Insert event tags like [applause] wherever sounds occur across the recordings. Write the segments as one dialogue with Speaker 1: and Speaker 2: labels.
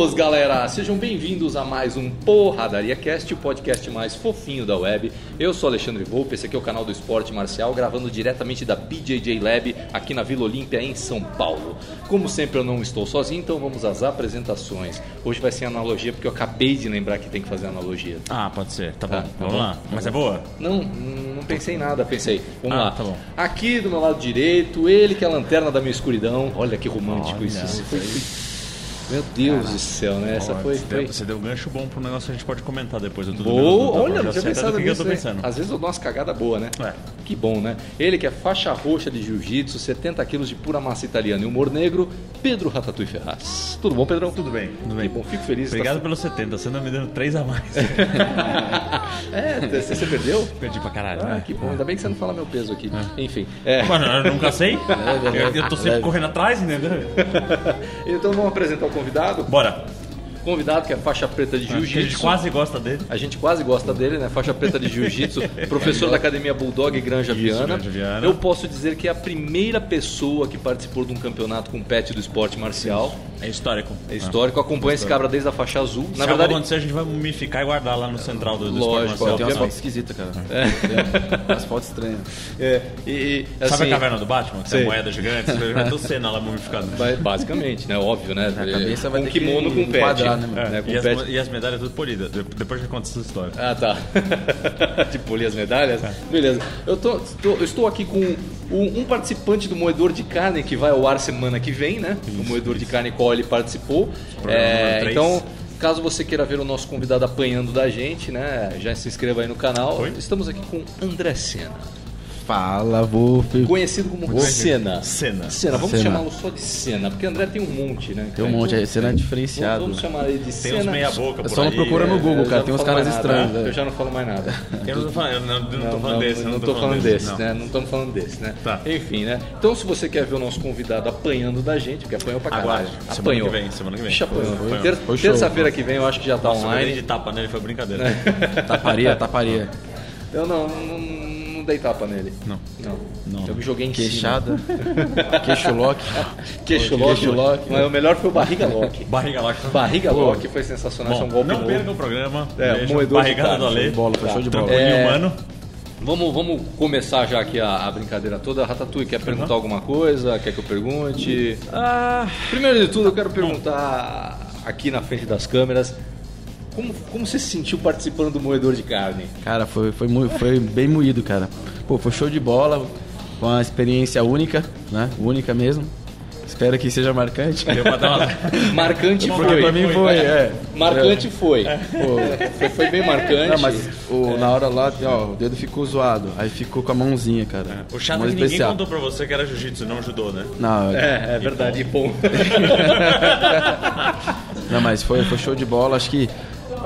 Speaker 1: Os galera, sejam bem-vindos a mais um Porradaria Cast, o podcast mais fofinho da web. Eu sou Alexandre Volpe, esse aqui é o canal do Esporte Marcial, gravando diretamente da BJJ Lab aqui na Vila Olímpia em São Paulo. Como sempre eu não estou sozinho, então vamos às apresentações. Hoje vai ser analogia porque eu acabei de lembrar que tem que fazer analogia.
Speaker 2: Ah, pode ser. Tá,
Speaker 1: Tá,
Speaker 2: bom.
Speaker 1: tá
Speaker 2: Vamos
Speaker 1: bom.
Speaker 2: lá. Mas é boa?
Speaker 1: Não, não pensei em nada, pensei. Vamos
Speaker 2: Ah,
Speaker 1: lá.
Speaker 2: tá bom.
Speaker 1: Aqui do meu lado direito, ele que é a lanterna da minha escuridão. Olha que romântico
Speaker 2: Olha,
Speaker 1: isso. Isso foi- Meu Deus do céu, né? Essa
Speaker 2: Ó,
Speaker 1: foi.
Speaker 2: Você,
Speaker 1: foi...
Speaker 2: Deu, você deu um gancho bom pro negócio que a gente pode comentar depois. Eu tô
Speaker 1: Boa, olha,
Speaker 2: eu
Speaker 1: não tinha
Speaker 2: sei até do
Speaker 1: pensado
Speaker 2: que
Speaker 1: nisso.
Speaker 2: eu tô
Speaker 1: né?
Speaker 2: pensando.
Speaker 1: Às vezes eu dou umas cagadas boas, né?
Speaker 2: É.
Speaker 1: Que bom, né? Ele que é faixa roxa de jiu-jitsu, 70 quilos de pura massa italiana e humor negro, Pedro Ratatouille Ferraz. Tudo bom, Pedrão? Tudo bem.
Speaker 2: Tudo
Speaker 1: Que
Speaker 2: bem.
Speaker 1: bom, fico feliz.
Speaker 2: Obrigado pelos 70, você não me dando 3 a mais.
Speaker 1: [laughs] É,
Speaker 2: [laughs]
Speaker 1: você você perdeu?
Speaker 2: Perdi pra caralho.
Speaker 1: Ah,
Speaker 2: né?
Speaker 1: que bom. Ainda bem que você não fala meu peso aqui. Enfim. É.
Speaker 2: Mano, eu nunca
Speaker 1: [laughs]
Speaker 2: sei. Eu, eu tô sempre correndo atrás, entendeu?
Speaker 1: Então vamos apresentar o convidado.
Speaker 2: Bora.
Speaker 1: Convidado que é faixa preta de
Speaker 2: A gente
Speaker 1: jiu-jitsu.
Speaker 2: quase gosta dele.
Speaker 1: A gente quase gosta dele, né? Faixa preta de
Speaker 2: [laughs]
Speaker 1: jiu-jitsu, professor da academia Bulldog Granja
Speaker 2: Isso,
Speaker 1: Viana.
Speaker 2: Granja Viana.
Speaker 1: Eu posso dizer que é a primeira pessoa que participou de um campeonato com pet do esporte marcial.
Speaker 2: É histórico.
Speaker 1: É histórico, acompanha esse cabra desde a faixa azul.
Speaker 2: Se
Speaker 1: Na
Speaker 2: algo
Speaker 1: verdade,
Speaker 2: acontecer, a gente vai mumificar e guardar lá no central do, do
Speaker 1: Lógico,
Speaker 2: Esporte Marcial.
Speaker 1: tem
Speaker 3: Tem
Speaker 1: umas fotos
Speaker 3: umas fotos esquisitas, cara.
Speaker 2: [laughs]
Speaker 3: É. Umas fotos estranhas.
Speaker 1: é, e, e,
Speaker 2: Sabe
Speaker 1: assim,
Speaker 2: a caverna do Batman? Que tem
Speaker 1: Sei.
Speaker 2: moeda gigante? Vai ter o Senna lá mumificado.
Speaker 1: ba- Basicamente, né? Óbvio, né?
Speaker 3: cabeça vai
Speaker 1: um
Speaker 3: ter que
Speaker 1: kimono com pet.
Speaker 3: enquadrar, né, mano?
Speaker 1: né?
Speaker 2: É,
Speaker 1: Com
Speaker 2: e, as,
Speaker 1: pet.
Speaker 2: e as medalhas tudo polidas. De- Depois eu conto essa história.
Speaker 1: Ah, tá. [laughs] tipo, li as medalhas?
Speaker 2: Tá.
Speaker 1: Beleza. Eu, tô- tô- eu estou aqui com um, um participante do Moedor de Carne que vai ao ar semana que vem, né? o Moedor de Carne qual ele participou.
Speaker 2: Programa
Speaker 1: É,
Speaker 2: número três.
Speaker 1: então, caso você queira ver o nosso convidado apanhando da gente, né? Já se inscreva aí no canal.
Speaker 2: Oi?
Speaker 1: Estamos aqui com André Senna.
Speaker 3: Fala, Wolf.
Speaker 1: Conhecido como Senna.
Speaker 2: Senna.
Speaker 1: Senna, vamos
Speaker 3: Senna.
Speaker 1: chamá-lo só de Senna, porque André tem um monte, né?
Speaker 3: Tem um monte, é cena
Speaker 1: Vamos,
Speaker 3: diferenciado. né?
Speaker 1: vamos chamar ele de
Speaker 2: Tem
Speaker 1: Senna.
Speaker 2: uns meia-boca por
Speaker 3: só não
Speaker 2: aí.
Speaker 3: procura no
Speaker 2: é.
Speaker 3: Google,
Speaker 1: Eu já
Speaker 3: cara.
Speaker 1: não
Speaker 3: Tem uns
Speaker 1: falo
Speaker 3: caras
Speaker 1: mais
Speaker 3: estranhos.
Speaker 1: nada,
Speaker 3: né?
Speaker 1: Eu já não falo mais nada.
Speaker 2: Eu não tô falando, eu não, eu não tô
Speaker 1: Não,
Speaker 2: falando
Speaker 1: não,
Speaker 2: desse. eu
Speaker 1: não,
Speaker 2: não
Speaker 1: tô falando desse,
Speaker 2: não.
Speaker 1: né? Não estamos falando desse, né?
Speaker 2: Tá.
Speaker 1: Enfim, né? Então, se você quer ver o nosso convidado apanhando da gente, porque apanhou pra caralho.
Speaker 2: Aguarde. Semana
Speaker 1: Apanhou.
Speaker 2: que vem, semana que vem.
Speaker 1: Bicho, apanhou.
Speaker 2: Foi.
Speaker 1: Ter-
Speaker 3: Foi show.
Speaker 1: Terça-feira que vem eu acho que já tá
Speaker 2: Nossa, eu dei de
Speaker 1: online.
Speaker 2: tapa nele
Speaker 1: [laughs]
Speaker 2: foi brincadeira.
Speaker 3: Taparia, taparia.
Speaker 1: Eu não, não, não dei tapa nele.
Speaker 2: Não.
Speaker 1: Não.
Speaker 2: Não.
Speaker 1: Eu me joguei em
Speaker 3: [laughs] Queixada. Queixo lock.
Speaker 1: cima. Queixo lock.
Speaker 3: Queixo lock.
Speaker 1: Mas o melhor foi o barriga
Speaker 2: [laughs]
Speaker 1: lock.
Speaker 2: Barriga lá.
Speaker 1: barriga lock foi sensacional. Esse é um
Speaker 2: Bom,
Speaker 1: golpe
Speaker 2: não
Speaker 1: novo.
Speaker 2: perca o programa.
Speaker 1: É,
Speaker 2: Beijo.
Speaker 1: moedor de
Speaker 2: Barrigada
Speaker 1: carne,
Speaker 2: do Ale.
Speaker 3: Foi bola, foi show de bola.
Speaker 2: Tranquilinho,
Speaker 1: É.
Speaker 2: humano.
Speaker 1: Vamos, vamos começar já aqui a, a brincadeira toda. Ratatouille, quer perguntar alguma coisa? Quer que eu pergunte?
Speaker 2: Ah,
Speaker 1: Primeiro de tudo, eu quero perguntar aqui na frente das câmeras. Como, como você se sentiu participando do moedor de carne?
Speaker 3: Cara, foi, foi, mui- foi bem moído, cara. Pô, foi show de bola. Foi uma experiência única, né? Única mesmo. Espero que seja marcante.
Speaker 2: deu pra
Speaker 1: [laughs]
Speaker 2: dar uma...
Speaker 1: Marcante
Speaker 3: Porque
Speaker 1: foi.
Speaker 3: pra mim foi, é.
Speaker 1: Marcante foi. Foi, foi bem marcante.
Speaker 3: Não, mas o- na hora lá, ó, o dedo ficou zoado. Aí ficou com a mãozinha, cara.
Speaker 2: O chato
Speaker 3: Mão
Speaker 2: é que ninguém
Speaker 3: especial.
Speaker 2: contou pra você que era jiu-jitsu, não judô, né?
Speaker 3: Não,
Speaker 1: É, é verdade, e bom.
Speaker 3: Não, mas foi, foi show de bola. Acho que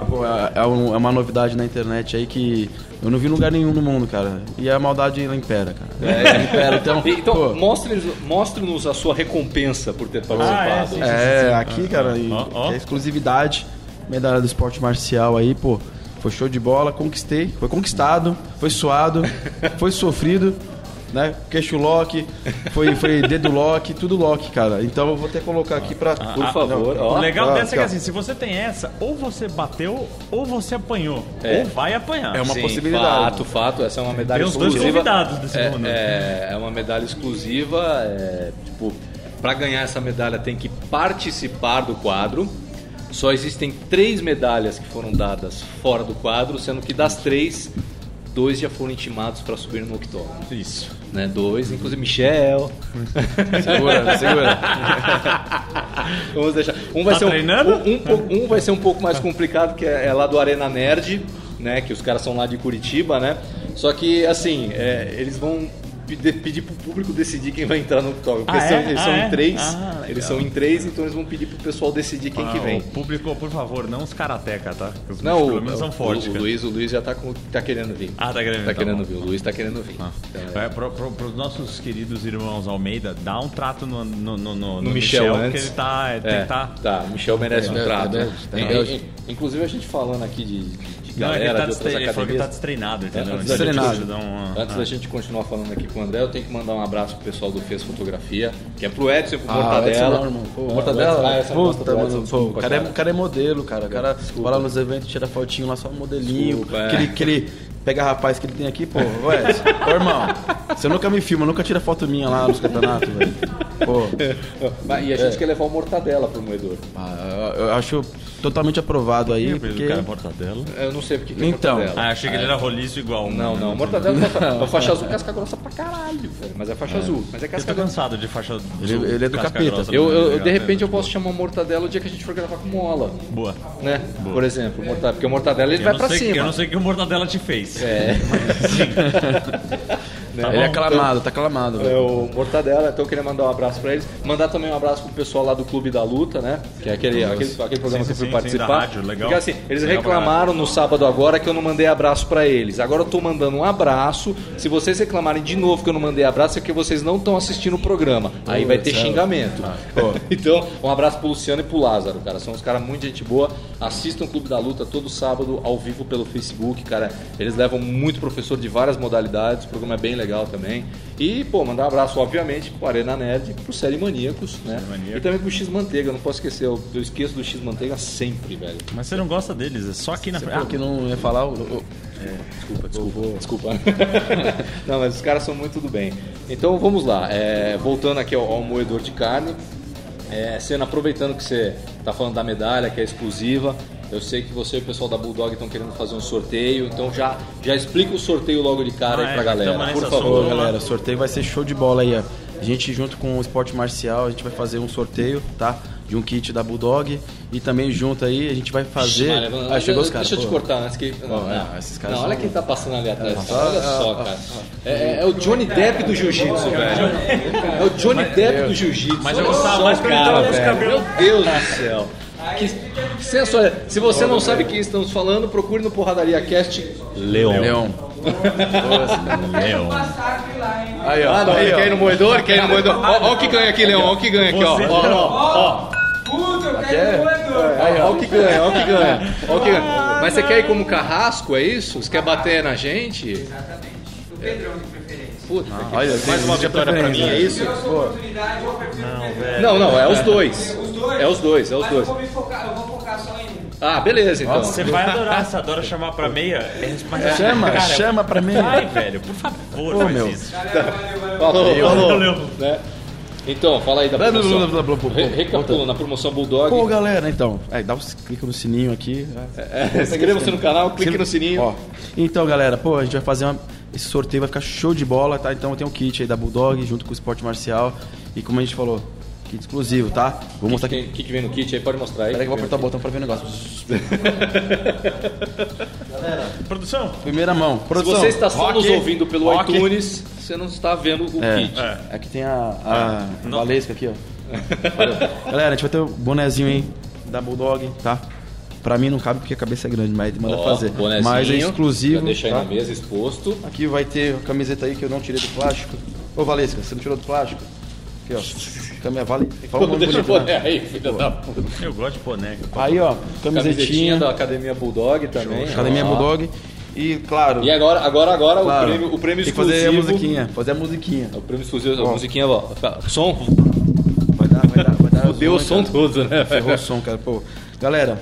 Speaker 3: pô, é, é um- é uma novidade na internet aí que eu não vi em lugar nenhum no mundo, cara. E a maldade ela impera, cara. Ela impera, então.
Speaker 1: É. [laughs] Então,
Speaker 3: pô,
Speaker 1: mostre-nos mostre-nos a sua recompensa por ter
Speaker 2: Ah, é,
Speaker 1: participado.
Speaker 2: sim.
Speaker 3: é, aqui, cara, e,
Speaker 2: Ó, ó.
Speaker 3: é exclusividade, medalha do esporte marcial aí, pô. Foi show de bola, conquistei, foi conquistado,
Speaker 1: [laughs]
Speaker 3: foi suado, foi sofrido, né? Queixo lock, foi, foi dedo lock, tudo lock, cara. Então eu vou até colocar aqui pra.
Speaker 1: Por favor,
Speaker 2: O
Speaker 1: ó.
Speaker 2: legal
Speaker 3: Ah,
Speaker 2: dessa é que
Speaker 3: tá.
Speaker 2: assim, se você tem essa, ou você bateu, ou você apanhou.
Speaker 1: É.
Speaker 2: Ou vai apanhar.
Speaker 3: É uma
Speaker 1: Sim,
Speaker 3: possibilidade.
Speaker 1: Fato, fato. Essa é uma medalha
Speaker 2: Tem uns dois
Speaker 1: exclusiva.
Speaker 2: convidados desse né?
Speaker 1: é,
Speaker 2: mundo.
Speaker 1: É, é uma medalha exclusiva. é, tipo, para ganhar essa medalha tem que participar do quadro. Só existem três medalhas que foram dadas fora do quadro, sendo que das três, dois já foram intimados para subir no octógono.
Speaker 2: Isso.
Speaker 1: Né? Dois, inclusive Michel.
Speaker 2: [laughs]
Speaker 3: Segura, segura.
Speaker 1: Vamos deixar. Um vai
Speaker 2: Tá
Speaker 1: ser um-
Speaker 2: treinando?
Speaker 1: Um, um pouco- um vai ser um pouco mais complicado, que é, é lá do Arena Nerd, né? Que os caras são lá de Curitiba, né? Só que, assim, é, eles vão pede- pedir pro público decidir quem vai entrar no octógono. Porque
Speaker 2: Ah, é?
Speaker 1: são- eles
Speaker 2: Ah,
Speaker 1: são
Speaker 2: é?
Speaker 1: em três.
Speaker 2: Ah, legal.
Speaker 1: eles são em três, então eles vão pedir pro pessoal decidir quem que
Speaker 2: Ah,
Speaker 1: vem.
Speaker 2: ô, Público, por favor, não os karateca, tá? Os bichos,
Speaker 1: Não, o,
Speaker 2: pelo menos são
Speaker 1: o- o
Speaker 2: fortes. cara.
Speaker 1: Luiz, o Luiz já tá, com- tá querendo vir.
Speaker 2: Ah, tá querendo,
Speaker 1: Tá
Speaker 2: tá
Speaker 1: querendo
Speaker 2: bom.
Speaker 1: vir. O Luiz tá querendo vir. Então, é.
Speaker 2: É, pro, pro, pros nossos queridos irmãos Almeida, dá um trato no, no, no,
Speaker 1: No Michel
Speaker 2: que
Speaker 1: antes.
Speaker 2: ele tá. É, tem
Speaker 1: É,
Speaker 2: que tá.
Speaker 1: tá, o Michel merece um
Speaker 3: Tá, tá,
Speaker 1: trato.
Speaker 3: tá, tá, tá.
Speaker 1: Inclusive a gente falando aqui de, de- de
Speaker 2: Não, é que
Speaker 1: galera
Speaker 2: ele, tá
Speaker 1: de
Speaker 2: destre...
Speaker 1: outras
Speaker 2: ele falou que
Speaker 1: academias. É,
Speaker 2: tá destreinado, entendeu?
Speaker 1: antes
Speaker 2: Então,
Speaker 3: da gente-
Speaker 2: precisa dar uma-
Speaker 1: Antes da gente continuar falando aqui com o André, eu tenho que mandar um abraço pro pessoal do Fez Fotografia, que é pro Edson e pro
Speaker 3: Ah, Edson
Speaker 1: Mortadela.
Speaker 3: não, irmão. Pô,
Speaker 1: é
Speaker 3: é
Speaker 1: Mortadela, ah, essa foto
Speaker 3: Puta,
Speaker 1: do Edson,
Speaker 3: mano, pô, o
Speaker 1: desculpa,
Speaker 3: cara é,
Speaker 1: cara.
Speaker 3: o cara é modelo, cara. O cara
Speaker 1: Desculpa.
Speaker 3: vai lá nos eventos, tira fotinho lá, só um modelinho.
Speaker 1: Desculpa, é.
Speaker 3: que, ele, que ele pega rapaz que ele tem aqui, pô. Ô, Edson, ô, irmão, você nunca me filma, nunca tira foto minha lá nos campeonatos, velho. Pô,
Speaker 1: Mas- E a
Speaker 3: É.
Speaker 1: gente quer levar o Mortadela pro moedor.
Speaker 3: ah, eu eu acho totalmente aprovado aí, porque...
Speaker 2: O cara é mortadela.
Speaker 1: Eu não sei porque que é
Speaker 3: Então,
Speaker 1: Mortadela.
Speaker 2: Ah, achei que ele era roliço igual. um-
Speaker 1: Não, não. Mortadela
Speaker 2: [laughs]
Speaker 1: é faixa, é faixa azul casca grossa pra caralho, velho. Mas é faixa azul. Mas é
Speaker 2: Eu
Speaker 1: casca
Speaker 2: tô
Speaker 1: grossa.
Speaker 2: cansado de faixa azul,
Speaker 3: Ele- ele é do
Speaker 2: casca
Speaker 3: capeta.
Speaker 2: grossa,
Speaker 1: Eu,
Speaker 2: né?
Speaker 1: eu- de
Speaker 2: Obrigado,
Speaker 1: repente eu
Speaker 2: Pedro.
Speaker 1: posso chamar o Mortadela o dia que a gente for gravar com Mola,
Speaker 2: Boa.
Speaker 1: né? Por exemplo, o Mortadela, porque o Mortadela ele
Speaker 2: Eu
Speaker 1: vai
Speaker 2: não
Speaker 1: pra
Speaker 2: sei-
Speaker 1: cima.
Speaker 2: Eu não sei o que o mortadela te fez.
Speaker 1: É. Né?
Speaker 3: Ele é aclamado, tá aclamado,
Speaker 1: [laughs]
Speaker 3: velho.
Speaker 1: É o Mortadela, então eu queria mandar um abraço pra eles. Mandar também um abraço pro pessoal lá do Clube da Luta, né? Que é aquele, aquele, aquele programa
Speaker 2: Sim,
Speaker 1: que eu
Speaker 2: sim,
Speaker 1: fui
Speaker 2: sim,
Speaker 1: participar.
Speaker 2: da rádio, legal.
Speaker 1: Porque assim, eles
Speaker 2: Legal pra
Speaker 1: reclamaram no sábado agora que eu não mandei abraço pra eles. Agora eu tô mandando um abraço. Se vocês reclamarem de novo que eu não mandei abraço, é porque vocês não estão assistindo o programa. Aí vai ter xingamento. [laughs] então, um abraço pro Luciano e pro Lázaro, cara. São uns caras muito gente boa. Assistam o Clube da Luta todo sábado, ao vivo pelo Facebook, cara. Eles levam muito professor de várias modalidades, o programa é bem legal também. E, pô, mandar um abraço, obviamente, pro Arena Nerd, pro Série Maníacos, né?
Speaker 2: Maníacos.
Speaker 1: E também pro X Manteiga, eu não posso esquecer, eu, eu esqueço do X Manteiga sempre, velho.
Speaker 2: Mas você não gosta deles, é só aqui na
Speaker 3: Pô, que
Speaker 2: frente.
Speaker 3: não ia falar... o- o-
Speaker 1: Desculpa, desculpa. Desculpa. [laughs] Não, mas os caras são muito do bem. Então vamos lá. É, voltando aqui ao, ao moedor de carne. É, Senna, aproveitando que você está falando da medalha, que é exclusiva, eu sei que você e o pessoal da Bulldog estão querendo fazer um sorteio, então já, já explica o sorteio logo de cara
Speaker 2: Ah,
Speaker 1: aí
Speaker 2: é,
Speaker 1: pra galera,
Speaker 2: tamo nesse
Speaker 1: por
Speaker 3: Ô,
Speaker 1: favor.
Speaker 2: assunto. Vamos lá.
Speaker 3: galera, o sorteio vai ser show de bola aí, ó. A gente, junto com o Esporte Marcial, a gente vai fazer um sorteio, tá? De um kit da Bulldog. E também junto aí, a gente vai fazer.
Speaker 1: Maria, vamos-
Speaker 3: ah, chegou os
Speaker 1: deixa
Speaker 3: caras.
Speaker 1: eu te
Speaker 3: pô.
Speaker 1: cortar antes que. Não,
Speaker 3: Bom, é,
Speaker 1: não.
Speaker 3: esses caras
Speaker 1: Não, olha
Speaker 3: são-
Speaker 1: quem tá passando ali atrás.
Speaker 3: ah,
Speaker 1: olha
Speaker 3: ah,
Speaker 1: só,
Speaker 3: ah,
Speaker 1: cara. É, é- é o Johnny Depp do Jiu-Jitsu, velho. É o Johnny Depp do Jiu-Jitsu.
Speaker 2: mas eu
Speaker 1: Olha
Speaker 2: gostava
Speaker 1: só,
Speaker 2: mais quando ele tava com os
Speaker 1: velho.
Speaker 2: cabelos.
Speaker 1: Meu Deus do céu. Que senso, olha, se você não sabe quem estamos falando, procure no Porradaria Cast.
Speaker 2: Ah, Leon.
Speaker 3: Leon.
Speaker 2: Leon.
Speaker 3: Aí, ó.
Speaker 1: Ah, não,
Speaker 3: Tá aí,
Speaker 1: ele
Speaker 3: ó. tá
Speaker 1: quer ir no moedor, quer ir no moedor. Ó, ó o que ganha aqui, Leon, ó o que ganha aqui, ó.
Speaker 2: Você-
Speaker 1: Ó, ó, ó.
Speaker 4: Puta, eu quero
Speaker 1: é?
Speaker 4: um moedor.
Speaker 1: Aí, ó, ó o que ganha, ó
Speaker 3: [laughs]
Speaker 1: o que ganha. Ó o que ganha. Mas você quer ir como carrasco, é isso? Você quer bater na gente? É.
Speaker 4: Exatamente. O Pedrão de preferência.
Speaker 1: Puta, que
Speaker 3: Olha,
Speaker 1: Mais uma vitória pra mim, é isso?
Speaker 4: Eu sou oportunidade, eu prefiro o Pedrão.
Speaker 1: Não, não, é os dois.
Speaker 4: Os dois?
Speaker 1: É os dois, é os
Speaker 4: Mas eu
Speaker 1: dois.
Speaker 4: vou me focar, eu vou focar só em um.
Speaker 1: Ah, beleza então.
Speaker 2: Você vai adorar, você adora chamar pra meia. É, mas-
Speaker 3: Chama,
Speaker 2: cara,
Speaker 3: chama pra mim.
Speaker 2: Vai, velho, por favor, faz
Speaker 3: meu.
Speaker 2: isso.
Speaker 4: Galera, valeu, valeu.
Speaker 1: Falou,
Speaker 2: Valeu,
Speaker 1: falou.
Speaker 2: valeu.
Speaker 1: Né? Então, fala aí da
Speaker 3: Blá, blá, blá, blá, blá,
Speaker 1: promoção.
Speaker 3: blá, blá,
Speaker 1: Re-
Speaker 3: blá.
Speaker 1: Recapitulando, na promoção Bulldog.
Speaker 3: Pô, galera, então. Aí, dá um clique no sininho aqui.
Speaker 1: É, Inscreva-se no canal, clique no
Speaker 3: Ó.
Speaker 1: sininho.
Speaker 3: Então, galera, pô, a gente vai fazer uma- Esse sorteio vai ficar show de bola, tá? Então tem um kit aí da Bulldog junto com o Esporte Marcial. E como a gente falou, kit exclusivo, tá? Vou
Speaker 1: O
Speaker 3: mostrar aqui.
Speaker 1: que, que que vem no kit aí? Pode mostrar aí.
Speaker 3: Peraí que eu vou apertar o botão pra ver o negócio.
Speaker 2: Produção,
Speaker 3: Primeira mão.
Speaker 1: Se
Speaker 3: Produção.
Speaker 1: você está só
Speaker 3: rock,
Speaker 1: nos ouvindo pelo
Speaker 3: rock.
Speaker 1: iTunes, você não está vendo o
Speaker 3: É.
Speaker 1: kit.
Speaker 2: É.
Speaker 3: Aqui tem a, a Valesca aqui, ó. Olha. Ah, Galera, a gente vai ter o bonezinho aí da Bulldog, tá? Pra mim não cabe porque a cabeça é grande, mas manda
Speaker 1: Ó,
Speaker 3: fazer.
Speaker 1: bonezinho,
Speaker 3: Mas é
Speaker 1: já
Speaker 3: exclusivo.
Speaker 1: Deixa aí
Speaker 3: tá?
Speaker 1: na mesa exposto.
Speaker 3: Aqui vai ter a camiseta aí que eu não tirei do plástico. Ô Valesca, você não tirou do plástico? Aqui, ó.
Speaker 1: [laughs]
Speaker 3: Câmera vale. Fala um nome
Speaker 1: Deixa o
Speaker 3: bonito,
Speaker 1: boné
Speaker 3: né?
Speaker 1: aí, filha da puta.
Speaker 2: eu gosto de boné.
Speaker 3: Aí, ó,
Speaker 1: Camisetinha
Speaker 3: camisetinha.
Speaker 1: da Academia Bulldog também.
Speaker 3: Academia
Speaker 1: ó.
Speaker 3: Bulldog. E claro.
Speaker 1: E agora, agora, agora
Speaker 3: claro,
Speaker 1: o prêmio, o prêmio
Speaker 3: tem que
Speaker 1: exclusivo.
Speaker 3: fazer a musiquinha. Fazer a musiquinha.
Speaker 1: É O prêmio exclusivo, a
Speaker 3: Ó.
Speaker 1: musiquinha, ó. Tá, Som,
Speaker 3: Vai dar, vai dar, vai dar.
Speaker 1: deu o som
Speaker 3: zoom, cara.
Speaker 1: todo, né?
Speaker 3: Ferrou o som, cara. Pô, galera,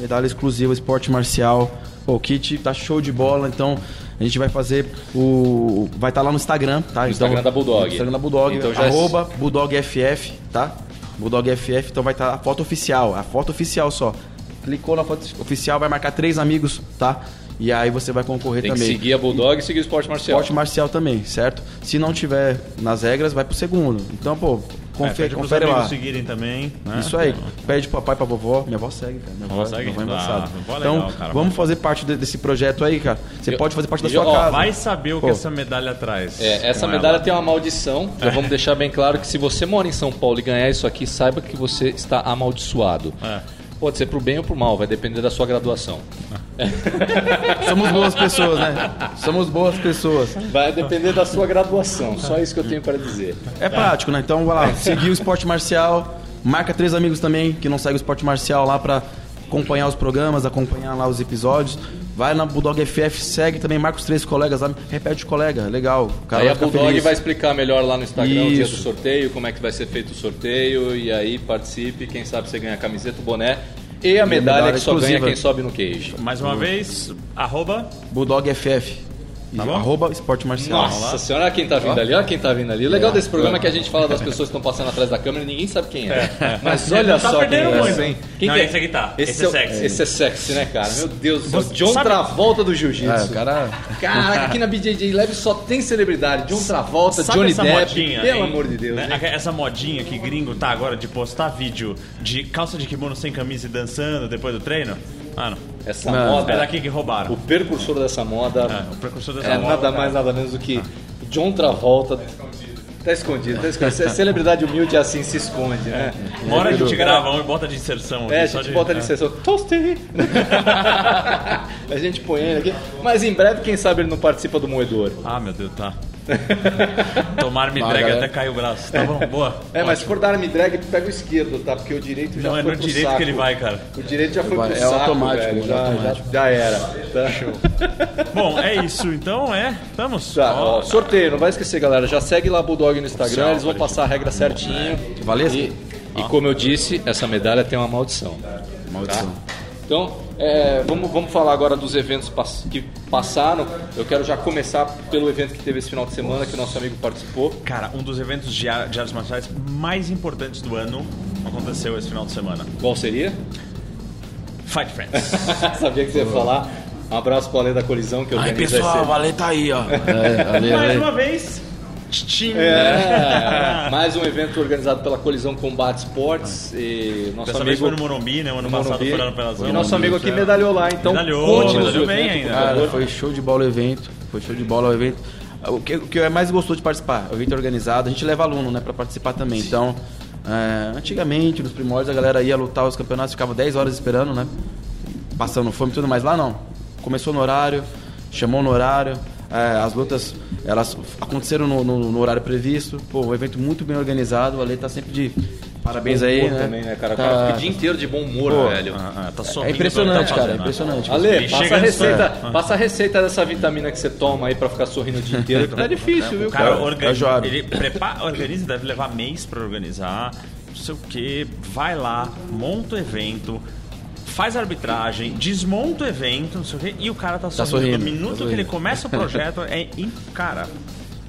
Speaker 3: medalha exclusiva, esporte marcial. Pô, o kit tá show de bola, então a gente vai fazer o. Vai estar lá no Instagram, tá? No
Speaker 1: Instagram da Bulldog.
Speaker 3: Instagram da Bulldog.
Speaker 1: Então
Speaker 3: Então
Speaker 1: já é-
Speaker 3: arroba BulldogFF, tá? Bulldog FF, então vai estar a foto oficial, a foto oficial só. Clicou na foto oficial, vai marcar três amigos, tá? E aí você vai concorrer
Speaker 1: Tem que
Speaker 3: também.
Speaker 1: seguir a Bulldog e seguir o esporte marcial.
Speaker 3: Esporte marcial também, certo? Se não tiver nas regras, vai pro segundo. Então, pô,
Speaker 2: É,
Speaker 3: confere,
Speaker 2: pede pros
Speaker 3: confere
Speaker 2: amigos
Speaker 3: lá.
Speaker 2: seguirem também. né?
Speaker 3: Isso aí, pede pro papai, pra vovó. Minha avó segue, cara. Minha avó,
Speaker 2: Vovó segue?
Speaker 3: Minha avó é
Speaker 2: Ah,
Speaker 3: embaçada.
Speaker 2: vovó é
Speaker 3: então,
Speaker 2: legal, cara.
Speaker 3: vamos fazer parte de- desse projeto aí, cara. Você
Speaker 1: Eu-
Speaker 3: pode fazer parte da
Speaker 1: eu-
Speaker 3: sua
Speaker 1: ó,
Speaker 3: casa.
Speaker 2: Vai saber o que
Speaker 3: Pô.
Speaker 2: essa medalha traz.
Speaker 1: É, essa
Speaker 2: com ela.
Speaker 1: medalha tem uma maldição. Já vamos deixar bem claro que se você mora em São Paulo e ganhar isso aqui, saiba que você está amaldiçoado.
Speaker 2: É.
Speaker 1: Pode ser pro bem ou pro mal, vai depender da sua graduação.
Speaker 3: Somos boas
Speaker 2: [laughs]
Speaker 3: pessoas, né? Somos boas pessoas.
Speaker 1: Vai depender da sua graduação. Só isso que eu tenho para dizer.
Speaker 3: É prático, né? Então, vai lá, seguir o esporte marcial. Marca três amigos também que não segue o esporte marcial lá pra acompanhar os programas, acompanhar lá os episódios. Vai na Bulldog FF, segue também, marca os três colegas lá, repete o colega, legal. O cara
Speaker 1: aí a
Speaker 3: Tá, ficar
Speaker 1: Bulldog
Speaker 3: feliz.
Speaker 1: vai explicar melhor lá no Instagram o dia do
Speaker 3: Isso.
Speaker 1: sorteio, como é que vai ser feito o sorteio, e aí participe, quem sabe você ganha a camiseta, o boné e a medalha,
Speaker 3: medalha
Speaker 1: que só ganha
Speaker 3: exclusiva.
Speaker 1: quem sobe no queijo.
Speaker 2: Mais uma vez, arroba.
Speaker 3: Bulldog FF.
Speaker 2: Tá bom?
Speaker 3: Arroba esporte
Speaker 2: Então,
Speaker 3: marcial.
Speaker 1: Nossa senhora, olha quem tá vindo ali, olha quem tá vindo ali. O legal desse programa é que a gente fala
Speaker 2: [laughs]
Speaker 1: das pessoas que estão passando atrás da câmera e ninguém sabe quem é. Mas olha
Speaker 2: Tá
Speaker 1: só quem
Speaker 2: perdendo
Speaker 1: é.
Speaker 2: muito, hein?
Speaker 1: Quem
Speaker 5: Não,
Speaker 1: que é?
Speaker 5: esse aqui tá. Esse
Speaker 1: é,
Speaker 5: é
Speaker 1: o-
Speaker 5: sexy.
Speaker 1: Esse é sexy, né, cara? Meu Deus do céu.
Speaker 2: Você
Speaker 1: John
Speaker 2: sabe-
Speaker 1: Travolta do
Speaker 3: É,
Speaker 1: Jiu-Jitsu.
Speaker 3: o cara.
Speaker 1: Caraca, aqui na BJJ Lab só tem celebridade. John Travolta,
Speaker 2: Sabe
Speaker 1: Johnny
Speaker 2: essa
Speaker 1: Depp.
Speaker 2: modinha,
Speaker 1: pelo
Speaker 2: hein?
Speaker 1: amor de Deus.
Speaker 2: Né?
Speaker 1: hein?
Speaker 2: Aque- Essa modinha que gringo tá agora de postar vídeo de calça de kimono sem camisa e dançando depois do treino? Mano,
Speaker 1: Essa
Speaker 3: Mano,
Speaker 1: moda.
Speaker 2: é daqui que roubaram.
Speaker 1: O precursor dessa moda
Speaker 2: É, o precursor dessa
Speaker 1: é
Speaker 2: moda.
Speaker 1: nada mais, nada menos do que John Travolta. Tá escondido, tá escondido. Ce- Celebridade humilde é assim se esconde, né?
Speaker 2: É. Uma hora a gente grava um e bota de inserção. aqui,
Speaker 1: É, a
Speaker 2: só
Speaker 1: gente
Speaker 2: de-
Speaker 1: bota
Speaker 2: é.
Speaker 1: ali sessão. Toastei! [laughs] a gente põe ele aqui. Mas em breve, quem sabe ele não participa do moedor.
Speaker 2: Ah, meu Deus,
Speaker 1: [laughs]
Speaker 2: tá. Tomar me
Speaker 3: Vai,
Speaker 2: drag
Speaker 3: galera.
Speaker 2: até caiu o braço. Tá bom, boa.
Speaker 1: É, mas se for dar arm drag, pega o esquerdo, tá? Porque o direito já
Speaker 2: Não, é
Speaker 1: foi
Speaker 2: no
Speaker 1: pro
Speaker 2: direito
Speaker 1: saco.
Speaker 2: que ele vai, cara.
Speaker 1: O direito já foi
Speaker 3: Vai,
Speaker 1: pro
Speaker 3: é
Speaker 1: saco,
Speaker 3: automático,
Speaker 1: velho.
Speaker 3: é
Speaker 1: Já,
Speaker 3: automático.
Speaker 1: já- já era. Tá? Show.
Speaker 2: Bom, é isso então, é? Estamos?
Speaker 1: Tá,
Speaker 2: Ó,
Speaker 1: ó, sorteio, não vai esquecer, galera. Já segue lá a Bulldog no Instagram,
Speaker 2: Oficial,
Speaker 1: eles vão
Speaker 2: pode
Speaker 1: passar a regra certinho.
Speaker 3: Valesca?
Speaker 1: E, e como eu disse, essa medalha tem uma maldição. tá?
Speaker 3: Maldição.
Speaker 1: Então, é, vamos, vamos falar agora dos eventos pass- que passaram. Eu quero já começar pelo evento que teve esse final de semana, que o nosso amigo participou.
Speaker 2: Cara, um dos eventos de ar- de artes marciais mais importantes do ano aconteceu esse final de semana.
Speaker 1: Qual seria? [laughs]
Speaker 2: Fight Friends.
Speaker 1: Sabia que você ia falar. Um abraço pro Ale da Colisão, que organiza esse evento.
Speaker 3: valeu, tá aí, ó. É, ali,
Speaker 2: Mais
Speaker 3: ali.
Speaker 2: uma vez, tchim.
Speaker 1: É, mais um evento organizado pela Colisão Combate Esportes. E nosso
Speaker 2: Dessa vez
Speaker 1: amigo
Speaker 2: foi no Morumbi, né? O ano
Speaker 1: no
Speaker 2: passado
Speaker 1: Morumbi.
Speaker 2: foi lá no é. Pelazão.
Speaker 1: E nosso amigo aqui medalhou lá, então
Speaker 2: Medalhou,
Speaker 1: conte-nos o
Speaker 2: medalhou bem
Speaker 1: evento,
Speaker 2: ainda.
Speaker 1: por
Speaker 3: Cara,
Speaker 1: favor.
Speaker 3: foi show de bola o evento. Foi show de bola o evento. O que, o que eu é mais gostou de participar? O evento organizado. A gente leva aluno, né, pra participar também. Então, é, antigamente, nos primórdios, a galera ia lutar os campeonatos, ficava 10 horas esperando, né? Passando fome e tudo mais. Lá não. Começou no horário, chamou no horário. é, as lutas, elas aconteceram no, no- no horário previsto. Pô, um evento muito bem organizado. O Ale tá sempre de parabéns aí,
Speaker 1: Humor
Speaker 3: né?
Speaker 1: também, né, cara? O
Speaker 3: Tá-
Speaker 1: cara fica o dia inteiro de bom humor,
Speaker 3: Pô,
Speaker 1: velho.
Speaker 2: Ah, ah, tá sorrindo,
Speaker 3: É impressionante,
Speaker 2: tá
Speaker 3: cara. É
Speaker 2: fazendo,
Speaker 3: impressionante.
Speaker 1: Ale,
Speaker 2: Ele
Speaker 1: passa
Speaker 2: chega
Speaker 1: a,
Speaker 2: antes- né?
Speaker 1: receita, passa a receita dessa vitamina que você toma aí pra ficar sorrindo o dia inteiro.
Speaker 2: [laughs]
Speaker 1: Tá difícil, viu,
Speaker 2: O cara
Speaker 1: cara?
Speaker 3: é o
Speaker 2: organiza,
Speaker 3: Joab.
Speaker 2: ele prepara, organiza, deve levar mês pra organizar, não sei o que, vai lá, monta o evento, faz a arbitragem, desmonta o evento, não sei o que, e o cara tá sorrindo.
Speaker 3: sorrindo,
Speaker 2: no minuto
Speaker 3: tá
Speaker 2: que ele
Speaker 3: sorrindo.
Speaker 2: começa o projeto, é. in- Cara,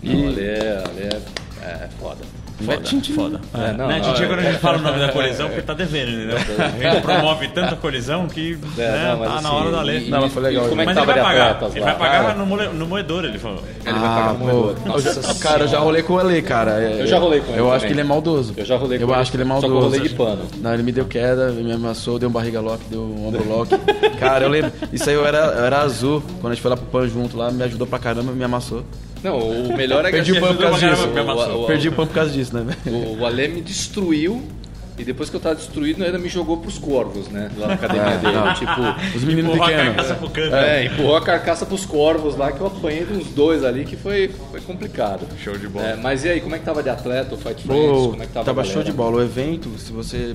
Speaker 1: Não, Ale, Ale, é foda.
Speaker 2: foda, foda. É,
Speaker 1: não, não,
Speaker 2: né, a gente
Speaker 1: é.
Speaker 2: agora a gente fala o nome da colisão porque tá devendo, entendeu? A gente promove tanta colisão que
Speaker 1: É,
Speaker 2: né,
Speaker 1: não, mas
Speaker 2: tá na
Speaker 1: assim,
Speaker 2: hora da lei.
Speaker 1: e-
Speaker 3: Não, mas foi legal.
Speaker 1: e Como é que
Speaker 2: Mas
Speaker 1: tava
Speaker 2: ele vai
Speaker 1: de
Speaker 2: pagar,
Speaker 1: atletas
Speaker 2: ele
Speaker 1: lá?
Speaker 2: vai
Speaker 1: Cara,
Speaker 2: pagar no, mole- no moedor, ele falou.
Speaker 1: Ele vai pagar
Speaker 3: Ah,
Speaker 1: no moedor.
Speaker 3: pô.
Speaker 1: Nossa
Speaker 3: Eu já- cara, eu já rolei com o Ale, cara.
Speaker 1: Eu já rolei com ele
Speaker 3: Eu acho
Speaker 1: também.
Speaker 3: que ele é maldoso.
Speaker 1: Eu já rolei com
Speaker 3: Eu
Speaker 1: ele,
Speaker 3: acho que ele é
Speaker 1: só que eu
Speaker 3: maldoso.
Speaker 1: rolei de pano.
Speaker 3: Não, ele me deu queda, me amassou, deu um barriga lock, deu um ombro lock. [laughs] cara, eu lembro. Isso aí eu era, eu era azul. Quando a gente foi lá pro PAN junto lá, me ajudou pra caramba, me amassou.
Speaker 1: Não, o melhor é que
Speaker 3: Perdi o
Speaker 1: assim,
Speaker 3: pano por causa
Speaker 2: pra
Speaker 3: disso.
Speaker 2: caramba, me amassou.
Speaker 1: O- o-
Speaker 3: Perdi o pano por causa disso, né, velho?
Speaker 1: O, o Ale me destruiu. E depois que eu tava destruído, ainda me jogou pros corvos, né? Lá na academia dele.
Speaker 3: não.
Speaker 1: Tipo,
Speaker 3: Os meninos
Speaker 2: Porra, cara,
Speaker 3: pequenos. né?
Speaker 2: caça pro canto.
Speaker 1: é, empurrou a carcaça pros corvos lá, que eu apanhei de uns dois ali, que foi, foi complicado.
Speaker 2: Show de bola.
Speaker 1: É, mas e aí, como é que tava de atleta, o Fight Friends?
Speaker 3: Pô,
Speaker 1: Como é que
Speaker 3: tava,
Speaker 1: tava a
Speaker 3: show de
Speaker 1: galera?
Speaker 3: bola. O evento, se você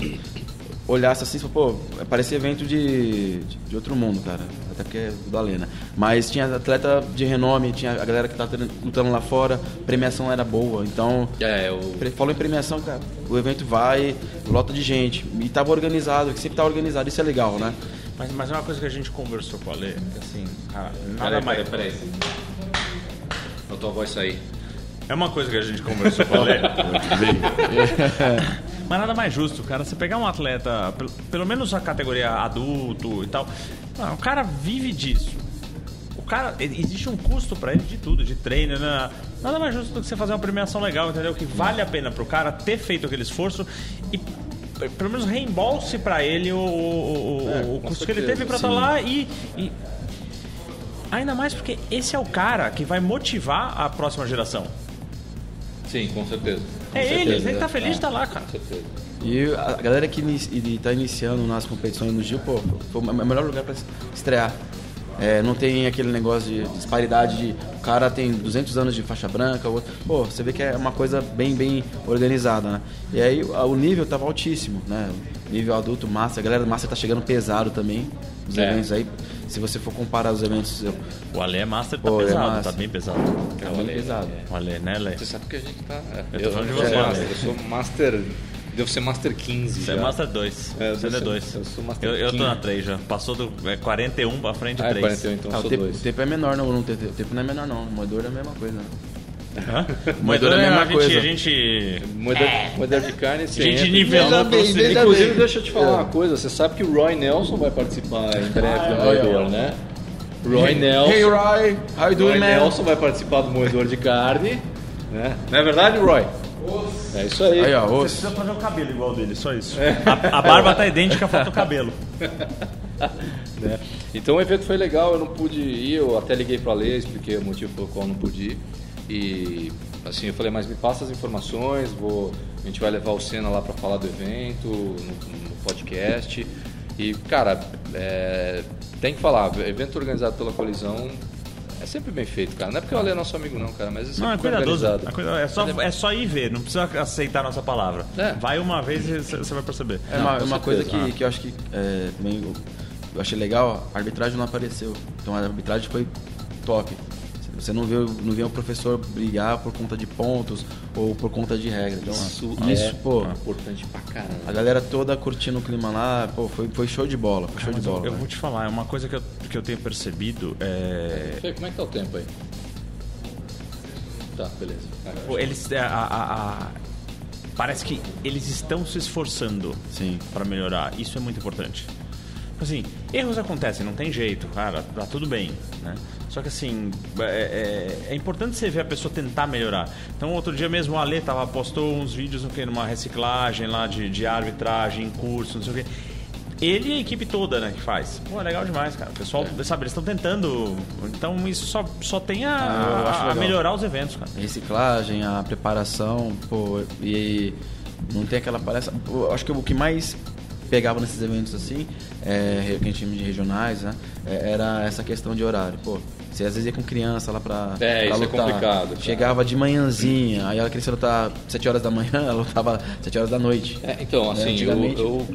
Speaker 3: olhasse assim, você fala, pô, parecia evento de, de outro mundo, cara. Até porque é do da Lena. Mas tinha atleta de renome, tinha a galera que tá treinando- lutando lá fora, premiação era boa. Então,
Speaker 1: É, o
Speaker 3: pre- falou em premiação, cara, o evento vai, lota de gente. E tava organizado, que sempre tá organizado, isso é legal, né?
Speaker 2: Mas, mas é uma coisa que a gente conversou com a Lê, que assim, cara, nada
Speaker 1: Peraí,
Speaker 2: mais.
Speaker 1: peraí, peraí. Faltou a voz sair.
Speaker 2: É uma coisa que a gente conversou com a
Speaker 1: [laughs]
Speaker 2: Lê. [laughs] mas nada mais justo, cara. Você pegar um atleta, pelo, pelo menos a categoria adulto e tal, ah, o cara vive disso. O cara, e- existe um custo pra ele de tudo, de treino, né? Nada mais justo do que você fazer uma premiação legal, entendeu? Que vale a pena pro cara ter feito aquele esforço e p- pelo menos reembolse pra ele o, o- o- o
Speaker 1: É, com
Speaker 2: custo que ele
Speaker 1: certeza,
Speaker 2: teve pra estar
Speaker 1: sim.
Speaker 2: lá e- e Ainda mais porque esse é o cara que vai motivar a próxima geração.
Speaker 1: Sim, com certeza. Com
Speaker 2: É ele,
Speaker 1: certeza,
Speaker 2: ele tá
Speaker 1: né?
Speaker 2: feliz de tá lá, cara.
Speaker 1: Com certeza.
Speaker 3: E a galera que ini- ele tá iniciando nas competições no Gil, pô, foi o melhor lugar pra estrear. É, não tem aquele negócio de disparidade de o cara tem 200 anos de faixa branca, o outro. Pô, você vê que é uma coisa bem, bem organizada, né? E aí a- o nível tava altíssimo, né? O Nível adulto, massa. A galera do massa tá chegando pesado também. Os
Speaker 6: É.
Speaker 3: eventos aí, se você for comparar os eventos. eu-
Speaker 2: O Alê é master, tá
Speaker 3: Pô, ele é
Speaker 2: pesado,
Speaker 3: master.
Speaker 2: tá bem pesado.
Speaker 3: Tá
Speaker 6: o
Speaker 3: bem
Speaker 6: Ale,
Speaker 3: pesado.
Speaker 6: é.
Speaker 2: O Alê, né, Lê?
Speaker 6: Você sabe que a gente tá. é,
Speaker 2: Eu tô
Speaker 6: eu,
Speaker 2: falando de
Speaker 6: sou
Speaker 2: você,
Speaker 6: master,
Speaker 2: Ale.
Speaker 6: eu sou Master. Devo ser Master 15.
Speaker 2: Você é
Speaker 6: já.
Speaker 2: Master 2.
Speaker 6: É, eu
Speaker 2: você
Speaker 6: sou-
Speaker 2: é 2.
Speaker 6: eu sou Master
Speaker 2: Eu, eu tô
Speaker 6: King.
Speaker 2: na 3 já. Passou do é, 41 pra frente
Speaker 6: Ah, é
Speaker 2: 3.
Speaker 6: 41, então
Speaker 3: Ah,
Speaker 6: eu
Speaker 3: o,
Speaker 6: sou
Speaker 3: tempo,
Speaker 6: 2.
Speaker 3: o tempo é menor, não. não tem- o tempo não é menor, não. O moedor é a mesma coisa. né?
Speaker 2: Hã?
Speaker 3: Moedor é a mesma
Speaker 2: a gente,
Speaker 3: coisa.
Speaker 2: A gente...
Speaker 6: Moedor, moedor de carne, você
Speaker 1: é
Speaker 2: Gente, né,
Speaker 6: entra.
Speaker 2: nivelando
Speaker 6: Veja bem,
Speaker 2: a proximidade.
Speaker 6: veja Inclusive, deixa eu te falar uma coisa. Você sabe que o Roy Nelson vai participar em breve do Moedor, né? Roy Nelson.
Speaker 3: Hey, Roy! How you
Speaker 6: Roy
Speaker 3: doing, man?
Speaker 6: Nelson vai participar do Moedor de Carne. Né? Não é verdade, Roy? É isso aí.
Speaker 3: Aí, ó,
Speaker 2: Você
Speaker 3: osso.
Speaker 2: precisa fazer o cabelo igual dele, só isso. A, a barba tá idêntica, falta o cabelo.
Speaker 6: né? Então o evento foi legal, eu não pude ir, eu até liguei para Lê, expliquei o motivo pelo qual eu não pude ir. E assim, eu falei, mas me passa as informações, vou, a gente vai levar o Senna lá para falar do evento, no, no podcast. E, cara, é, tem que falar, evento organizado pela colisão é sempre bem feito, cara. Não é porque o Ale é nosso amigo não, cara, mas é sempre
Speaker 2: Não, é
Speaker 6: bem
Speaker 2: cuidadoso.
Speaker 6: organizado.
Speaker 2: É, cuida- é só, é só ir ver, não precisa aceitar a nossa palavra.
Speaker 6: É.
Speaker 2: Vai uma vez e você vai perceber.
Speaker 3: É
Speaker 6: Não,
Speaker 3: uma,
Speaker 6: com
Speaker 3: uma
Speaker 6: certeza. Ah.
Speaker 3: coisa que, que eu acho que é, também eu, eu achei legal, a arbitragem não apareceu. Então a arbitragem foi top. Você não vê, não vê o professor brigar por conta de pontos ou por conta de regra. Então,
Speaker 6: Isso,
Speaker 3: isso
Speaker 6: é
Speaker 3: pô.
Speaker 6: importante pra caramba.
Speaker 3: A galera toda curtindo o clima lá, pô, foi, foi show de bola, foi show de
Speaker 2: Mas eu,
Speaker 3: bola.
Speaker 2: eu
Speaker 3: né?
Speaker 2: vou te falar, é uma coisa que eu, que eu tenho percebido é.
Speaker 6: Fê, como é que tá o tempo aí? Tá, beleza. Vai.
Speaker 2: pô, Tipo, Eles. é, a- a- a- parece que eles estão se esforçando
Speaker 3: Sim.
Speaker 2: para melhorar. Isso é muito importante. Tipo Assim, erros acontecem, não tem jeito, cara, tá tudo bem, né? Só que assim, é, é- é importante você ver a pessoa tentar melhorar. Então, outro dia mesmo, o Ale tava, postou uns vídeos no quê? numa reciclagem lá de, de arbitragem, curso, não sei o quê. Ele e a equipe toda, né, que faz. Pô, é legal demais, cara. O pessoal, sabe, eles estão tentando. Então, isso só, só tem a,
Speaker 3: É. Ah, eu acho
Speaker 2: a
Speaker 3: legal.
Speaker 2: melhorar os eventos, cara.
Speaker 3: reciclagem, a preparação, pô, e não tem aquela palestra. Eu acho que o que mais pegava nesses eventos assim, é, que a gente chama de regionais, né? é, era essa questão de horário. Pô, você às vezes ia com criança lá pra. pra
Speaker 6: É, isso é
Speaker 3: lutar.
Speaker 6: complicado, cara.
Speaker 3: Chegava de manhãzinha, aí ela queria lutar 7 horas da manhã, [laughs] ela lutava 7 horas da noite.
Speaker 6: É, então,
Speaker 3: Né?
Speaker 6: assim, eu,
Speaker 3: Antigamente-
Speaker 6: eu,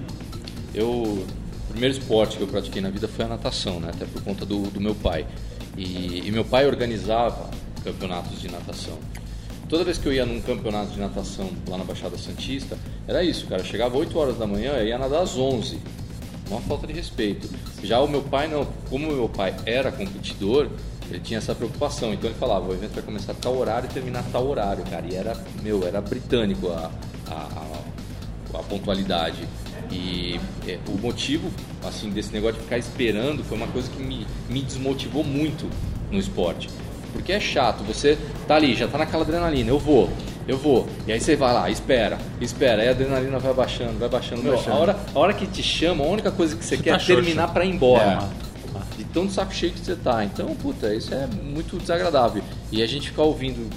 Speaker 6: eu- O primeiro esporte que eu pratiquei na vida foi a natação, né? Até por conta do, do meu pai. E, e meu pai organizava campeonatos de natação. Toda vez que eu ia num campeonato de natação lá na Baixada Santista, era isso, cara. Eu chegava 8 horas da manhã, eu ia nadar às 11. Uma falta de respeito. Já o meu pai, não. Como o meu pai era competidor, ele tinha essa preocupação. Então ele falava: o evento vai começar a tal horário e terminar a tal horário, cara. E era, meu, era britânico a- a, a a pontualidade. E é, o motivo assim desse negócio de ficar esperando foi uma coisa que me, me desmotivou muito no esporte. Porque é chato, você tá ali, já tá naquela adrenalina, eu vou, eu vou. E aí você vai lá, espera, espera, aí a adrenalina vai baixando, vai baixando. Meu, a, hora, a hora que te chamam, a única coisa que você É. quer
Speaker 2: tá
Speaker 6: é
Speaker 2: xoxo.
Speaker 6: terminar pra ir
Speaker 3: É.
Speaker 6: embora. De tão de saco cheio que você tá. Então, puta, isso é muito desagradável. E a gente ficar ouvindo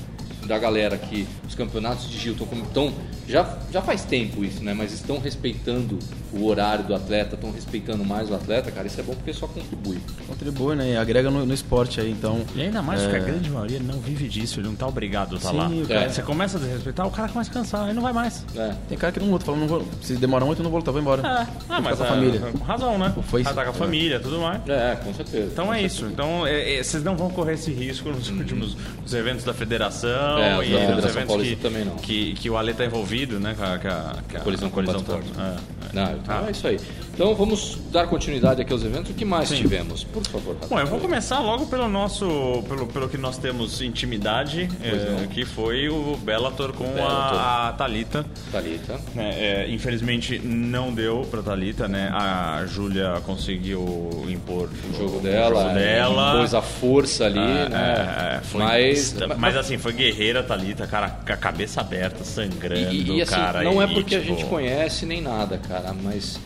Speaker 6: da galera que os campeonatos de Gil estão como tão- já, já faz tempo isso, né? Mas estão respeitando o horário do atleta, estão respeitando mais o atleta, cara, isso é bom porque só contribui.
Speaker 3: Contribui, né? E agrega no, no esporte aí, então.
Speaker 2: E ainda mais que a grande maioria não vive disso, ele não tá obrigado a estar
Speaker 3: Sim,
Speaker 2: lá.
Speaker 3: o
Speaker 6: É. cara-
Speaker 2: Você começa a desrespeitar, o cara começa a cansar, aí não vai mais.
Speaker 6: né?
Speaker 3: Tem cara que não luta, fala, não vou, se demorar muito, eu não vou lutar, vou embora.
Speaker 2: Ah,
Speaker 3: Vou
Speaker 2: mas
Speaker 3: ficar
Speaker 2: é,
Speaker 3: com a família.
Speaker 2: com razão, né?
Speaker 3: Foi isso.
Speaker 2: Ah, tá com a família, tudo mais.
Speaker 6: É, com certeza.
Speaker 2: Então é isso. Então é, é, vocês não vão correr esse risco nos últimos nos eventos da federação
Speaker 6: Uhum. É, os da
Speaker 2: e nos
Speaker 6: Federação
Speaker 2: eventos
Speaker 6: Paulista
Speaker 2: que,
Speaker 6: também não.
Speaker 2: que que o Ale tá envolvido, né? Com a, com a- com a-
Speaker 6: colisão com
Speaker 2: colisão
Speaker 6: Combat
Speaker 2: tá- é, é.
Speaker 6: Não, então
Speaker 2: Ah.
Speaker 6: é isso aí. Então vamos dar continuidade aqui aos eventos. O que mais tivemos? Por favor,
Speaker 2: Bom, eu vou
Speaker 6: Rafael.
Speaker 2: começar logo pelo nosso, pelo, pelo que nós temos intimidade, eh,
Speaker 6: não.
Speaker 2: que foi o Bellator com
Speaker 6: Bellator.
Speaker 2: a, a Talita.
Speaker 6: Thalita.
Speaker 2: né, é, infelizmente não deu pra Thalita, né? A Júlia conseguiu impor
Speaker 6: O jogo dela,
Speaker 2: jogo dela. Ah,
Speaker 6: pôs a força ali, né?
Speaker 2: É, foi-
Speaker 6: mas,
Speaker 2: mas, assim, foi guerreira a Thalita, cara, com a cabeça aberta, sangrando,
Speaker 6: E, e, e, assim,
Speaker 2: Né, cara.
Speaker 6: não é
Speaker 2: e,
Speaker 6: porque a
Speaker 2: tipo,
Speaker 6: gente conhece nem nada, cara, mas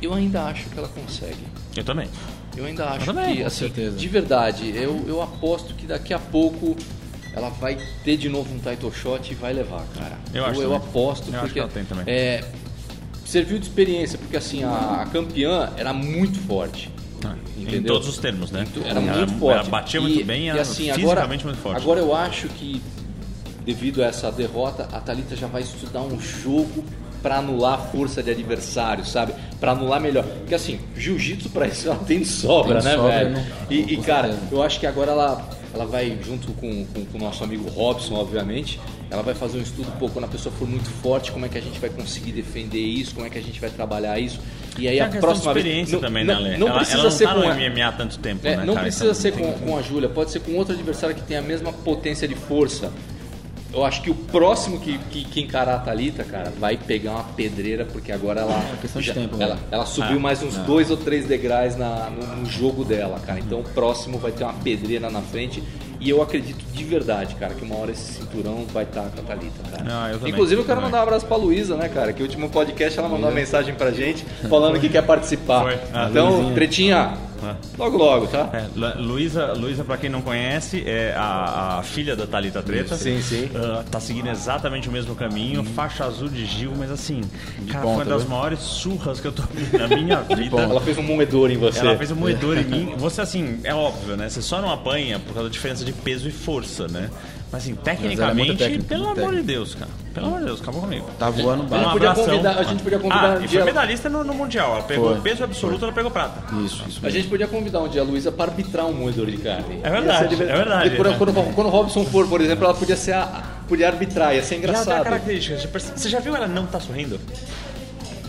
Speaker 6: eu ainda acho que ela consegue.
Speaker 2: Eu também.
Speaker 6: Eu ainda acho
Speaker 2: também,
Speaker 6: que,
Speaker 2: com
Speaker 6: assim,
Speaker 3: certeza.
Speaker 6: de verdade, eu, eu aposto que daqui a pouco ela vai ter de novo um title shot e vai levar, cara.
Speaker 2: Eu acho
Speaker 6: eu
Speaker 2: também.
Speaker 6: aposto,
Speaker 2: Eu acho
Speaker 6: porque
Speaker 2: que ela tem também.
Speaker 6: é, serviu de experiência, porque assim, a, a campeã era muito forte.
Speaker 2: Em
Speaker 6: Entendeu?
Speaker 2: todos os termos, né?
Speaker 6: Muito- Era muito forte.
Speaker 2: Ela batia
Speaker 6: E-
Speaker 2: muito bem,
Speaker 6: e
Speaker 2: era
Speaker 6: assim, agora,
Speaker 2: fisicamente muito forte.
Speaker 6: Agora eu acho que, devido a essa derrota, a Thalita já vai estudar um jogo pra anular a força de adversário, sabe? Pra anular melhor. Porque assim, jiu-jitsu pra isso ela tem de sobra,
Speaker 3: Tem de
Speaker 6: né,
Speaker 3: sobra,
Speaker 6: velho?
Speaker 3: né?
Speaker 6: E, e, cara, eu acho que agora ela, ela vai, junto com, com, com o nosso amigo Robson, obviamente, ela vai fazer um estudo, pô, quando a pessoa for muito forte, como é que a gente vai conseguir defender isso, como é que a gente vai trabalhar isso. E aí
Speaker 2: Tem
Speaker 6: é a
Speaker 2: a questão
Speaker 6: próxima
Speaker 2: de
Speaker 6: vez-
Speaker 2: experiência
Speaker 6: não-
Speaker 2: também,
Speaker 6: não-
Speaker 2: né, Ale?
Speaker 6: Não
Speaker 2: ela,
Speaker 6: precisa
Speaker 2: ela não
Speaker 6: ser
Speaker 2: tá
Speaker 6: com
Speaker 2: no
Speaker 6: a-
Speaker 2: MMA há tanto tempo,
Speaker 6: é,
Speaker 2: né,
Speaker 6: não
Speaker 2: cara?
Speaker 6: precisa
Speaker 2: Então,
Speaker 6: ser
Speaker 2: tem
Speaker 6: com, com a Júlia, pode ser com outro adversário que tenha a mesma potência de força. Eu acho que o próximo que, que, que encarar a Thalita, cara, vai pegar uma pedreira, porque agora ela.
Speaker 3: questão de tempo, né?
Speaker 6: ela, ela subiu
Speaker 2: Ah,
Speaker 6: mais uns dois ou três degraus na, no, no jogo dela, cara. Então o próximo vai ter uma pedreira na frente. E eu acredito de verdade, cara, que uma hora esse cinturão vai estar com a Thalita, cara.
Speaker 2: Ah, eu também,
Speaker 6: Inclusive, eu quero
Speaker 2: também.
Speaker 6: mandar um abraço pra Luísa, né, cara? Que o último podcast ela mandou uma mensagem pra gente falando que quer participar.
Speaker 2: Foi. Ah,
Speaker 6: então,
Speaker 3: Luizinha.
Speaker 6: Tretinha, logo logo, tá?
Speaker 2: É, Lu- Luísa, Luísa para quem não conhece, é a, a filha da Thalita Treta.
Speaker 6: Sim, sim. Uhum.
Speaker 2: Ah, tá seguindo exatamente o mesmo caminho, faixa azul de Gil, mas assim, cara, foi uma
Speaker 3: ponta,
Speaker 2: das
Speaker 3: né?
Speaker 2: maiores surras que eu tomei na
Speaker 6: [laughs]
Speaker 2: minha vida.
Speaker 6: Ela fez um moedor em você. É.
Speaker 2: Ela fez um moedor em
Speaker 6: [laughs]
Speaker 2: mim. Você, assim, é óbvio, né? Você só não apanha por causa da diferença de peso e força, né? Mas,
Speaker 6: é
Speaker 2: assim, tecnicamente,
Speaker 3: técnica,
Speaker 2: pelo
Speaker 3: muito
Speaker 2: amor de Deus, cara. Pelo amor de Deus, acabou comigo.
Speaker 3: Tá voando
Speaker 6: A gente
Speaker 2: Um
Speaker 3: baixo.
Speaker 6: podia
Speaker 2: abração.
Speaker 6: convidar- a gente podia convidar
Speaker 2: Ah,
Speaker 6: um
Speaker 2: e
Speaker 6: dia-
Speaker 2: foi medalhista no, no Mundial. Ela pegou
Speaker 3: Foi.
Speaker 2: peso absoluto, ela pegou prata.
Speaker 3: Isso, isso.
Speaker 6: A gente podia convidar um dia a Luísa para arbitrar um moedor de carne.
Speaker 2: É verdade,
Speaker 6: Ia ser divertido.
Speaker 2: é verdade.
Speaker 6: E por- Quando, quando o Robson for, por exemplo, ela podia ser a, podia arbitrar, ia ser
Speaker 2: E ela tem a
Speaker 6: engraçado.
Speaker 2: característica. você perce- Você já viu ela não tá sorrindo?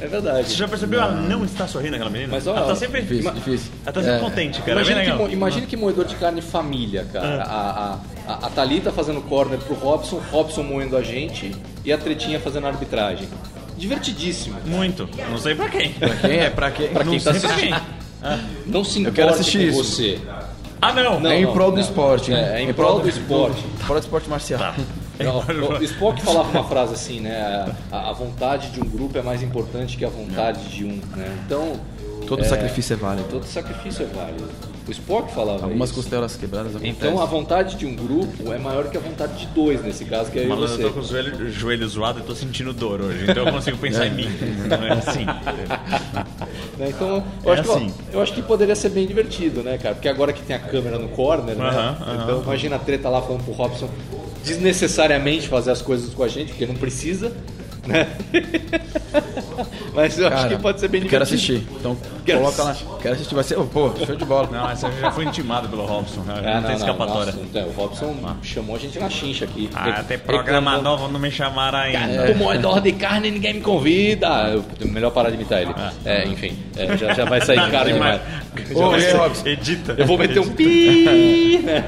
Speaker 6: É
Speaker 2: Você
Speaker 6: verdade.
Speaker 2: já percebeu? Ela não está sorrindo, aquela menina.
Speaker 6: Mas, ó,
Speaker 2: ela tá sempre,
Speaker 3: Difícil,
Speaker 2: ima-
Speaker 3: difícil.
Speaker 2: Ela tá sempre
Speaker 3: É. É.
Speaker 2: contente, cara.
Speaker 6: Imagina
Speaker 2: Bem
Speaker 6: que,
Speaker 2: legal.
Speaker 6: mo- imagina que moedor de carne família, cara. A, a, a, a Thalita fazendo corner pro Robson, Robson moendo a gente e a Tretinha fazendo a arbitragem. Divertidíssimo.
Speaker 2: Muito. Não sei pra quem.
Speaker 3: Quem é? Pra quem?
Speaker 6: Pra quem
Speaker 2: Não
Speaker 6: tá
Speaker 2: sei pra
Speaker 6: assistindo.
Speaker 2: quem.
Speaker 6: Não se importe
Speaker 3: quero assistir
Speaker 6: com
Speaker 3: isso.
Speaker 6: você.
Speaker 2: Ah, não.
Speaker 6: Não,
Speaker 3: É em
Speaker 6: não,
Speaker 3: prol do
Speaker 6: não.
Speaker 3: esporte. né?
Speaker 6: É, é em prol do esporte. Tá.
Speaker 3: Prol do esporte marcial.
Speaker 2: [laughs]
Speaker 6: Não, o Spock falava uma frase assim, né? A, a vontade de um grupo é mais importante que a vontade de um, né? Então,
Speaker 3: Todo sacrifício é válido.
Speaker 6: todo sacrifício é válido. O Spock falava
Speaker 3: Algumas
Speaker 6: isso.
Speaker 3: costelas quebradas acontecem.
Speaker 6: Então, a vontade de um grupo é maior que a vontade de dois, nesse caso, que é eu e
Speaker 2: Malandro, eu
Speaker 6: você.
Speaker 2: tô com o joelho, o joelho zoado e tô sentindo dor hoje. Então eu consigo pensar em mim. Não é assim.
Speaker 6: Né? Então, eu,
Speaker 2: É
Speaker 6: acho
Speaker 2: assim.
Speaker 6: que, eu acho que poderia ser bem divertido, né, cara? Porque agora que tem a câmera no corner, né?
Speaker 2: Aham, aham.
Speaker 6: Então, imagina a treta lá falando pro Robson desnecessariamente fazer as coisas com a gente, porque não precisa, né? Mas eu acho
Speaker 3: Cara,
Speaker 6: que pode ser bem divertido.
Speaker 3: Quero assistir. Então,
Speaker 6: Quero
Speaker 3: coloca lá. Quero assistir. Vai ser. Oh, pô, show de bola.
Speaker 2: Não, essa já foi intimado pelo Robson. né? Não,
Speaker 6: Ah,
Speaker 2: tem escapatória.
Speaker 6: nossa, então, o Robson
Speaker 3: Ah.
Speaker 6: chamou a gente na chincha aqui. Re-
Speaker 2: Ah, até programa
Speaker 6: reclamando.
Speaker 2: novo não me chamaram ainda.
Speaker 6: Cara, é, tomou dor de carne e ninguém me convida. Eu- Melhor parar de
Speaker 3: tá,
Speaker 6: imitar ele.
Speaker 2: Ah, tá
Speaker 6: É, enfim, é, já,
Speaker 2: [laughs]
Speaker 6: já vai sair caro é demais.
Speaker 2: Já
Speaker 3: Ô,
Speaker 2: vai
Speaker 3: e aí,
Speaker 2: ser-
Speaker 3: Robson?
Speaker 2: Edita.
Speaker 6: Eu vou meter um pi. né?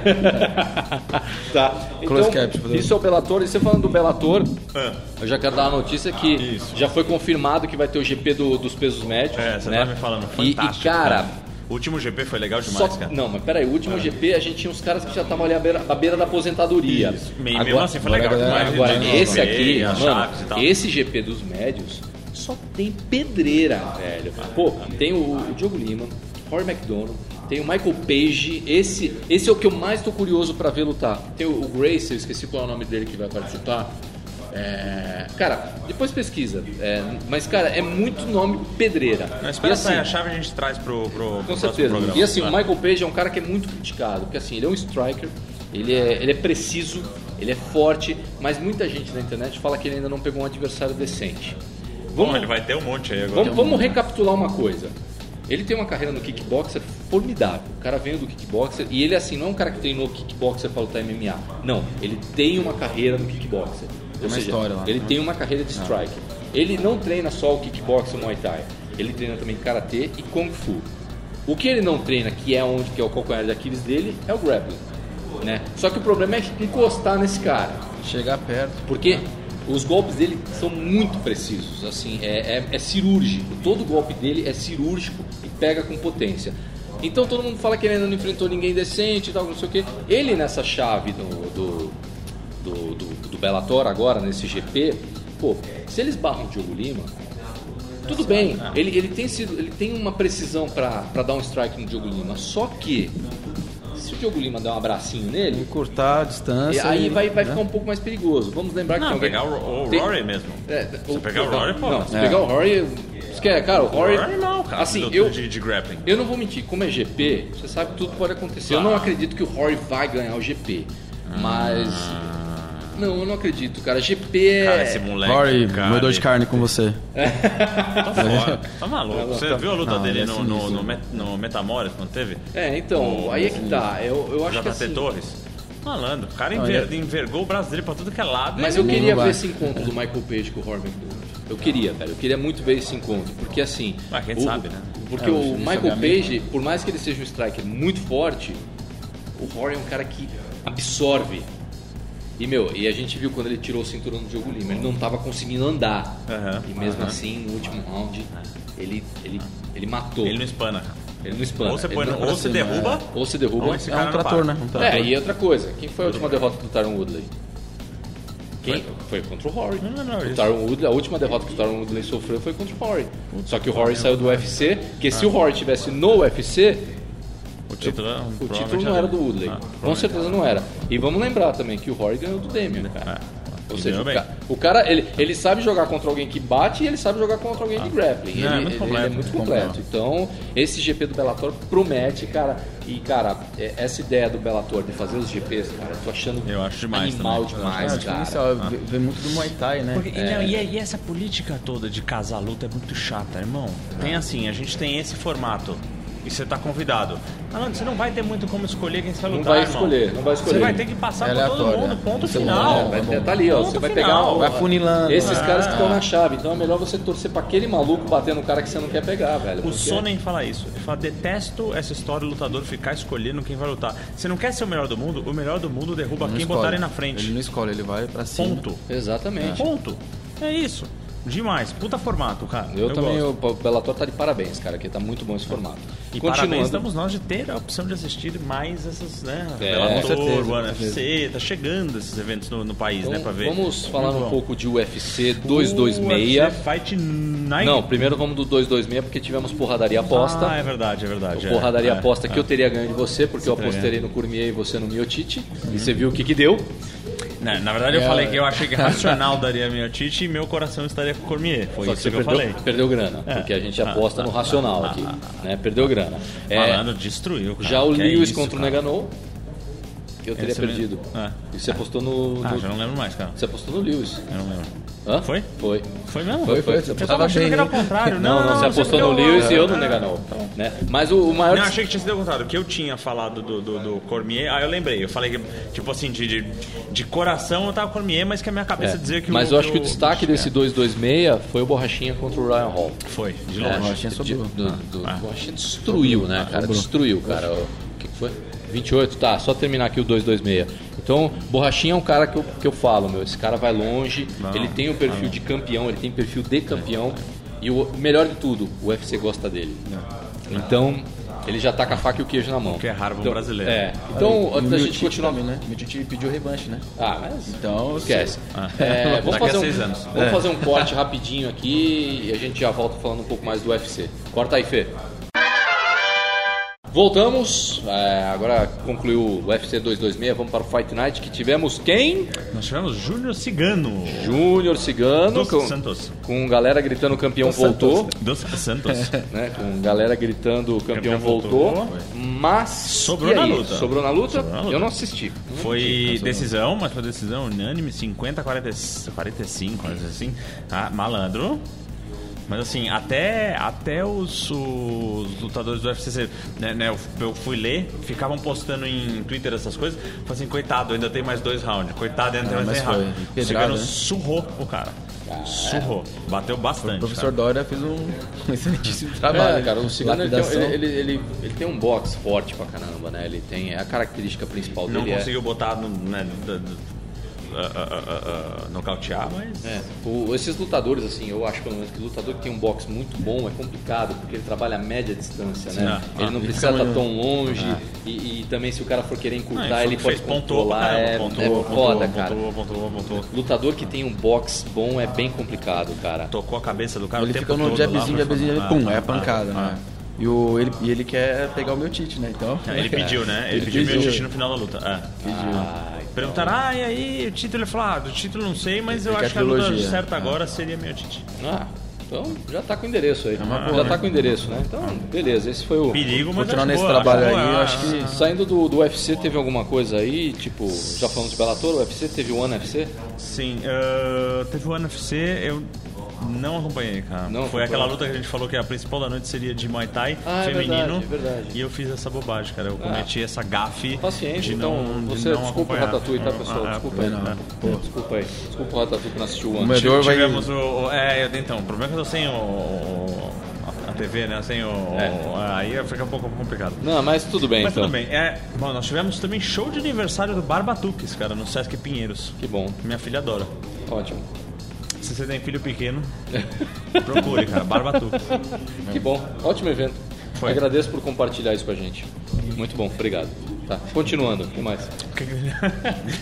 Speaker 6: [laughs] tá.
Speaker 3: [laughs] Close
Speaker 6: Então,
Speaker 3: caption, por favor.
Speaker 6: isso é o Bellator. E você falando do Bellator,
Speaker 2: Ah.
Speaker 6: eu já quero dar uma notícia que
Speaker 2: Isso.
Speaker 6: já foi confirmado que vai ter o GP do- dos pesos médios.
Speaker 2: É, você
Speaker 6: né?
Speaker 2: tá me falando.
Speaker 6: E, e,
Speaker 2: Fantástico.
Speaker 6: cara,
Speaker 2: O último GP foi legal
Speaker 6: Só,
Speaker 2: demais, cara.
Speaker 6: não, mas peraí, o último GP a gente tinha uns caras que já estavam ali à beira, à beira da aposentadoria.
Speaker 2: Isso. Me- Mesmo assim, foi legal
Speaker 6: agora,
Speaker 2: demais.
Speaker 6: agora,
Speaker 2: De novo,
Speaker 6: esse
Speaker 2: e
Speaker 6: aqui,
Speaker 2: as
Speaker 6: mano,
Speaker 2: chaves e tal.
Speaker 6: esse GP dos médios só tem pedreira, velho. Pô, tem o, o Diogo Lima, Rory McDonald, tem o Michael Page, esse, esse é o que eu mais tô curioso pra ver lutar. Tem o, o Grace, eu esqueci qual é o nome dele que vai participar. É, cara, depois pesquisa. É, mas, cara, é muito nome pedreira.
Speaker 2: Mas
Speaker 6: E
Speaker 2: espera
Speaker 6: assim,
Speaker 2: sair a chave a gente traz pro, pro, pro
Speaker 6: com
Speaker 2: próximo
Speaker 6: certeza.
Speaker 2: programa.
Speaker 6: E assim, o
Speaker 2: Tá.
Speaker 6: Michael Page é um cara que é muito criticado, porque assim, ele é um striker, ele é, ele é preciso, ele é forte, mas muita gente na internet fala que ele ainda não pegou um adversário decente.
Speaker 2: Bom,
Speaker 6: Vamos,
Speaker 2: ele vai ter um monte aí agora.
Speaker 3: Então-
Speaker 6: vamos, vamos recapitular uma coisa. Ele tem uma carreira no kickboxer formidável. O cara veio do kickboxer e ele assim não é um cara que treinou kickboxer para lutar MMA. Não, ele tem uma carreira no kickboxer. Ou
Speaker 3: Tem uma
Speaker 6: seja,
Speaker 3: história lá. né? Ah.
Speaker 6: ele tem uma carreira de striker. Ele não treina só o kickboxer e Muay Thai. Ele treina também karatê e kung fu. O que ele não treina, que é onde que é o calcanhar de Aquiles dele, é o grappling, né? Só que o problema é encostar nesse cara.
Speaker 3: Chegar perto.
Speaker 6: Porque os golpes dele são muito precisos, assim, é, é- é cirúrgico. Todo golpe dele é cirúrgico e pega com potência. Então todo mundo fala que ele ainda não enfrentou ninguém decente e tal, não sei o quê. Ele nessa chave do, do, do, do- do Bellator agora, nesse GP, pô, se eles barram o Diogo Lima, tudo bem,
Speaker 2: É.
Speaker 6: ele, ele, tem, sido, ele tem uma precisão para dar um strike no Diogo Lima, só que se o Diogo Lima der um abracinho nele,
Speaker 3: Encurtar a
Speaker 6: e
Speaker 3: distância.
Speaker 6: aí
Speaker 3: e-
Speaker 6: vai, vai
Speaker 3: né?
Speaker 6: ficar um pouco mais perigoso. Vamos lembrar que
Speaker 2: Não,
Speaker 6: tem
Speaker 2: pegar
Speaker 6: alguém...
Speaker 2: o, o
Speaker 6: Tem-
Speaker 2: Rory mesmo.
Speaker 6: É,
Speaker 2: Se pegar o
Speaker 6: não,
Speaker 2: Rory, pô.
Speaker 6: Não, se
Speaker 3: É.
Speaker 6: pegar o Rory... Esquece, cara, o Rory...
Speaker 2: Rory não, cara.
Speaker 6: Assim,
Speaker 2: do-
Speaker 6: eu-
Speaker 2: de, de grappling.
Speaker 6: Eu não vou mentir, como é GP, você sabe que tudo pode acontecer.
Speaker 2: Ah.
Speaker 6: Eu não acredito que o Rory vai ganhar o GP, mas. Não, eu não acredito, cara. GP é.
Speaker 2: Ah. Cara, esse moleque.
Speaker 3: Rory,
Speaker 2: cara,
Speaker 3: meu dor de
Speaker 2: ele-
Speaker 3: carne com você.
Speaker 2: Tá fora.
Speaker 3: [laughs]
Speaker 2: Tá maluco.
Speaker 6: Ela
Speaker 2: Você
Speaker 6: tá-
Speaker 2: viu a luta
Speaker 3: Não,
Speaker 2: dele
Speaker 3: ele é
Speaker 2: no,
Speaker 3: sinistro.
Speaker 2: no, no, Met- no Metamorph, não teve?
Speaker 6: É, então, aí é que tá. Eu, eu acho que
Speaker 2: JT
Speaker 6: assim.
Speaker 2: Torres? Malandro. O cara enver-
Speaker 3: é-
Speaker 2: envergou o braço dele pra tudo que é lado.
Speaker 6: Mas
Speaker 2: e-
Speaker 6: eu queria
Speaker 3: vai.
Speaker 6: ver esse encontro do Michael Page com o Rory McDonald. Eu queria, velho. Eu queria muito ver esse encontro. Porque assim.
Speaker 2: Ah, quem
Speaker 6: o-
Speaker 2: sabe, né?
Speaker 3: É,
Speaker 6: Porque o
Speaker 3: o
Speaker 6: Michael
Speaker 3: sabe a
Speaker 6: Page, por mais que ele seja um striker muito forte, o Rory é um cara que absorve. E, meu, e a gente viu quando ele tirou o cinturão do Diogo Lima, ele não tava conseguindo andar.
Speaker 2: É. Aham. É.
Speaker 6: E mesmo assim, no último round, ele, ele, ele matou.
Speaker 2: Ele não espana. cara.
Speaker 6: Ele não espana.
Speaker 2: Ou você
Speaker 6: Ele
Speaker 2: põe
Speaker 6: não-
Speaker 2: no- ou você
Speaker 3: cima,
Speaker 2: derruba.
Speaker 6: ou se derruba.
Speaker 2: ou esse
Speaker 3: assim, É
Speaker 2: cara
Speaker 3: um
Speaker 2: não
Speaker 3: trator,
Speaker 2: para.
Speaker 3: né? Um trator.
Speaker 6: É, e outra coisa, quem foi a última derrota do Tyron Woodley? Quem? Foi contra o Rory.
Speaker 2: Não, não, não,
Speaker 6: O
Speaker 2: isso-
Speaker 6: Tyron Woodley, a última derrota que o Tyron Woodley sofreu foi contra o Rory. Só que o
Speaker 2: é
Speaker 6: Rory saiu do UFC, porque
Speaker 2: Ah.
Speaker 6: se o Rory tivesse no UFC,
Speaker 2: O título,
Speaker 6: o título é um
Speaker 2: provavelmente
Speaker 6: não era do Woodley.
Speaker 2: Ah,
Speaker 6: Com certeza não era. E vamos lembrar também que o Rory ganhou do Demian, cara.
Speaker 2: E
Speaker 6: Ou seja,
Speaker 2: ganhou
Speaker 6: o
Speaker 2: bem.
Speaker 6: cara, o cara, ele, ele sabe jogar contra alguém que bate e ele sabe jogar contra alguém de grappling.
Speaker 2: Não, é
Speaker 6: ele,
Speaker 2: muito
Speaker 6: ele-
Speaker 2: completo,
Speaker 6: ele é muito
Speaker 2: muito
Speaker 6: completo. Então, esse GP do Bellator promete, cara. E, cara, é- essa ideia do Bellator de fazer os GPs, cara, eu tô achando
Speaker 2: Eu acho demais
Speaker 6: animal
Speaker 2: também.
Speaker 6: demais,
Speaker 3: É, acho que
Speaker 6: cara.
Speaker 2: Ah.
Speaker 3: inicial, vê- vê muito do Muay Thai, né?
Speaker 2: Porque- e,
Speaker 6: É.
Speaker 2: não, e, e essa política toda de casar luta é muito chata, irmão. Tem assim, a gente tem esse formato. E você tá convidado. Malandro, você não vai ter muito como escolher quem você vai
Speaker 6: Não
Speaker 2: lutar,
Speaker 6: vai
Speaker 2: irmão.
Speaker 6: escolher, não vai
Speaker 2: Você
Speaker 6: escolher.
Speaker 2: vai ter que passar
Speaker 3: É
Speaker 2: por todo
Speaker 3: aleatório,
Speaker 2: mundo,
Speaker 3: é.
Speaker 2: ponto
Speaker 3: Você
Speaker 2: final.
Speaker 3: não
Speaker 6: Vai ter- tá ali, ó.
Speaker 2: Ponto
Speaker 6: Você vai pegar
Speaker 2: final.
Speaker 6: o-
Speaker 3: Vai funilando.
Speaker 6: esses
Speaker 2: Ah.
Speaker 6: caras que estão na chave. Então é melhor você torcer pra aquele maluco bater no cara que você não quer pegar, velho.
Speaker 2: O
Speaker 6: porque-
Speaker 2: Sonnen fala isso. Ele fala: detesto essa história do lutador ficar escolhendo quem vai lutar. Você não quer ser o melhor do mundo? O melhor do mundo derruba
Speaker 3: Não
Speaker 2: quem
Speaker 3: escolhe.
Speaker 2: botarem na frente.
Speaker 3: Ele não escolhe, ele vai pra cima.
Speaker 2: Ponto.
Speaker 6: Exatamente.
Speaker 2: Ponto. É isso. Demais. Puta formato, cara.
Speaker 6: Ah, Eu, também,
Speaker 2: gosto.
Speaker 6: o Bellator tá de parabéns, cara, que tá muito bom esse formato.
Speaker 2: E parabéns, né, estamos nós de ter a opção de assistir mais essas, né?
Speaker 6: É,
Speaker 2: Bellator,
Speaker 6: com
Speaker 3: certeza, com
Speaker 2: o UFC, tá chegando esses eventos no, no país,
Speaker 6: Então,
Speaker 2: né, pra ver.
Speaker 6: Vamos falar
Speaker 2: Muito
Speaker 6: um
Speaker 2: bom.
Speaker 6: pouco de UFC
Speaker 2: UFC
Speaker 6: 226.
Speaker 2: Fight Night.
Speaker 6: Não, primeiro vamos do 226 porque tivemos porradaria aposta.
Speaker 2: Ah, é verdade, é verdade. é,
Speaker 6: porradaria
Speaker 2: é,
Speaker 6: aposta que
Speaker 2: é.
Speaker 6: eu teria ganho de você, porque eu
Speaker 2: teria
Speaker 6: aposterei no Cormier e você no Miotite. E você viu o que que deu.
Speaker 2: Na, Né, na verdade, eu falei que eu
Speaker 6: É.
Speaker 2: achei que racional daria meu Tite e meu coração estaria com o Cormier. Foi
Speaker 6: Só que
Speaker 2: isso que,
Speaker 6: você
Speaker 2: eu
Speaker 6: perdeu,
Speaker 2: falei. É. Ah.
Speaker 6: perdeu grana, porque a gente aposta no racional aqui. né? Perdeu grana. É,
Speaker 2: Falando, destruiu. Cara.
Speaker 6: já o
Speaker 2: que é
Speaker 6: Lewis
Speaker 2: isso,
Speaker 6: contra o
Speaker 2: cara.
Speaker 6: Neganou, eu teria
Speaker 2: Esse
Speaker 6: perdido.
Speaker 2: mesmo. Ah.
Speaker 6: E você apostou no. no-
Speaker 2: Ah, já não lembro mais, cara.
Speaker 6: Você apostou no Lewis.
Speaker 2: Eu não lembro.
Speaker 6: Hã?
Speaker 2: Foi?
Speaker 6: Foi.
Speaker 2: Foi mesmo?
Speaker 6: Foi, foi.
Speaker 2: Eu tava achando que era o contrário.
Speaker 6: Não, não, você
Speaker 2: sei
Speaker 6: apostou no
Speaker 2: porque
Speaker 6: Lewis e eu no Neganou. Né? Mas o, o maior.
Speaker 2: Não, eu achei que tinha sido o contrário, que eu tinha falado do, do, do Cormier, aí eu lembrei, eu falei que, tipo assim, de, de, de coração eu tava Cormier, mas que a minha cabeça
Speaker 6: É,
Speaker 2: dizia que o...
Speaker 6: mas eu acho que o
Speaker 2: o-
Speaker 6: destaque desse 226 foi o Borrachinha contra o Ryan Hall.
Speaker 2: Foi, de
Speaker 6: É,
Speaker 2: longe.
Speaker 3: Borrachinha sobrou.
Speaker 6: de- do- do- Borrachinha destruiu, né, cara? Destruiu, cara. O que que foi? 28, tá, só terminar aqui o 226. Então, Borrachinha é um cara que eu, que eu falo, meu. Esse cara vai longe, ele tem o perfil de campeão, ele tem perfil de campeão. E o melhor de tudo, o UFC gosta dele. Então, ele já tá com a faca e o queijo na mão.
Speaker 2: que é raro pra um
Speaker 6: então,
Speaker 2: brasileiro.
Speaker 6: É. Então, antes da gente continuar.
Speaker 3: né? Meu tio pediu revanche, né?
Speaker 6: Ah, mas
Speaker 3: Então,
Speaker 6: Esquece.
Speaker 2: Ah.
Speaker 6: É, vamos
Speaker 2: Daqui a
Speaker 6: fazer um,
Speaker 2: seis anos. É.
Speaker 6: Vamos
Speaker 2: [laughs]
Speaker 6: fazer um corte rapidinho aqui e a gente já volta falando um pouco mais do UFC. Corta aí, Fê. Voltamos, é, agora concluiu o UFC 226, vamos para o Fight Night que tivemos quem?
Speaker 2: Nós tivemos Júnior Cigano.
Speaker 6: Júnior Cigano,
Speaker 2: Dos
Speaker 6: com,
Speaker 2: Santos.
Speaker 6: com galera gritando campeão voltou,
Speaker 2: Dos Santos.
Speaker 3: [laughs]
Speaker 6: né? Com galera gritando campeão,
Speaker 2: Campeão
Speaker 6: voltou,
Speaker 2: voltou.
Speaker 6: mas
Speaker 2: Sobrou
Speaker 6: e
Speaker 2: na
Speaker 6: aí?
Speaker 2: luta.
Speaker 6: Sobrou na luta?
Speaker 2: Sobrou na luta.
Speaker 6: Eu não assisti.
Speaker 2: Foi decisão, mas foi decisão unânime, 50 40, 45, coisa assim. Ah, malandro. Mas assim, até, até os, os lutadores do UFC, né, né, eu, eu fui ler, ficavam postando em Twitter essas coisas, falei assim, coitado, ainda tem mais dois rounds, coitado, ainda tem
Speaker 3: Ah,
Speaker 2: mais dois
Speaker 3: mas foi
Speaker 2: rounds.
Speaker 3: pedrada,
Speaker 2: Chegando,
Speaker 3: né?
Speaker 2: surrou o cara. Surrou. Bateu bastante.
Speaker 3: O
Speaker 2: cara.
Speaker 3: professor Dória fez um [laughs] excelentíssimo trabalho.
Speaker 6: É, cara, o Cigano ele tem,
Speaker 3: Lapidação.
Speaker 6: ele, ele- ele- ele tem um box forte pra caramba, né? Ele tem a característica principal
Speaker 2: Não
Speaker 3: é.
Speaker 6: dele é-
Speaker 2: conseguiu botar no, né, da- da- ah, ah, ah, ah, nocautear, mas.
Speaker 6: é, é, o- esses lutadores assim, eu acho pelo menos que o lutador que tem um box muito bom é complicado porque ele trabalha a média distância, né?
Speaker 2: Sim.
Speaker 6: Ele
Speaker 2: Ah,
Speaker 6: não
Speaker 2: ah,
Speaker 6: precisa estar tão longe e, e também se o cara for querer
Speaker 2: Ah,
Speaker 6: encurtar
Speaker 2: e
Speaker 6: ele
Speaker 2: foi-
Speaker 6: pode
Speaker 2: fez, pontuou pra
Speaker 6: controlar,
Speaker 2: caramba,
Speaker 6: é,
Speaker 2: pontuou,
Speaker 6: é
Speaker 2: pontuou,
Speaker 6: foda,
Speaker 2: pontuou,
Speaker 6: cara.
Speaker 2: Pontuou, pontuou, pontuou.
Speaker 6: Lutador que tem um box bom é bem complicado, cara.
Speaker 2: Tocou a cabeça do cara
Speaker 3: Ele
Speaker 2: o tempo
Speaker 3: fica no
Speaker 2: todo
Speaker 3: jabzinho,
Speaker 2: lá, foi
Speaker 3: jabzinho,
Speaker 2: falando,
Speaker 3: pum,
Speaker 2: ah,
Speaker 3: é
Speaker 2: ah,
Speaker 3: a pancada,
Speaker 2: ah,
Speaker 3: né? E, o, ele, e ele quer pegar o meu Tite, né? Então.
Speaker 2: ah.
Speaker 3: [laughs]
Speaker 2: Ele pediu, né? Ele,
Speaker 3: Ele
Speaker 2: pediu, meu
Speaker 3: pediu.
Speaker 2: tite no final da luta. É.
Speaker 6: Ah,
Speaker 2: Perguntaram, ah, e aí, o título? Ele falou, ah, do título não sei, mas eu
Speaker 3: quer
Speaker 2: acho que a luta
Speaker 3: trilogia.
Speaker 2: certa
Speaker 3: Ah.
Speaker 2: agora seria meu tite.
Speaker 6: Ah, Então já tá com o endereço
Speaker 2: É
Speaker 6: aí.
Speaker 3: uma boa,
Speaker 6: já
Speaker 3: né?
Speaker 6: tá com o endereço, né? Então, beleza, esse foi o.
Speaker 2: Perigo, mas
Speaker 3: Continuar
Speaker 2: acho
Speaker 3: nesse
Speaker 2: boa,
Speaker 3: trabalho
Speaker 2: acho
Speaker 3: aí,
Speaker 2: boa. é.
Speaker 3: eu acho que-
Speaker 6: Saindo do, do UFC, teve alguma coisa aí? Tipo, já falamos de Bellator, UFC, teve o One UFC?
Speaker 2: Sim, ah, teve o NFC, eu não acompanhei, cara.
Speaker 6: Não
Speaker 2: Foi
Speaker 6: acompanhou.
Speaker 2: aquela luta que a gente falou que a principal da noite seria de Muay Thai
Speaker 6: Ah, é
Speaker 2: feminino.
Speaker 6: verdade, é verdade.
Speaker 2: E eu fiz essa bobagem, cara. Eu cometi essa gafe.
Speaker 6: Paciente,
Speaker 2: de
Speaker 6: então
Speaker 2: não, de
Speaker 6: você
Speaker 2: não
Speaker 6: desculpa o
Speaker 2: acompanhar.
Speaker 6: Ratatouille, tá
Speaker 2: Ah,
Speaker 6: pessoal?
Speaker 2: ah,
Speaker 6: desculpa aí.
Speaker 2: ah, ah.
Speaker 6: Pô, Desculpa aí. Desculpa o Ratatouille que não assistiu o
Speaker 3: Mas-
Speaker 6: One.
Speaker 2: Tive-
Speaker 3: Vendedor vai-
Speaker 2: Tivemos o, o- É, então, o problema é que eu tô sem o. o- a TV, né? Sem o.
Speaker 6: É.
Speaker 2: Aí fica um pouco complicado.
Speaker 6: Não, mas tudo bem
Speaker 2: Mas
Speaker 6: então.
Speaker 2: tudo bem. É, bom, nós tivemos também show de aniversário do Barbatuques, cara, no Sesc Pinheiros.
Speaker 6: Que bom,
Speaker 2: Minha filha adora.
Speaker 6: ótimo.
Speaker 2: Se você tem filho pequeno, [laughs] procure, cara.
Speaker 6: [laughs]
Speaker 2: Barbatuques.
Speaker 6: Que bom, ótimo evento.
Speaker 2: É. Foi.
Speaker 6: Agradeço por compartilhar isso com a gente. Muito bom, obrigado. Tá, continuando, o que mais?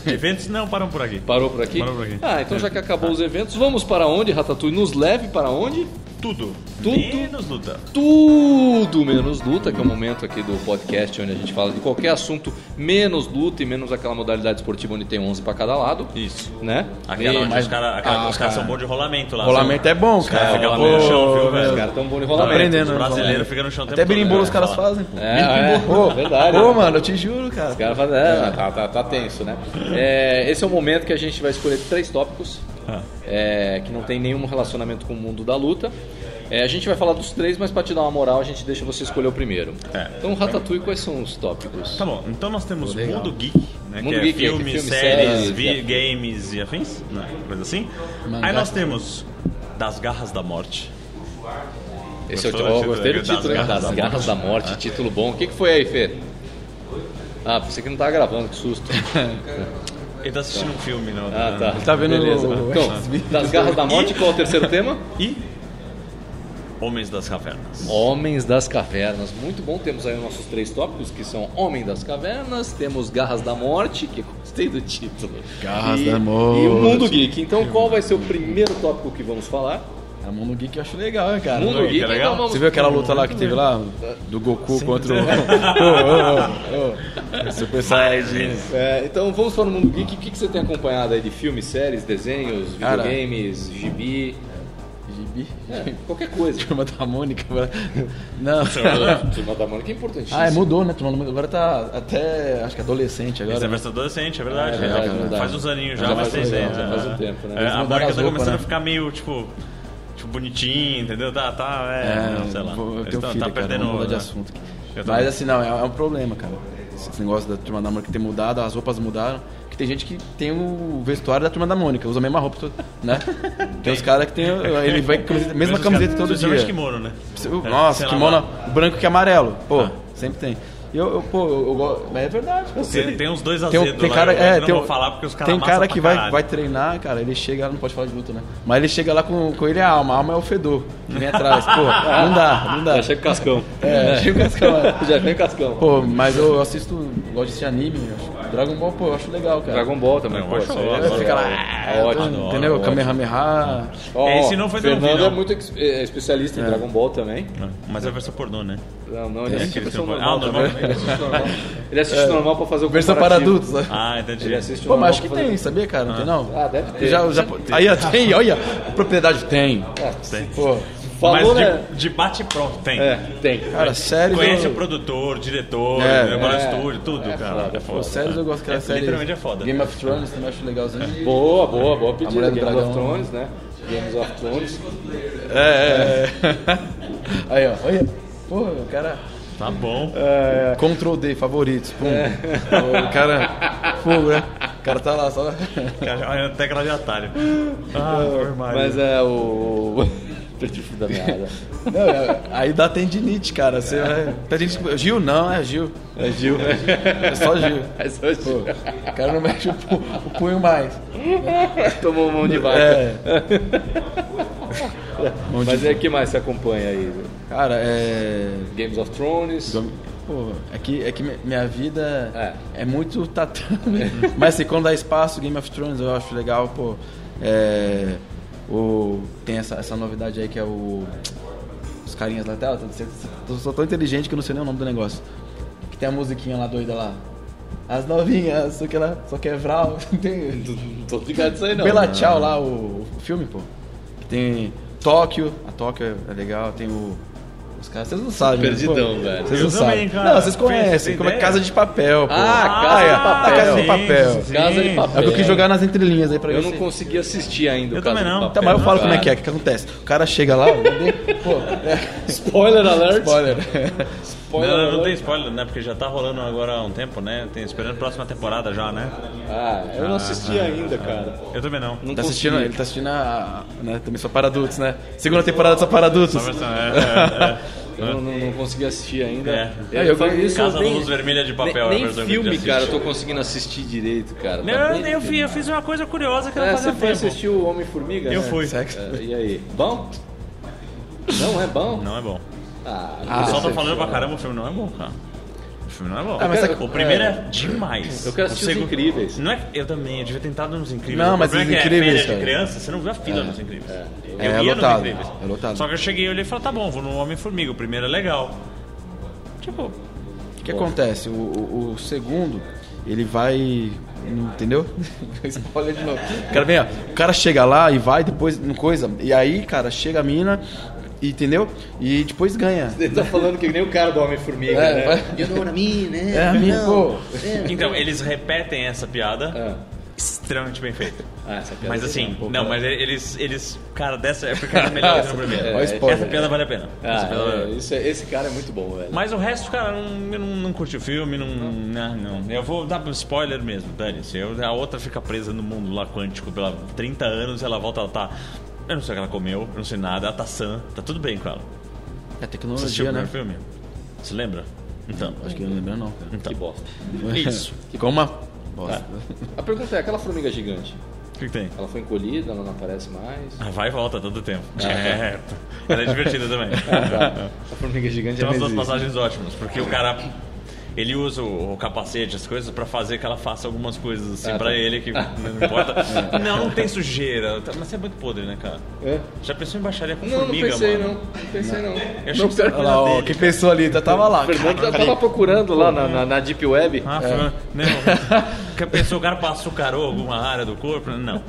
Speaker 2: Eventos não param por aqui.
Speaker 6: Parou por aqui?
Speaker 2: Parou por aqui.
Speaker 6: Ah, então
Speaker 2: É.
Speaker 6: já que acabou os eventos, vamos para onde, Ratatouille? Nos leve para onde?
Speaker 2: Tudo.
Speaker 6: Tudo.
Speaker 2: Menos luta.
Speaker 6: Tudo menos luta, que é o momento aqui do podcast onde a gente fala de qualquer assunto menos luta e menos aquela modalidade esportiva onde tem 11 para cada lado,
Speaker 2: Isso.
Speaker 6: né?
Speaker 2: Aquela
Speaker 6: E-
Speaker 2: onde os caras
Speaker 3: Ah, cara.
Speaker 2: são bons de rolamento lá.
Speaker 3: Rolamento é bom, cara.
Speaker 2: fica
Speaker 3: Pô,
Speaker 2: bom no chão, viu, velho?
Speaker 6: Os caras tão bons de rolamento.
Speaker 3: aprendendo,
Speaker 2: Os
Speaker 3: né?
Speaker 2: brasileiros ficam no chão o tempo
Speaker 3: Até
Speaker 2: todo,
Speaker 3: birimbolo
Speaker 2: né?
Speaker 3: os caras
Speaker 2: Fala.
Speaker 3: fazem, pô. [laughs]
Speaker 6: É, é,
Speaker 3: Pô,
Speaker 6: verdade.
Speaker 3: Pô, mano, eu te juro, cara.
Speaker 6: Os caras falam, é, tá, tá, tá tenso, né? [laughs] É, esse é o momento que a gente vai escolher três tópicos
Speaker 2: Ah.
Speaker 6: é, que não tem nenhum relacionamento com o mundo da luta. É, a gente vai falar dos três, mas pra te dar uma moral, a gente deixa você escolher o primeiro.
Speaker 2: É.
Speaker 6: Então, Ratatouille, quais são os tópicos?
Speaker 2: Tá bom, então nós temos Mundo Geek, né?
Speaker 6: Mundo
Speaker 2: que é
Speaker 6: Geek,
Speaker 2: filmes,
Speaker 6: filmes,
Speaker 2: séries,
Speaker 6: séries,
Speaker 2: vi- games e afins, né? coisa assim. Aí nós temos Das Garras da Morte.
Speaker 6: Esse é o
Speaker 2: Gostou do
Speaker 6: título, gostei do
Speaker 2: título,
Speaker 6: título, né?
Speaker 2: Das Garras
Speaker 6: Das
Speaker 2: da
Speaker 6: Garras da Morte, título bom. O que, que foi aí, Fê? Ah, você que não tava gravando, que susto.
Speaker 2: Ele tá assistindo um filme, não?
Speaker 6: Ah, tá.
Speaker 3: [laughs] tá vendo
Speaker 6: Beleza.
Speaker 3: o-
Speaker 6: Então, das Garras da Morte, qual é o terceiro tema?
Speaker 2: E Homens das Cavernas.
Speaker 6: Homens das Cavernas. Muito bom, temos aí os nossos três tópicos, que são Homem das Cavernas, temos Garras da Morte, que eu gostei do título.
Speaker 3: Garras
Speaker 6: e,
Speaker 3: da Morte.
Speaker 6: E o Mundo Geek. Então, qual vai ser o primeiro tópico que vamos falar?
Speaker 3: A mão no Geek eu acho legal, hein, cara.
Speaker 6: Mundo
Speaker 2: Geek é
Speaker 6: Geek,
Speaker 2: legal?
Speaker 6: então vamos...
Speaker 3: Você viu aquela luta lá que teve lá? Do Goku contra o.
Speaker 2: [laughs]
Speaker 3: Ô, ô, ô, ô. Super Saiyajin.
Speaker 6: É, então vamos para o Mundo Geek. O que, que você tem acompanhado aí de filmes, séries, desenhos,
Speaker 3: Cara.
Speaker 6: videogames, gibi?
Speaker 3: Gibi.
Speaker 6: É, qualquer coisa.
Speaker 3: [laughs] Turma da Mônica.
Speaker 6: [laughs]
Speaker 3: bra- Não.
Speaker 6: Turma da Mônica é importantíssimo.
Speaker 3: Ah, é, mudou, né? Turma da Mônica. Agora tá até. Acho que adolescente
Speaker 2: Esse é
Speaker 3: agora.
Speaker 2: versão adolescente, é verdade.
Speaker 6: É verdade, é verdade.
Speaker 2: Faz uns aninhos já,
Speaker 6: Já
Speaker 2: mas
Speaker 6: faz
Speaker 2: tem
Speaker 6: uns
Speaker 2: é,
Speaker 6: anos, já faz um tempo, né?
Speaker 2: é,
Speaker 6: Eles
Speaker 2: a
Speaker 3: mudaram
Speaker 2: Mônica
Speaker 3: as
Speaker 2: tá
Speaker 3: roupas,
Speaker 2: começando
Speaker 3: né?
Speaker 2: a ficar meio, tipo, tipo bonitinho, entendeu? Tá, tá, é,
Speaker 3: É,
Speaker 2: sei lá.
Speaker 3: vou- Eu
Speaker 2: Eles
Speaker 3: tenho
Speaker 2: tão-
Speaker 3: filha,
Speaker 2: tá
Speaker 3: cara.
Speaker 2: perdendo...
Speaker 3: vamos mudar de
Speaker 2: né?
Speaker 3: assunto aqui.
Speaker 2: Eu também.
Speaker 3: Mas assim, não, é, é um problema, cara. Esse negócio da Turma da Mônica ter mudado, as roupas mudaram. Que tem gente que tem o vestuário da Turma da Mônica, usa a mesma roupa, todo-
Speaker 2: [laughs]
Speaker 3: né? Tem os caras que tem. Ele vai com a camiseta- mesma
Speaker 2: Mesmo os
Speaker 3: camiseta
Speaker 2: caras-
Speaker 3: todo
Speaker 2: principalmente
Speaker 3: dia.
Speaker 2: kimono, né?
Speaker 3: Eu-
Speaker 2: É, sei
Speaker 3: Nossa,
Speaker 2: lá,
Speaker 3: kimono
Speaker 2: lá.
Speaker 3: branco que é amarelo. Pô,
Speaker 2: Ah.
Speaker 3: sempre tem. E Eu, eu, pô, eu, eu gosto. Mas é verdade. pô.
Speaker 2: Tem, tem uns dois
Speaker 3: Tem,
Speaker 2: azedos
Speaker 3: um- tem
Speaker 2: tá lá,
Speaker 3: cara,
Speaker 2: eu
Speaker 3: é,
Speaker 2: não
Speaker 3: tem, um-
Speaker 2: vou falar porque os caras
Speaker 3: tem cara
Speaker 2: amassam
Speaker 3: que
Speaker 2: pra
Speaker 3: vai,
Speaker 2: caralho.
Speaker 3: vai treinar, cara, ele chega, não pode falar de luta, né? Mas ele chega lá com, com ele a alma, a alma é o fedor, que vem atrás, pô, não dá, não dá.
Speaker 6: Já [laughs] chega o Cascão.
Speaker 3: É, chega as
Speaker 6: [laughs]
Speaker 3: caras.
Speaker 6: Já vem o Tá Cascão.
Speaker 3: Pô, mas eu eu assisto, eu gosto de assistir anime, eu acho- Dragon Ball, pô, eu acho legal, cara.
Speaker 6: Dragon Ball também,
Speaker 2: Não,
Speaker 6: pô.
Speaker 2: acho
Speaker 6: isso
Speaker 2: ótimo.
Speaker 6: aí é-
Speaker 3: Fica lá, ah,
Speaker 6: é ótimo.
Speaker 3: entendeu?
Speaker 6: ótimo.
Speaker 3: Kamehameha.
Speaker 6: Ó,
Speaker 2: É, Esse não foi tão
Speaker 6: Fernando
Speaker 2: ruim, não.
Speaker 6: é muito ex- é, especialista em Dragon Ball também.
Speaker 2: Mas é a versão pornô, né?
Speaker 6: Não, não, ele
Speaker 2: É,
Speaker 6: assiste a
Speaker 2: aquele
Speaker 6: versão
Speaker 2: filme-
Speaker 6: normal.
Speaker 2: Ah, normal.
Speaker 6: também. Ele assiste normal. [laughs] Ele assiste normal pra fazer o
Speaker 3: É. Versão para
Speaker 6: comparativo.
Speaker 3: adultos, né?
Speaker 2: Ah, entendi.
Speaker 6: Ele assiste
Speaker 3: Pô,
Speaker 6: normal
Speaker 3: mas acho que
Speaker 6: pra fazer-
Speaker 3: tem, sabia, cara? Não tem não?
Speaker 6: Ah, deve ter.
Speaker 3: Já, já, aí, ó, tem, olha, propriedade tem.
Speaker 6: É,
Speaker 2: Tem.
Speaker 3: Pô,
Speaker 6: Falou,
Speaker 2: Mas
Speaker 6: né?
Speaker 2: de, de bate-pronto, tem.
Speaker 6: É, tem.
Speaker 3: cara, sério.
Speaker 2: Conhece
Speaker 3: eu...
Speaker 2: o produtor, o diretor,
Speaker 3: É,
Speaker 2: o negócio
Speaker 6: é.
Speaker 2: do estúdio, tudo,
Speaker 6: É
Speaker 2: cara.
Speaker 6: foda,
Speaker 2: é foda.
Speaker 3: Pô, séries eu gosto, cara.
Speaker 2: É,
Speaker 3: séries.
Speaker 2: literalmente é foda.
Speaker 3: Game of Thrones também acho legalzinho.
Speaker 6: Boa, boa, boa pedida.
Speaker 3: Mulher do
Speaker 6: Games of
Speaker 3: Dragão.
Speaker 6: Thrones, né? Games of Thrones.
Speaker 3: É, é, é. [laughs] Aí, ó, olha. Pô, o cara.
Speaker 2: Tá bom.
Speaker 3: Ctrl D, favoritos. Pum. Pô, o cara. Pô, né? O cara tá lá só.
Speaker 2: Cara, Olha a tecla de
Speaker 6: [laughs]
Speaker 2: atalho. Ah, foi mais.
Speaker 6: Mas é o. [laughs] Perdi o fio da meada.
Speaker 3: Não, é- aí dá tendinite, cara. Você vai. Tendinite. Gil? Não, é Gil. É Gil. É só Gil.
Speaker 6: Mas hoje
Speaker 3: Pô, o cara não mexe o, pu- o punho mais.
Speaker 6: tomou mão de vaca.
Speaker 3: É.
Speaker 6: Mas é que mais você acompanha aí?
Speaker 3: Cara, é.
Speaker 6: Games of Thrones.
Speaker 3: Pô, é que, é que mi- minha vida
Speaker 6: É.
Speaker 3: é, muito [laughs] tatame. Mas assim, quando dá espaço, Game of Thrones eu acho legal, pô. É, o, tem essa, essa novidade aí que é o. Os carinhas lá dela, eu sou tão inteligente que eu não sei nem o nome do negócio. Que tem a musiquinha lá doida lá. As novinhas, só que ela só que é Vral. [laughs] Tem,
Speaker 6: Não tô ligado nisso aí né? não.
Speaker 3: Bela Tchau lá, o, o filme, pô. Que tem Tóquio. A Tóquio é legal, tem o. Os caras, vocês não sabem. né?
Speaker 6: Perdidão,
Speaker 3: Pô,
Speaker 6: velho.
Speaker 3: Vocês
Speaker 2: Eu
Speaker 3: não
Speaker 2: também,
Speaker 3: sabem.
Speaker 2: cara.
Speaker 3: Não, vocês
Speaker 2: Pensa,
Speaker 3: conhecem.
Speaker 2: tem
Speaker 3: Como é
Speaker 2: ideia?
Speaker 3: Casa de Papel, pô. é.
Speaker 6: Ah, Casa de
Speaker 2: é,
Speaker 6: Papel.
Speaker 3: Casa de Papel.
Speaker 6: Casa de
Speaker 3: é o que eu quis jogar nas entrelinhas aí pra
Speaker 6: Eu
Speaker 3: ver
Speaker 6: não
Speaker 3: se-
Speaker 6: consegui assistir ainda
Speaker 2: Eu
Speaker 6: o Casa
Speaker 2: também
Speaker 6: de
Speaker 2: não.
Speaker 3: Tá,
Speaker 6: Papel,
Speaker 3: mas eu falo como é
Speaker 6: cara.
Speaker 3: que é, o que que acontece? O cara chega lá, pô,
Speaker 6: [laughs] Spoiler alert.
Speaker 3: spoiler. Tá
Speaker 2: Não,
Speaker 6: Spoiler
Speaker 2: não, não
Speaker 6: alert.
Speaker 2: tem spoiler, né? Porque já tá rolando agora há um tempo, né? Tem esperando a próxima temporada já, né?
Speaker 6: Ah, eu não assisti ainda, cara.
Speaker 2: Eu também não.
Speaker 6: Não
Speaker 3: Tá assistindo,
Speaker 6: consegui.
Speaker 3: ele tá assistindo a, a- né, também só para adultos, né? Segunda temporada só para adultos.
Speaker 6: Eu não, não- não consegui assistir ainda. [laughs]
Speaker 2: É.
Speaker 6: Eu,
Speaker 3: É, eu
Speaker 6: falei isso,
Speaker 2: Casa
Speaker 6: eu nem-
Speaker 2: Luz Vermelha de Papel é a
Speaker 6: nem, nem
Speaker 2: versão que eu
Speaker 6: filme,
Speaker 2: assisti.
Speaker 6: cara, eu tô conseguindo assistir direito, cara. Tá
Speaker 2: Eu,
Speaker 6: bem
Speaker 2: eu, fi- eu
Speaker 6: difícil.
Speaker 2: fiz uma coisa curiosa que eu
Speaker 6: É,
Speaker 2: não
Speaker 6: você
Speaker 2: fazia
Speaker 6: foi
Speaker 2: tempo.
Speaker 6: assistir o Homem-Formiga?
Speaker 2: Eu
Speaker 6: né?
Speaker 2: fui.
Speaker 3: Sexo.
Speaker 6: É, e aí? Bom? Não é bom?
Speaker 2: Não é bom.
Speaker 6: Ah,
Speaker 2: O
Speaker 6: não
Speaker 2: pessoal tá
Speaker 6: sei.
Speaker 2: falando pra caramba, o filme não é bom, cara. O filme não é bom.
Speaker 6: mas
Speaker 2: Cara,
Speaker 6: é que-
Speaker 2: o primeiro é,
Speaker 6: é.
Speaker 2: demais.
Speaker 6: Eu quero
Speaker 2: O
Speaker 6: assistir Os Incríveis.
Speaker 2: Não é, eu também, eu devia tentar nos Incríveis.
Speaker 3: Não,
Speaker 2: O
Speaker 3: mas
Speaker 2: problema
Speaker 3: Os
Speaker 2: é que
Speaker 3: Incríveis,
Speaker 2: É filha
Speaker 3: cara.
Speaker 2: de criança, você não vê a fila nos Incríveis.
Speaker 3: É,
Speaker 2: Eu
Speaker 3: é
Speaker 2: ia
Speaker 3: lotado,
Speaker 2: nos Incríveis.
Speaker 3: é lotado.
Speaker 2: Só que eu cheguei e olhei e falei, tá bom, vou no Homem-Formiga, o primeiro é legal. Tipo,
Speaker 3: O que acontece? O, o- o segundo, ele vai. Entendeu? [laughs] Spoiler de novo. O cara, vem, ó, o cara chega lá e vai, depois. não Coisa. E aí, cara, chega a mina, e, entendeu? E depois ganha.
Speaker 6: Ele tá falando que nem o cara do Homem-Formiga,
Speaker 3: É,
Speaker 6: né?
Speaker 3: vai-
Speaker 6: You know what I mean, né?
Speaker 3: É, a mina, pô.
Speaker 6: É.
Speaker 2: então, eles repetem essa piada.
Speaker 6: Ah,
Speaker 2: Extremamente bem feita.
Speaker 6: ah, essa piada
Speaker 2: Mas
Speaker 6: é
Speaker 2: assim,
Speaker 6: legal.
Speaker 2: não, mas eles, eles. Cara, dessa é porque é
Speaker 6: [laughs]
Speaker 2: melhor que no primeiro.
Speaker 6: É,
Speaker 3: Olha o spoiler.
Speaker 2: Essa piada vale a pena. Essa
Speaker 6: Ah,
Speaker 2: piada vale a
Speaker 6: é,
Speaker 2: pena.
Speaker 6: isso é- esse cara é muito bom, velho.
Speaker 2: Mas o resto, cara, não, eu não, não curti o filme, não, não, não. Eu vou dar spoiler mesmo, dane-se. Eu- A outra fica presa no mundo lá quântico pela 30 anos, ela volta, ela tá. Eu não sei o que ela comeu, eu não sei nada, ela tá sã, tá tudo bem com ela. Você
Speaker 3: É
Speaker 2: assistiu
Speaker 3: tecnologia,
Speaker 2: o
Speaker 3: né?
Speaker 2: primeiro filme? Você lembra? Então.
Speaker 3: Acho que eu não lembro, não. cara.
Speaker 2: então.
Speaker 6: Que bosta.
Speaker 2: Isso.
Speaker 3: [laughs] Ficou uma. Bosta. [laughs]
Speaker 6: A pergunta é, aquela formiga gigante,
Speaker 2: O que, que tem?
Speaker 6: ela foi encolhida, ela não aparece mais?
Speaker 2: Ah, vai e volta todo tempo. É, ela é divertida
Speaker 6: [laughs]
Speaker 2: também.
Speaker 6: tá. A formiga gigante
Speaker 2: Tem
Speaker 6: é
Speaker 2: umas duas passagens ótimas, porque o cara. Ele usa o, o capacete, as coisas, pra fazer que ela faça algumas coisas assim
Speaker 6: Ah,
Speaker 2: pra
Speaker 6: tá. É.
Speaker 2: ele,
Speaker 6: [laughs]
Speaker 2: que não importa. Não, não tem sujeira. tá- Mas você é muito podre, né, cara? Já pensou em baixaria com
Speaker 6: Não, não
Speaker 2: formiga,
Speaker 6: pensei
Speaker 2: mano?
Speaker 6: não, não pensei Ah, não.
Speaker 2: Eu achei que você era
Speaker 3: Olha lá,
Speaker 2: coisa
Speaker 3: ó,
Speaker 2: dele.
Speaker 3: quem pensou ali, tá- tava lá.
Speaker 6: O Fernando já
Speaker 3: Cara,
Speaker 6: tava procurando lá na, na- na Deep Web.
Speaker 2: Ah, foi- não.
Speaker 6: [laughs]
Speaker 2: Que pensou o cara açucarou alguma área do corpo? né? Não.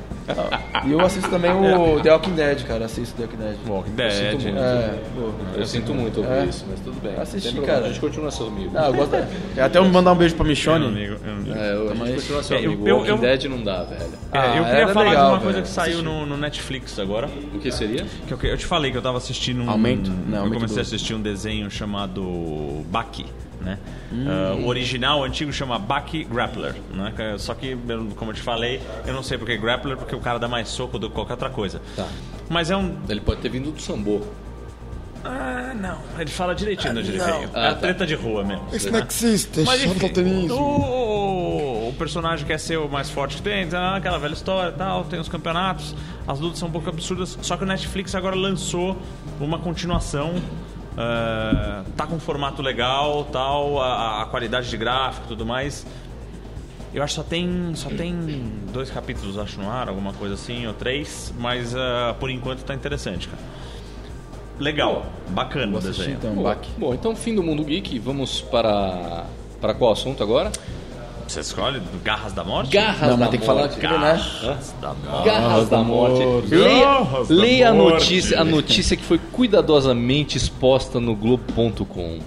Speaker 3: E eu assisto também [laughs] o The Walking Dead, cara. Assisto The Walking Dead.
Speaker 2: Walking
Speaker 6: sinto
Speaker 2: Dead.
Speaker 6: muito.
Speaker 3: É, pô.
Speaker 6: Eu sinto muito ouvir
Speaker 3: É.
Speaker 6: isso, mas tudo bem.
Speaker 3: Eu assisti,
Speaker 6: Tem problema,
Speaker 3: cara.
Speaker 6: A gente continua seu amigo.
Speaker 3: Ah, eu gosto. Eu até mandar um beijo pra
Speaker 2: Meu
Speaker 3: Michone.
Speaker 2: amigo, meu amigo.
Speaker 6: É, eu- a gente
Speaker 3: Mas-
Speaker 6: continua seu
Speaker 2: É, eu-
Speaker 6: amigo.
Speaker 2: eu-
Speaker 6: O Walking
Speaker 2: eu-
Speaker 6: Dead não dá, velho.
Speaker 2: É, eu
Speaker 3: Ah,
Speaker 2: queria
Speaker 3: era
Speaker 2: falar
Speaker 3: legal,
Speaker 2: de uma coisa
Speaker 3: velho,
Speaker 2: que saiu no, no Netflix agora.
Speaker 6: O que seria?
Speaker 2: Que eu, que- eu te falei que eu tava assistindo um.
Speaker 3: Aumento? Não,
Speaker 2: eu
Speaker 3: aumento
Speaker 2: comecei a
Speaker 3: do-
Speaker 2: assistir um desenho chamado Baki, né?
Speaker 3: Hum.
Speaker 2: Ah, o original, o antigo, chama Baki Grappler, né? Que- Só que, eu- como eu te falei, eu não sei porque Grappler, porque o cara dá mais soco do que qualquer outra coisa.
Speaker 6: Tá.
Speaker 2: Mas é um.
Speaker 6: Ele pode ter vindo do Sambo.
Speaker 2: Ah, não. Ele fala direitinho no desenho.
Speaker 6: Ah,
Speaker 2: é a
Speaker 6: tá.
Speaker 2: treta de rua mesmo.
Speaker 1: Isso não é existe,
Speaker 2: Mas
Speaker 1: só
Speaker 2: enfim,
Speaker 1: platonismo.
Speaker 2: o, o personagem quer ser o mais forte que tem, tá, aquela velha história e tal, tem os campeonatos, as lutas são um pouco absurdas, só que o Netflix agora lançou uma continuação. ah, tá com um formato legal, tal, a, a qualidade de gráfico e tudo mais. Eu acho que só tem, só tem dois capítulos, acho, no ar, alguma coisa assim, ou três, mas ah, por enquanto tá interessante, cara. Legal, bacana o desenho.
Speaker 3: Então,
Speaker 6: Bom,
Speaker 3: Baque.
Speaker 6: bom, então fim do Mundo Geek. Vamos para... Para qual assunto agora?
Speaker 2: Você escolhe Garras da Morte?
Speaker 6: Garras
Speaker 3: Não,
Speaker 6: da
Speaker 3: mas tem que falar
Speaker 6: Morte.
Speaker 3: aqui,
Speaker 2: é
Speaker 3: né?
Speaker 2: Garras da Morte.
Speaker 6: Garras da Morte.
Speaker 3: Morte.
Speaker 6: Leia,
Speaker 2: Garras da
Speaker 6: leia a
Speaker 2: Morte.
Speaker 6: notícia, a notícia que foi cuidadosamente exposta no Globo.com.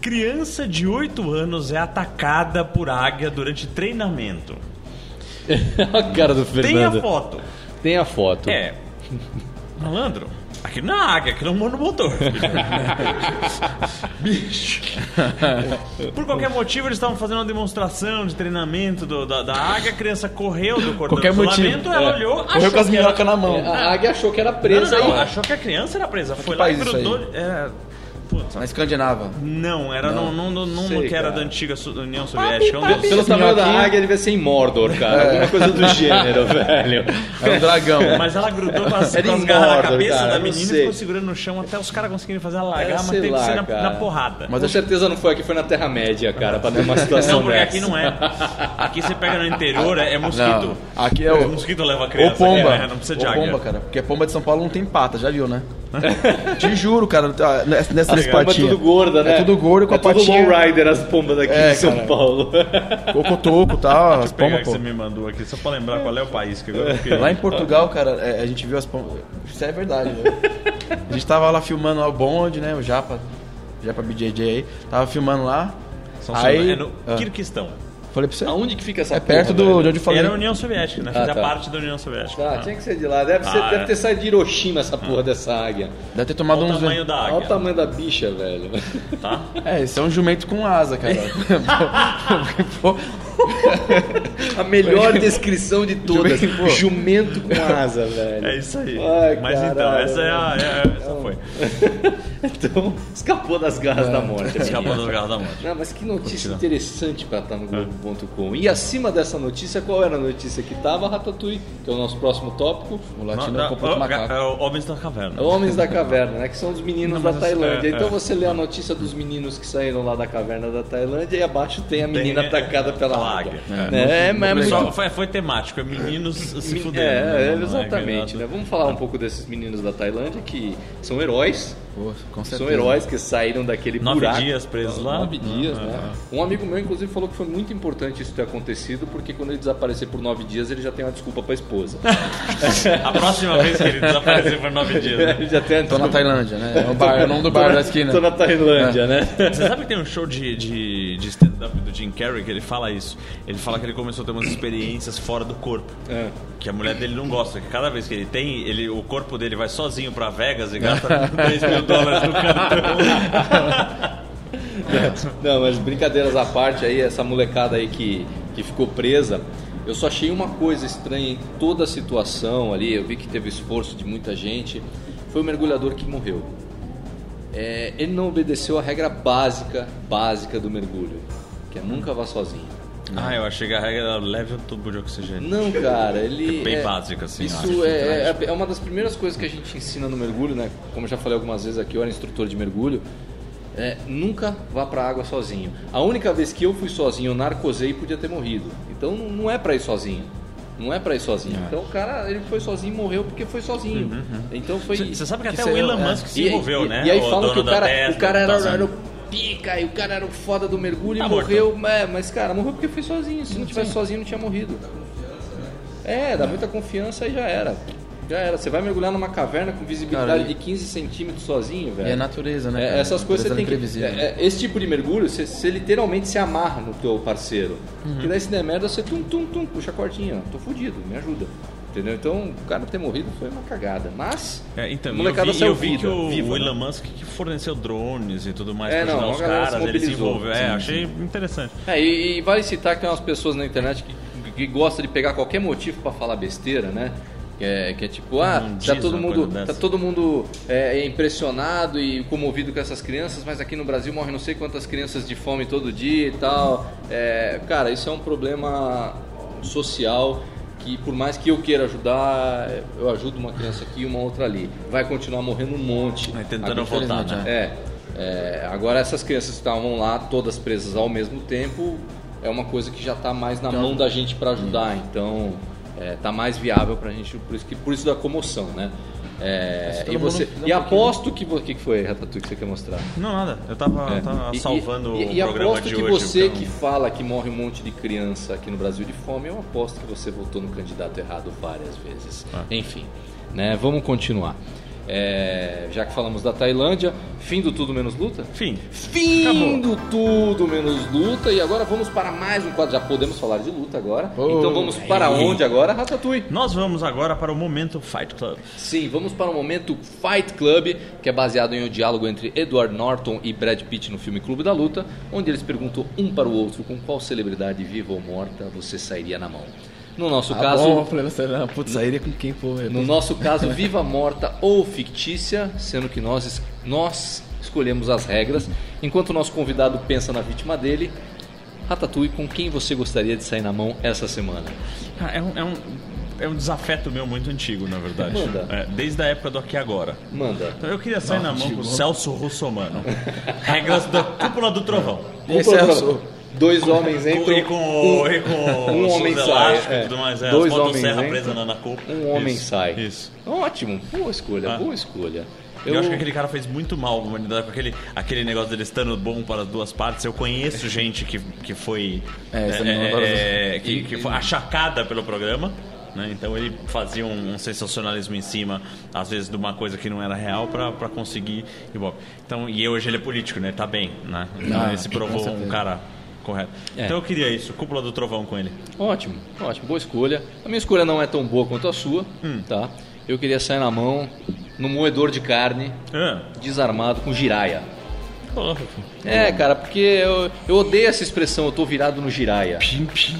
Speaker 2: Criança de 8 anos é atacada por águia durante treinamento.
Speaker 6: a cara do Fernando.
Speaker 2: Tem a foto.
Speaker 6: Tem a foto.
Speaker 2: É. Malandro, aquilo não é águia, aquilo é um monomotor.
Speaker 3: [laughs]
Speaker 2: Bicho. Por qualquer motivo, eles estavam fazendo uma demonstração de treinamento do- da, da águia, a criança correu do cordão
Speaker 3: Qualquer
Speaker 2: de
Speaker 3: motivo.
Speaker 2: isolamento, ela
Speaker 6: É.
Speaker 2: olhou,
Speaker 3: Correu com as
Speaker 2: que era-
Speaker 3: minhocas na mão.
Speaker 6: A águia achou que era
Speaker 2: Não,
Speaker 6: presa
Speaker 2: não, não,
Speaker 6: aí.
Speaker 2: achou que a criança era presa. Foi lá e
Speaker 3: país isso
Speaker 2: grudou.
Speaker 3: aí?
Speaker 2: É... Putz,
Speaker 3: Na Escandinava.
Speaker 2: não, era num no, no, no,
Speaker 6: Sei,
Speaker 2: que era
Speaker 6: cara.
Speaker 2: da antiga Su- União Soviética. um desses.
Speaker 6: Pelo tamanho da
Speaker 3: minhoquinhas-
Speaker 6: águia, ele vai ser em Mordor, cara. Alguma coisa do gênero, velho.
Speaker 3: É um dragão.
Speaker 2: Mas ela grudou com as,
Speaker 6: Era
Speaker 2: com as
Speaker 6: em
Speaker 2: garras na
Speaker 6: Mordor,
Speaker 2: cabeça
Speaker 6: cara,
Speaker 2: da
Speaker 6: eu não
Speaker 2: menina e
Speaker 6: sei.
Speaker 2: ficou segurando no chão até os caras conseguirem fazer ela
Speaker 6: É,
Speaker 2: largar, mas
Speaker 6: sei
Speaker 2: teve que
Speaker 6: lá,
Speaker 2: ser na,
Speaker 6: cara.
Speaker 2: na porrada.
Speaker 6: Mas é com certeza não foi aqui, foi na Terra-média, cara, pra ter uma situação
Speaker 2: não, porque
Speaker 6: dessa.
Speaker 2: aqui não é. Aqui você pega no interior, é, é mosquito.
Speaker 3: Não, aqui é o-
Speaker 2: mosquito leva a criança.
Speaker 3: Ou pomba.
Speaker 2: aqui, né? Não precisa de
Speaker 3: Ou
Speaker 2: águia.
Speaker 3: pomba, cara. Porque a pomba de São Paulo não tem pata, já viu, né? Te juro, cara, ah, nessa, nessa
Speaker 6: As
Speaker 1: é
Speaker 6: pombas
Speaker 3: patinha.
Speaker 6: tudo gorda, né?
Speaker 3: É tudo gordo com
Speaker 6: é
Speaker 3: a patinha.
Speaker 6: tudo lowrider as pombas daqui
Speaker 3: É,
Speaker 6: de São
Speaker 3: cara.
Speaker 6: Paulo.
Speaker 3: Cocotoco e tal, as
Speaker 2: Deixa eu pegar
Speaker 3: pombas,
Speaker 2: que
Speaker 3: tá, pô.
Speaker 2: você me mandou aqui, só pra lembrar qual é o país que agora eu fiquei.
Speaker 3: Lá em Portugal, cara, é, a gente viu as pombas. Isso é verdade, velho. A gente tava lá filmando lá o bonde, né? O Japa. Japa BJJ aí. Tava filmando lá.
Speaker 2: São
Speaker 3: aí,
Speaker 2: É no
Speaker 3: ah,
Speaker 2: Kirguistão.
Speaker 3: falei pra você.
Speaker 6: Aonde que fica essa
Speaker 3: É perto
Speaker 6: porra,
Speaker 3: do, de
Speaker 6: velho?
Speaker 3: onde eu falei.
Speaker 2: Era a União Soviética, né? Fazia
Speaker 6: tá.
Speaker 2: parte da União Soviética.
Speaker 6: Tá,
Speaker 2: né?
Speaker 6: tinha que ser de lá. Deve, ser-
Speaker 2: Ah,
Speaker 6: deve
Speaker 2: é.
Speaker 6: ter saído de Hiroshima essa porra dessa águia.
Speaker 3: Deve ter
Speaker 2: Olha
Speaker 3: tomado
Speaker 2: o
Speaker 3: uns.
Speaker 2: tamanho da
Speaker 6: Olha o
Speaker 2: águia,
Speaker 6: tamanho da
Speaker 3: [laughs]
Speaker 6: bicha, velho.
Speaker 2: tá?
Speaker 3: É, esse é um jumento com asa,
Speaker 2: [laughs]
Speaker 3: cara. Pô,
Speaker 6: A melhor descrição de todas.
Speaker 3: Jumento, pô.
Speaker 6: Jumento com asa, velho.
Speaker 2: É isso aí.
Speaker 6: Ai,
Speaker 2: Mas então,
Speaker 6: caralho,
Speaker 2: essa é a. é- essa foi.
Speaker 6: Então, escapou das garras da morte.
Speaker 2: Escapou dos garras da morte.
Speaker 6: Não, mas que notícia
Speaker 2: Continua.
Speaker 6: interessante pra estar no Globo.com. E acima dessa notícia, qual era a notícia que tava? Ratatouille, que é o nosso próximo tópico.
Speaker 3: o latino é um pouco
Speaker 2: Não, não,
Speaker 3: macaco.
Speaker 2: é o Homens da Caverna.
Speaker 6: Homens da Caverna, né? Que são os meninos
Speaker 2: Não,
Speaker 6: da
Speaker 2: mas essa-
Speaker 6: Tailândia.
Speaker 2: é,
Speaker 6: então
Speaker 2: é.
Speaker 6: você lê a notícia dos meninos que saíram lá da caverna da Tailândia e abaixo tem a menina
Speaker 2: é,
Speaker 6: atacada pela
Speaker 2: pela
Speaker 6: águia.
Speaker 2: águia.
Speaker 6: Né? É, mas é
Speaker 2: Mas
Speaker 6: muito
Speaker 2: só foi, foi temático, é meninos se
Speaker 6: Min-
Speaker 2: fuderam. né?
Speaker 6: É,
Speaker 2: Não, não
Speaker 6: exatamente.
Speaker 2: nada.
Speaker 6: Né? Vamos falar um pouco desses meninos da Tailândia que são heróis.
Speaker 3: Pô, com
Speaker 6: São
Speaker 3: certeza.
Speaker 6: heróis que saíram daquele
Speaker 2: Nove
Speaker 6: buraco.
Speaker 2: dias presos lá.
Speaker 6: Nove dias, né? Um amigo meu, inclusive, falou que foi muito importante isso ter acontecido, porque quando ele desaparecer por nove dias, ele já tem uma desculpa pra esposa.
Speaker 2: A próxima vez que ele desaparecer foi nove dias. né?
Speaker 6: ele já tem a
Speaker 3: Tô na
Speaker 6: desculpa.
Speaker 3: Tailândia, né? É o, bar, é o nome do bar da esquina.
Speaker 6: Tô na Tailândia, né?
Speaker 2: Você sabe que tem um show de, de, de stand-up do Jim Carrey que ele fala isso. Ele fala que ele começou a ter umas experiências fora do corpo.
Speaker 6: É.
Speaker 2: Que a mulher dele não gosta, que cada vez que ele tem, ele, o corpo dele vai sozinho pra Vegas e gasta [laughs] 3 mil dólares no cartão.
Speaker 6: [laughs] Não, mas brincadeiras à parte aí, essa molecada aí que, que ficou presa, eu só achei uma coisa estranha em toda a situação ali, eu vi que teve esforço de muita gente, foi o mergulhador que morreu. É, ele não obedeceu a regra básica, básica do mergulho, que é nunca vá sozinho.
Speaker 2: ah, eu achei que a regra era leve o tubo de oxigênio.
Speaker 6: Não, cara, ele.
Speaker 2: É bem básico, assim,
Speaker 6: Isso
Speaker 2: acho.
Speaker 6: é, é, é uma das primeiras coisas que a gente ensina no mergulho, né? Como eu já falei algumas vezes aqui, eu era instrutor de mergulho. É, nunca vá pra água sozinho. A única vez que eu fui sozinho, eu narcosei e podia ter morrido. Então não não é pra ir sozinho. Não é pra ir sozinho. Então o cara, ele foi sozinho e morreu porque foi sozinho.
Speaker 2: Uhum,
Speaker 6: Então foi.
Speaker 2: Você sabe que até
Speaker 3: Isso
Speaker 2: o
Speaker 3: aí,
Speaker 2: Elon
Speaker 3: é.
Speaker 2: Musk se envolveu,
Speaker 6: e,
Speaker 2: né?
Speaker 6: E aí
Speaker 2: o
Speaker 6: falam que
Speaker 2: dono
Speaker 6: o
Speaker 2: da
Speaker 6: cara,
Speaker 2: Tesla,
Speaker 6: o cara era,
Speaker 2: tá
Speaker 6: era o
Speaker 2: assim.
Speaker 6: pica e o cara era o foda do mergulho
Speaker 2: Tá
Speaker 6: e
Speaker 2: morto.
Speaker 6: morreu. É, mas, cara, morreu porque foi sozinho. Se não tivesse sozinho, não tinha morrido. É, dá muita confiança e já era. Já era. Você vai mergulhar numa caverna com visibilidade
Speaker 3: Cara, e-
Speaker 6: de 15 centímetros sozinho, velho.
Speaker 3: E a natureza, né?
Speaker 6: É,
Speaker 3: cara?
Speaker 6: essas coisas você tem que.
Speaker 3: Natureza imprevisível. né?
Speaker 6: é, é, esse tipo de mergulho, você, você literalmente se amarra no teu parceiro.
Speaker 3: Uhum.
Speaker 6: Porque daí se der merda, você tum, tum, tum, puxa a cordinha. Tô fudido, me ajuda. Entendeu? Então, o cara ter morrido foi uma cagada. Mas.
Speaker 2: É, então,
Speaker 6: molecada
Speaker 2: eu vi,
Speaker 6: saiu
Speaker 2: eu vi
Speaker 6: vida,
Speaker 2: que o,
Speaker 6: viva,
Speaker 2: o Elon
Speaker 6: né?
Speaker 2: Musk que forneceu drones e tudo mais
Speaker 6: É,
Speaker 2: pra ajudar
Speaker 6: não, uma
Speaker 2: os
Speaker 6: galera se
Speaker 2: caras, ele se
Speaker 6: mobilizou,
Speaker 2: envolveu. É,
Speaker 6: sim,
Speaker 2: achei interessante.
Speaker 6: É, e, e vale citar que tem umas pessoas na internet que, que gosta de pegar qualquer motivo pra falar besteira, né? Que é, que é tipo, ah,
Speaker 2: Não
Speaker 6: tá
Speaker 2: diz
Speaker 6: todo
Speaker 2: uma
Speaker 6: mundo,
Speaker 2: coisa
Speaker 6: tá
Speaker 2: dessa.
Speaker 6: todo mundo é, impressionado e comovido com essas crianças, mas aqui no Brasil morrem não sei quantas crianças de fome todo dia e tal. É, cara, isso é um problema social que por mais que eu queira ajudar, é, eu ajudo uma criança aqui e uma outra ali. Vai continuar morrendo um monte.
Speaker 2: Vai tentando
Speaker 6: Agora,
Speaker 2: voltar,
Speaker 3: infelizmente,
Speaker 2: né?
Speaker 6: é, é, agora essas crianças que estavam lá, todas presas ao mesmo tempo, é uma coisa que já está mais na mão da gente para ajudar, então é, tá mais viável para a gente, por isso, que, por isso da comoção, né? É,
Speaker 3: Mas todo
Speaker 6: e você,
Speaker 3: mundo fizer um
Speaker 6: e
Speaker 3: pouquinho.
Speaker 6: aposto que vo- o que que foi, Ratatouille, que você quer mostrar?
Speaker 2: Não, nada. Eu tava,
Speaker 6: É.
Speaker 2: eu tava
Speaker 6: E- e-
Speaker 2: Tá salvando
Speaker 6: e, e,
Speaker 2: o programa
Speaker 6: aposto
Speaker 2: de
Speaker 6: que
Speaker 2: hoje.
Speaker 6: você
Speaker 2: então-
Speaker 6: que fala que morre um monte de criança aqui no Brasil de fome, eu aposto que você votou no candidato errado várias vezes. Enfim, né? Vamos continuar. É, já que falamos da Tailândia, fim do tudo menos luta?
Speaker 2: Enfim,
Speaker 6: Fim
Speaker 2: Acabou.
Speaker 6: do tudo menos luta e agora vamos para mais um quadro. Já podemos falar de luta agora.
Speaker 3: Oh.
Speaker 6: então vamos para
Speaker 2: Aí.
Speaker 6: onde agora, Ratatouille?
Speaker 2: nós vamos agora para o momento Fight Club.
Speaker 6: Sim, vamos para o momento Fight Club, que é baseado em um diálogo entre Edward Norton e Brad Pitt no filme Clube da Luta, onde eles perguntam um para o outro com qual celebridade viva ou morta você sairia na mão. No nosso
Speaker 3: Ah,
Speaker 6: caso,
Speaker 3: bom, eu falei, você não, putz, sairia com quem, pô? velho?
Speaker 6: no nosso caso, viva, morta ou fictícia, sendo que nós, es- nós escolhemos as regras. Enquanto o nosso convidado pensa na vítima dele, Ratatouille, com quem você gostaria de sair na mão essa semana?
Speaker 2: Ah, é, um, é, um, é um desafeto meu muito antigo, na verdade.
Speaker 6: Manda.
Speaker 2: É, desde a época do Aqui Agora.
Speaker 6: Manda.
Speaker 2: Então eu queria sair na mão com o Celso Russomano. Regras da Cúpula do Trovão.
Speaker 3: Esse é o seu.
Speaker 6: Dois [laughs] homens entram.
Speaker 2: e com, o- e com
Speaker 6: um
Speaker 2: os
Speaker 6: homem sai,
Speaker 2: elásticos
Speaker 6: é.
Speaker 2: e tudo mais. É,
Speaker 6: Dois
Speaker 2: as
Speaker 6: homens
Speaker 2: serra
Speaker 6: entram,
Speaker 2: presa na, na cúpula.
Speaker 6: Um homem
Speaker 2: Isso,
Speaker 6: sai.
Speaker 2: Isso.
Speaker 6: Ótimo, boa escolha,
Speaker 2: Ah.
Speaker 6: boa escolha.
Speaker 2: Eu... acho que aquele cara fez muito mal à humanidade com aquele, aquele negócio dele estando bom para as duas partes. Eu conheço gente que, que foi.
Speaker 3: É, isso também não adoro
Speaker 2: é, que, que foi achacada pelo programa. né? Então ele fazia um, um sensacionalismo em cima, às vezes, de uma coisa que não era real para conseguir Ibope. Então, e hoje ele é político, né? Tá bem, né? Então
Speaker 3: Ah,
Speaker 2: ele se
Speaker 3: com
Speaker 2: provou um
Speaker 3: certeza.
Speaker 2: cara correto.
Speaker 6: É.
Speaker 2: Então eu queria isso, cúpula do trovão com ele.
Speaker 6: Ótimo, ótimo, boa escolha. A minha escolha não é tão boa quanto a sua,
Speaker 2: Hum.
Speaker 6: tá? Eu queria sair na mão, no moedor de carne,
Speaker 2: Ah,
Speaker 6: desarmado com giraia.
Speaker 2: pô,
Speaker 6: É, cara, porque eu, eu odeio essa expressão, eu tô virado no giraia.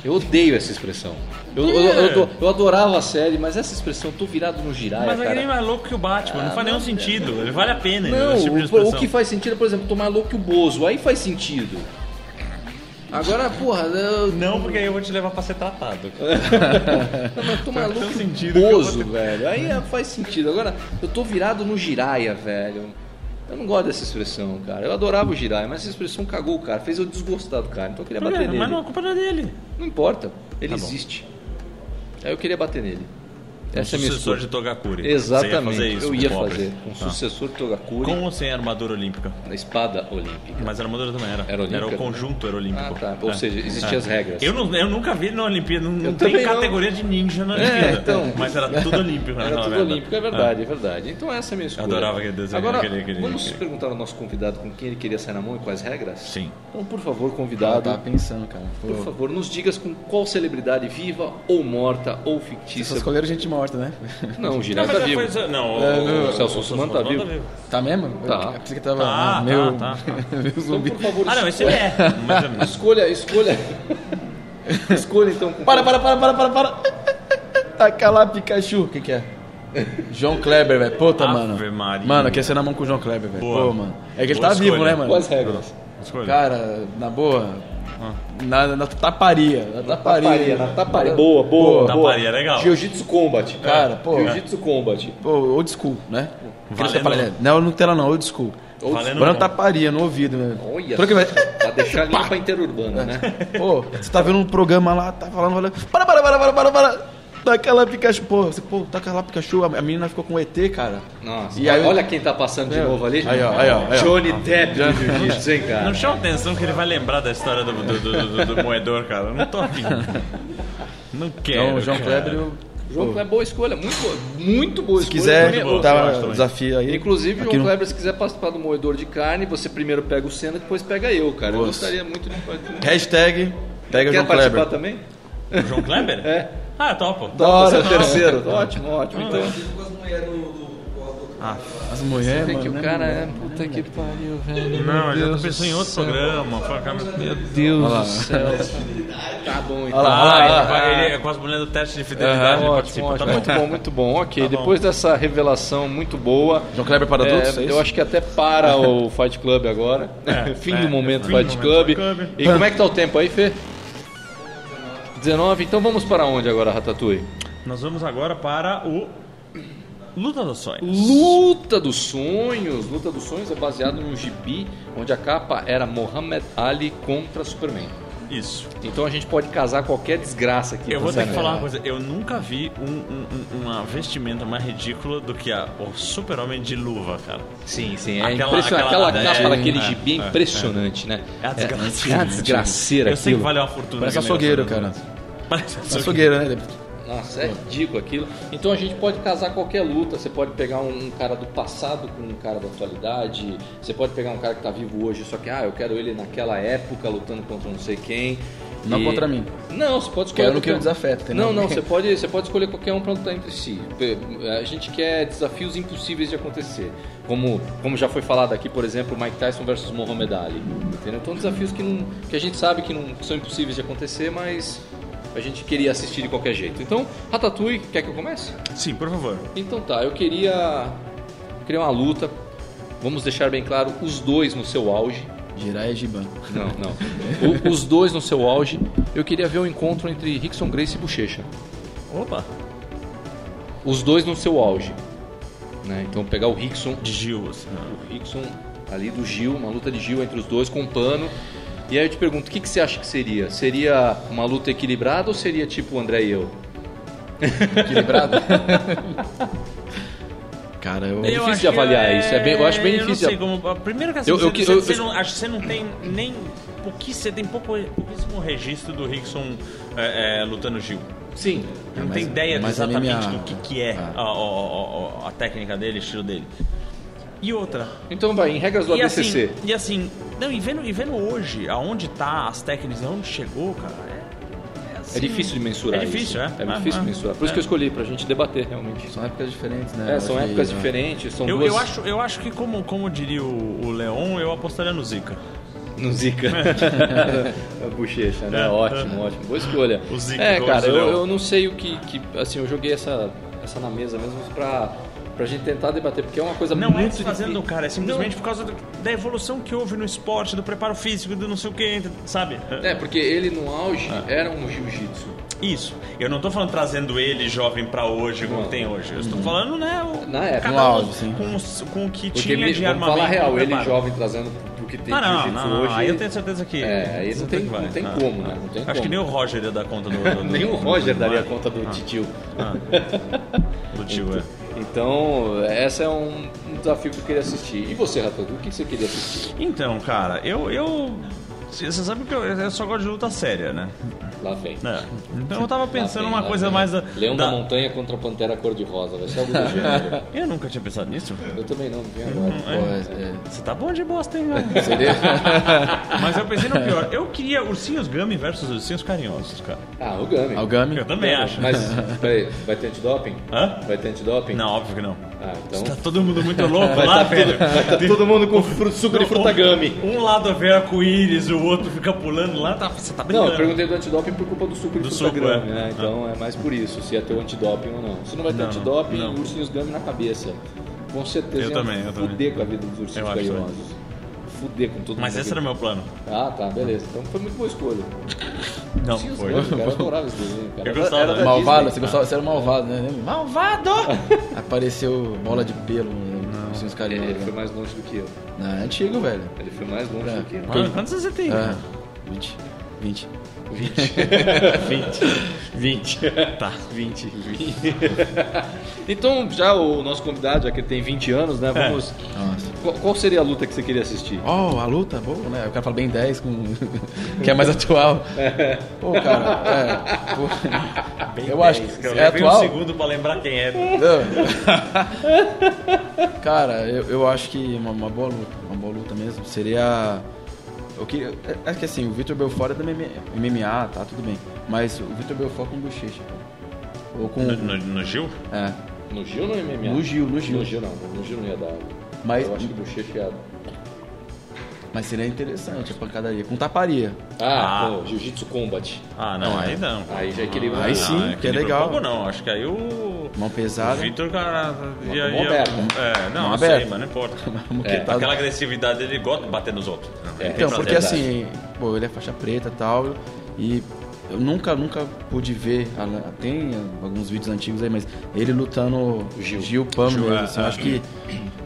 Speaker 6: Eu odeio essa expressão. Eu, eu, eu, eu- eu adorava a série, mas essa expressão, tô virado no giraia,
Speaker 2: Mas
Speaker 6: cara.
Speaker 2: aquele é mais louco que o Batman, não faz nenhum sentido. Ele vale a pena,
Speaker 6: Não,
Speaker 2: esse tipo de
Speaker 6: o- o,
Speaker 2: expressão.
Speaker 6: que faz sentido é, por exemplo, tomar louco que o Bozo, aí faz sentido. Agora, porra, eu,
Speaker 2: Não, porque aí eu vou te levar pra ser tratado.
Speaker 6: Não, mas eu tô maluco,
Speaker 2: tão sentido que eu vou
Speaker 6: bozo, velho. Aí é, faz sentido. Agora, eu tô virado no giraia, velho. Eu não gosto dessa expressão, cara. Eu adorava o giraia, mas essa expressão cagou o cara. Fez eu desgostar do cara. Então eu queria bater nele.
Speaker 2: mas não, a
Speaker 6: Não...
Speaker 2: culpa não é dele.
Speaker 6: importa. Ele
Speaker 2: Tá bom. Um
Speaker 6: existe. Aí eu queria bater nele. Essa é a minha
Speaker 2: sucessor
Speaker 6: escolha.
Speaker 2: de Togakuri.
Speaker 6: Exatamente.
Speaker 2: Você ia fazer isso
Speaker 6: eu
Speaker 2: com
Speaker 6: ia
Speaker 2: o Popper.
Speaker 6: fazer. Um
Speaker 2: Tá.
Speaker 6: sucessor de Togakuri
Speaker 2: Com ou sem armadura olímpica?
Speaker 6: na espada olímpica.
Speaker 2: Mas a armadura também era.
Speaker 6: Era olímpica?
Speaker 2: o conjunto, era olímpico. É.
Speaker 6: Ah, tá. Ou seja, existiam as regras.
Speaker 2: Eu, não- eu nunca vi na Olimpíada, não, não
Speaker 6: também
Speaker 2: tem
Speaker 6: não.
Speaker 2: categoria de ninja na
Speaker 6: É,
Speaker 2: Olimpíada.
Speaker 6: então.
Speaker 2: Mas era tudo olímpico né?
Speaker 6: Era
Speaker 2: naquela
Speaker 6: tudo
Speaker 2: merda.
Speaker 6: olímpico, é verdade, é verdade. Então essa é a minha escolha.
Speaker 2: adorava aquele desenho,
Speaker 6: Agora,
Speaker 2: aquele- aquele-
Speaker 6: vamos
Speaker 2: aquele-
Speaker 6: perguntar ao nosso convidado com quem ele queria sair na mão e quais regras?
Speaker 2: É. Sim.
Speaker 6: Então, por favor,
Speaker 3: Eu
Speaker 6: convidado,
Speaker 2: Tá,
Speaker 3: tava pensando, cara.
Speaker 6: por
Speaker 3: Pô,
Speaker 6: favor, nos digas com qual celebridade viva ou morta ou
Speaker 3: vocês
Speaker 6: fictícia.
Speaker 3: só escolheram gente morta, né? [laughs]
Speaker 6: Não,
Speaker 2: [laughs]
Speaker 6: o
Speaker 2: Não,
Speaker 6: Girão
Speaker 2: mas
Speaker 6: tá
Speaker 2: já
Speaker 6: vivo.
Speaker 2: foi isso- Não,
Speaker 3: É,
Speaker 2: o-
Speaker 3: não,
Speaker 6: o Celso Russomano tá vivo.
Speaker 3: Tá mesmo?
Speaker 6: Tá.
Speaker 3: Eu pensei que tava
Speaker 2: Tá,
Speaker 3: ah, meu,
Speaker 2: tá, tá.
Speaker 3: meu
Speaker 6: Então,
Speaker 3: zumbi.
Speaker 6: por favor,
Speaker 2: Ah, não, esse ele
Speaker 6: escolha,
Speaker 2: é. Mas
Speaker 3: [laughs]
Speaker 6: escolha, escolha. escolha então. Com
Speaker 3: Para, para, para, para, para, [laughs] para. Taca lá, Pikachu. O que que é? [laughs] João Kleber, velho. Puta,
Speaker 2: Ave
Speaker 3: mano.
Speaker 2: Maria.
Speaker 3: Mano, eu queria ser na mão com o João Kleber, velho.
Speaker 2: Boa.
Speaker 3: Pô, mano. É que ele
Speaker 2: Boa
Speaker 3: tá
Speaker 2: escolha.
Speaker 3: vivo, né, mano?
Speaker 6: Quais regras?
Speaker 2: Escolha.
Speaker 3: Cara, na boa. Na, na taparia. Na taparia. né?
Speaker 6: na Tá taparia. Boa, boa,
Speaker 2: Boa.
Speaker 6: boa.
Speaker 2: Taparia, é legal.
Speaker 6: Jiu-Jitsu Combat.
Speaker 3: Cara, pô.
Speaker 6: Jiu-Jitsu Combat.
Speaker 3: Pô, old school, né?
Speaker 2: Valendo.
Speaker 3: Aquele taparia. né? Não, não tela não, old school.
Speaker 6: Ou-
Speaker 2: Valendo.
Speaker 3: Branco taparia no ouvido, né?
Speaker 6: Olha,
Speaker 3: Troca-
Speaker 6: pra deixar a linha pra interurbana, né?
Speaker 3: [laughs] Pô, você tá vendo um programa lá, tá falando, falando. Para, para, para, para, para, para. Taca lá, Pikachu. Pô, você, pô, taca lá, Pikachu. A a menina ficou com ET, cara.
Speaker 6: Nossa,
Speaker 3: E aí-
Speaker 6: olha quem tá passando de
Speaker 3: Meu.
Speaker 6: novo ali.
Speaker 3: Aí, ó, aí, ó, aí, ó. Tá
Speaker 6: Johnny Depp do Jiu-Jitsu, hein, cara?
Speaker 2: Não chama atenção que ele vai lembrar da história do, do, do- do- do moedor, cara. Eu Não tô afim. Não quero.
Speaker 3: Então, o João
Speaker 2: cara.
Speaker 3: Kleber, eu.
Speaker 6: João
Speaker 3: pô,
Speaker 6: Kleber, boa escolha, muito boa, muito boa
Speaker 3: Se
Speaker 6: escolha.
Speaker 3: quiser,
Speaker 6: Primeiro-
Speaker 2: boa, eu
Speaker 3: tá
Speaker 2: acho também.
Speaker 3: desafio aí.
Speaker 6: Inclusive,
Speaker 3: Aqui
Speaker 6: João
Speaker 3: no-
Speaker 6: Kleber, se quiser participar do moedor de carne, você primeiro pega o Senna, depois pega eu, cara. Eu
Speaker 3: Nossa.
Speaker 6: gostaria muito de participar.
Speaker 3: Hashtag pega
Speaker 6: Quer
Speaker 3: João
Speaker 6: participar
Speaker 3: Kleber.
Speaker 6: também?
Speaker 2: O João Kleber?
Speaker 6: É.
Speaker 2: Ah, topo.
Speaker 6: Da hora, terceiro. ótimo, ótimo. Então,
Speaker 4: Inclusive com as mulheres do, do, do, do...
Speaker 3: As mulheres,
Speaker 6: é
Speaker 3: mano.
Speaker 6: que o
Speaker 3: né,
Speaker 6: cara
Speaker 3: mano?
Speaker 6: é. Puta que pariu, velho.
Speaker 2: Não, eu já tô pensando em outro programa. Foi uma câmera-
Speaker 6: Deus
Speaker 3: Olha lá.
Speaker 6: do céu. Tá bom, então.
Speaker 3: Olha lá,
Speaker 2: Ah,
Speaker 3: olha lá,
Speaker 2: ele,
Speaker 3: olha lá.
Speaker 2: vai- ele é com as mulheres do teste de fidelidade, ele participa.
Speaker 6: Ótimo, ótimo.
Speaker 2: tá bom.
Speaker 6: Muito bom, muito bom. Ok, depois dessa revelação muito boa.
Speaker 3: João Kleber para
Speaker 6: É,
Speaker 3: adultos, é isso?
Speaker 6: eu acho que até para o Fight Club agora. [laughs] fim
Speaker 2: é,
Speaker 6: do momento
Speaker 2: fim do
Speaker 6: Fight
Speaker 2: momento
Speaker 6: Club.
Speaker 2: Fight Club.
Speaker 6: E como é que tá o tempo aí, Fê? 19. Então vamos para onde agora, Ratatouille?
Speaker 2: Nós vamos agora para o Luta dos Sonhos.
Speaker 6: Luta dos Sonhos. Luta dos Sonhos é baseado num gibi onde a capa era Muhammad Ali contra Superman.
Speaker 2: Isso.
Speaker 6: Então a gente pode casar qualquer desgraça aqui.
Speaker 2: Eu vou
Speaker 6: tá
Speaker 2: ter que
Speaker 6: certo?
Speaker 2: falar uma coisa. Eu nunca vi um- um- um- uma vestimenta mais ridícula do que a, o super-homem de luva, cara.
Speaker 6: Sim, sim. É
Speaker 2: Aquela-
Speaker 6: impressionante.
Speaker 2: aquela-
Speaker 6: Aquela,
Speaker 2: é,
Speaker 6: capa daquele
Speaker 2: é,
Speaker 6: gibi é
Speaker 2: é,
Speaker 6: impressionante, né?
Speaker 2: É a desgraça.
Speaker 6: É, a desgraceira
Speaker 2: Eu sei que
Speaker 6: aquilo.
Speaker 2: valeu uma fortuna.
Speaker 3: Parece
Speaker 2: aquele
Speaker 3: açougueiro,
Speaker 2: negócio, né?
Speaker 3: cara.
Speaker 2: Parece açougueiro.
Speaker 3: Açougueiro, né?
Speaker 6: Nossa, é ridículo aquilo. Então a gente pode casar qualquer luta. Você pode pegar um, um cara do passado com um cara da atualidade. Você pode pegar um cara que tá vivo hoje, só que, ah, eu quero ele naquela época lutando contra não sei quem.
Speaker 3: Não
Speaker 6: E-
Speaker 3: contra mim.
Speaker 6: Não, você pode
Speaker 3: Que
Speaker 6: escolher.
Speaker 3: eu né? não quero
Speaker 6: qualquer-
Speaker 3: desafeto, entendeu? [laughs]
Speaker 6: Não, não, você pode, você pode escolher qualquer um pra lutar entre si. P- A gente quer desafios impossíveis de acontecer. Como, como já foi falado aqui, por exemplo, Mike Tyson versus Muhammad Ali. Entendeu? Então desafios que, não, que a gente sabe que, não, que são impossíveis de acontecer, mas a gente queria assistir de qualquer jeito. Então, Ratatouille, quer que eu comece?
Speaker 2: Sim, por favor.
Speaker 6: Então tá, eu queria criar uma luta. Vamos deixar bem claro, os dois no seu auge.
Speaker 3: Jiraiya Giban.
Speaker 6: Não, não. O- os dois no seu auge. Eu queria ver o encontro entre Rickson Grace e Bochecha.
Speaker 2: Opa.
Speaker 6: os dois no seu auge. Né? Então pegar o Rickson,
Speaker 2: De Gil, assim. né?
Speaker 6: o Rickson ali do Gil, uma luta de Gil entre os dois com um pano. E aí eu te pergunto, o que, que você acha que seria? Seria uma luta equilibrada ou seria tipo o André e eu?
Speaker 3: Equilibrado. cara. Eu...
Speaker 6: É difícil de avaliar isso, é bem- eu acho bem difícil de-
Speaker 2: Eu não sei como. Primeiro que assim,
Speaker 6: Eu- eu
Speaker 2: você,
Speaker 6: que-
Speaker 2: você-
Speaker 6: eu-
Speaker 2: você
Speaker 6: eu-
Speaker 2: não, acho que você não tem nem. pouquíssimo- Você tem pouco, pouquíssimo registro do Rickson é, é, lutando Gil.
Speaker 6: [laughs] Sim.
Speaker 2: Ele não
Speaker 3: mas-
Speaker 2: tem ideia de
Speaker 3: mas ali
Speaker 2: exatamente
Speaker 3: minha-
Speaker 2: do que, que é
Speaker 6: Ah.
Speaker 2: a, a- a- a- a técnica dele, o estilo dele. E outra,
Speaker 6: Então vai, em regras do
Speaker 2: e
Speaker 6: ABCC.
Speaker 2: assim, e assim, não, e vendo, e vendo hoje aonde tá as técnicas, aonde chegou, cara, é, assim,
Speaker 6: é difícil de mensurar
Speaker 2: É difícil,
Speaker 6: isso.
Speaker 2: é.
Speaker 6: É difícil
Speaker 2: é,
Speaker 6: de mensurar. Por isso
Speaker 2: é.
Speaker 6: que eu escolhi, pra gente debater realmente.
Speaker 3: São épocas diferentes, né?
Speaker 6: É, são
Speaker 3: Hoje,
Speaker 6: épocas
Speaker 3: né?
Speaker 6: diferentes, são
Speaker 2: Eu,
Speaker 6: duas...
Speaker 2: eu, acho, eu acho que, como, como diria o, o Leon, eu apostaria no Zika.
Speaker 6: No Zika.
Speaker 2: [laughs]
Speaker 6: a bochecha, né?
Speaker 2: É.
Speaker 6: Ótimo, ótimo. Boa escolha.
Speaker 2: O Zika
Speaker 6: é,
Speaker 2: do
Speaker 6: cara, eu,
Speaker 2: Brasileirão.
Speaker 6: eu não sei o que, que- Assim, eu joguei essa, essa na mesa mesmo pra, pra gente tentar debater, porque é uma coisa
Speaker 2: Não é
Speaker 6: muito
Speaker 2: desfazendo do
Speaker 6: difícil.
Speaker 2: cara, é simplesmente por causa do- da evolução que houve no esporte, do preparo físico, do não sei o que, sabe?
Speaker 6: É, porque ele no auge
Speaker 2: Ah.
Speaker 6: era um jiu-jitsu.
Speaker 2: Isso. Eu não tô falando trazendo ele jovem pra hoje, como
Speaker 6: Não. Uhum. é,
Speaker 2: tem hoje. Eu estou falando, né? O,
Speaker 6: Na época.
Speaker 2: cada
Speaker 3: No
Speaker 2: um
Speaker 3: auge, sim.
Speaker 2: com, os- com o que
Speaker 6: Porque,
Speaker 2: tinha
Speaker 6: ele,
Speaker 2: de
Speaker 6: vamos
Speaker 2: armamento.
Speaker 6: falar real,
Speaker 2: e
Speaker 6: ele
Speaker 2: preparo.
Speaker 6: jovem trazendo pro que tem
Speaker 2: Ah, não,
Speaker 6: jiu-jitsu
Speaker 2: não, não,
Speaker 6: hoje.
Speaker 2: Aí eu tenho certeza que.
Speaker 6: É, aí não
Speaker 2: certeza
Speaker 6: tem-
Speaker 2: que vai.
Speaker 6: não tem
Speaker 2: Ah,
Speaker 6: como, né?
Speaker 2: ah.
Speaker 6: Não tem
Speaker 2: Acho que
Speaker 6: como.
Speaker 2: nem o Roger ia dar conta do. do- do-
Speaker 6: [laughs] Nem o
Speaker 2: do-
Speaker 6: Roger
Speaker 2: do-
Speaker 6: daria
Speaker 2: do-
Speaker 6: conta do titio.
Speaker 2: Do tio, é.
Speaker 6: Então, essa é um, um desafio que eu queria assistir. E você, Ratogu, o que você queria assistir?
Speaker 2: Então, cara, eu. eu... Você sabe que eu, eu só gosto de luta séria, né?
Speaker 6: Lá vem.
Speaker 2: É. Então eu tava pensando
Speaker 6: Lá vem,
Speaker 2: uma
Speaker 6: lá
Speaker 2: coisa
Speaker 6: vem.
Speaker 2: mais da.
Speaker 6: Leão da...
Speaker 2: da-
Speaker 6: Montanha contra a Pantera Cor-de-Rosa. Vai ser algo do gênero.
Speaker 2: Eu nunca tinha pensado nisso. Hum,
Speaker 6: Eu também não, não vim agora.
Speaker 3: Pô, é- é-
Speaker 2: Você tá bom de bosta, hein, velho? [laughs] Mas eu pensei no pior. Eu queria ursinhos Gummy versus ursinhos carinhosos, cara.
Speaker 6: Ah, o Gami.
Speaker 3: Ah, o Gami?
Speaker 2: Eu também acho.
Speaker 6: é,
Speaker 2: [laughs]
Speaker 6: Mas, peraí, vai ter antidoping?
Speaker 2: Hã?
Speaker 6: Vai ter antidoping?
Speaker 2: Não, óbvio que não.
Speaker 6: Ah, então...
Speaker 2: Tá todo mundo muito louco lá, velho.
Speaker 6: Tá todo mundo com fru- suco de fruta Gami.
Speaker 2: Um lado a ver arco-íris, o outro fica pulando lá. Tá, você tá
Speaker 6: Não,
Speaker 2: brincando.
Speaker 6: eu perguntei do antidoping por culpa do suco de
Speaker 2: Do
Speaker 6: fruta
Speaker 2: suco,
Speaker 6: Gami,
Speaker 2: é.
Speaker 6: né? Então é mais por isso, se ia ter o antidoping ou não. Se não vai ter
Speaker 2: Não,
Speaker 6: antidoping,
Speaker 2: não.
Speaker 6: ursinhos Gami na cabeça. Com certeza
Speaker 2: Eu
Speaker 6: ia
Speaker 2: também, eu
Speaker 6: fuder
Speaker 2: também.
Speaker 6: com a vida dos ursinhos
Speaker 2: Eu acho também.
Speaker 6: carinhosos. Fuder com todo
Speaker 2: Mas
Speaker 6: mundo.
Speaker 2: esse era o meu plano.
Speaker 6: Ah, tá, beleza. Então foi muito boa escolha.
Speaker 2: Não,
Speaker 6: Ursinhos
Speaker 2: foi.
Speaker 6: Gummy, cara, eu adorava esse desenho, cara.
Speaker 2: Eu gostava.
Speaker 6: Era da
Speaker 3: Malvado, você
Speaker 6: Disney.
Speaker 3: gostava, você era malvado, né?
Speaker 6: [laughs]
Speaker 3: Malvado! Apareceu bola de pelo né? nos seus carinhos.
Speaker 6: Ele foi mais longe do que eu.
Speaker 3: Não, é antigo, velho.
Speaker 6: Ele foi mais longe
Speaker 3: É.
Speaker 6: do que eu.
Speaker 2: Mano, quantos você
Speaker 6: É.
Speaker 2: tem?
Speaker 3: Ah, 20. 20.
Speaker 6: 20.
Speaker 2: Tá.
Speaker 6: 20. então, já o nosso convidado, já que ele tem 20 anos,
Speaker 2: É.
Speaker 6: né? Vamos.
Speaker 3: Nossa.
Speaker 6: Qual, qual seria a luta que você queria assistir?
Speaker 3: Oh, a luta boa, né? O cara fala bem 10, com... [laughs] que é mais
Speaker 6: [laughs]
Speaker 3: atual. Pô, cara, é. pô, eu acho que
Speaker 2: Eu
Speaker 3: é
Speaker 2: levei um
Speaker 3: atual.
Speaker 2: segundo pra lembrar quem é. [laughs]
Speaker 3: Não. cara, eu, eu acho que uma, uma boa luta, uma boa luta mesmo, seria. Eu queria. é- É que assim, o Vitor Belfort é da MMA, tá, tudo bem. Mas o Vitor Belfort com bochecha, cara. Ou com.
Speaker 2: No, no- no Gil?
Speaker 3: É.
Speaker 6: No Gil ou no MMA?
Speaker 3: No Gil, no Gil.
Speaker 6: No Gil não, no Gil não ia dar.
Speaker 3: Mas-
Speaker 6: Eu acho que bochecha
Speaker 1: é
Speaker 6: ia.
Speaker 3: Mas seria interessante a pancadaria. Com taparia.
Speaker 6: Ah,
Speaker 2: Ah.
Speaker 6: pô, Jiu-Jitsu Combat.
Speaker 2: Ah, não, aí não.
Speaker 6: Aí já equilibrou.
Speaker 3: Aí sim,
Speaker 2: não,
Speaker 3: que é
Speaker 2: equilibrou
Speaker 3: legal.
Speaker 2: pouco não, acho que aí o.
Speaker 3: Mão
Speaker 2: O
Speaker 3: pesada.
Speaker 2: Vitor, cara. Ia,
Speaker 6: mão
Speaker 2: ia-
Speaker 6: aberta.
Speaker 2: É, não,
Speaker 3: Mão
Speaker 2: não sei,
Speaker 3: aberta.
Speaker 2: mas não importa. tá
Speaker 3: moquetada.
Speaker 2: Aquela agressividade dele ele gosta de bater nos outros.
Speaker 6: É,
Speaker 2: Ele tem
Speaker 3: Então,
Speaker 2: prazer.
Speaker 3: porque
Speaker 6: verdade.
Speaker 3: assim, pô, ele é faixa preta e tal, e eu nunca, nunca pude ver, a lan- tem alguns vídeos antigos aí, mas ele lutando
Speaker 6: Gil.
Speaker 3: Gil, Pam
Speaker 2: Gil,
Speaker 3: mesmo,
Speaker 2: é,
Speaker 3: assim, eu
Speaker 2: é.
Speaker 3: acho que...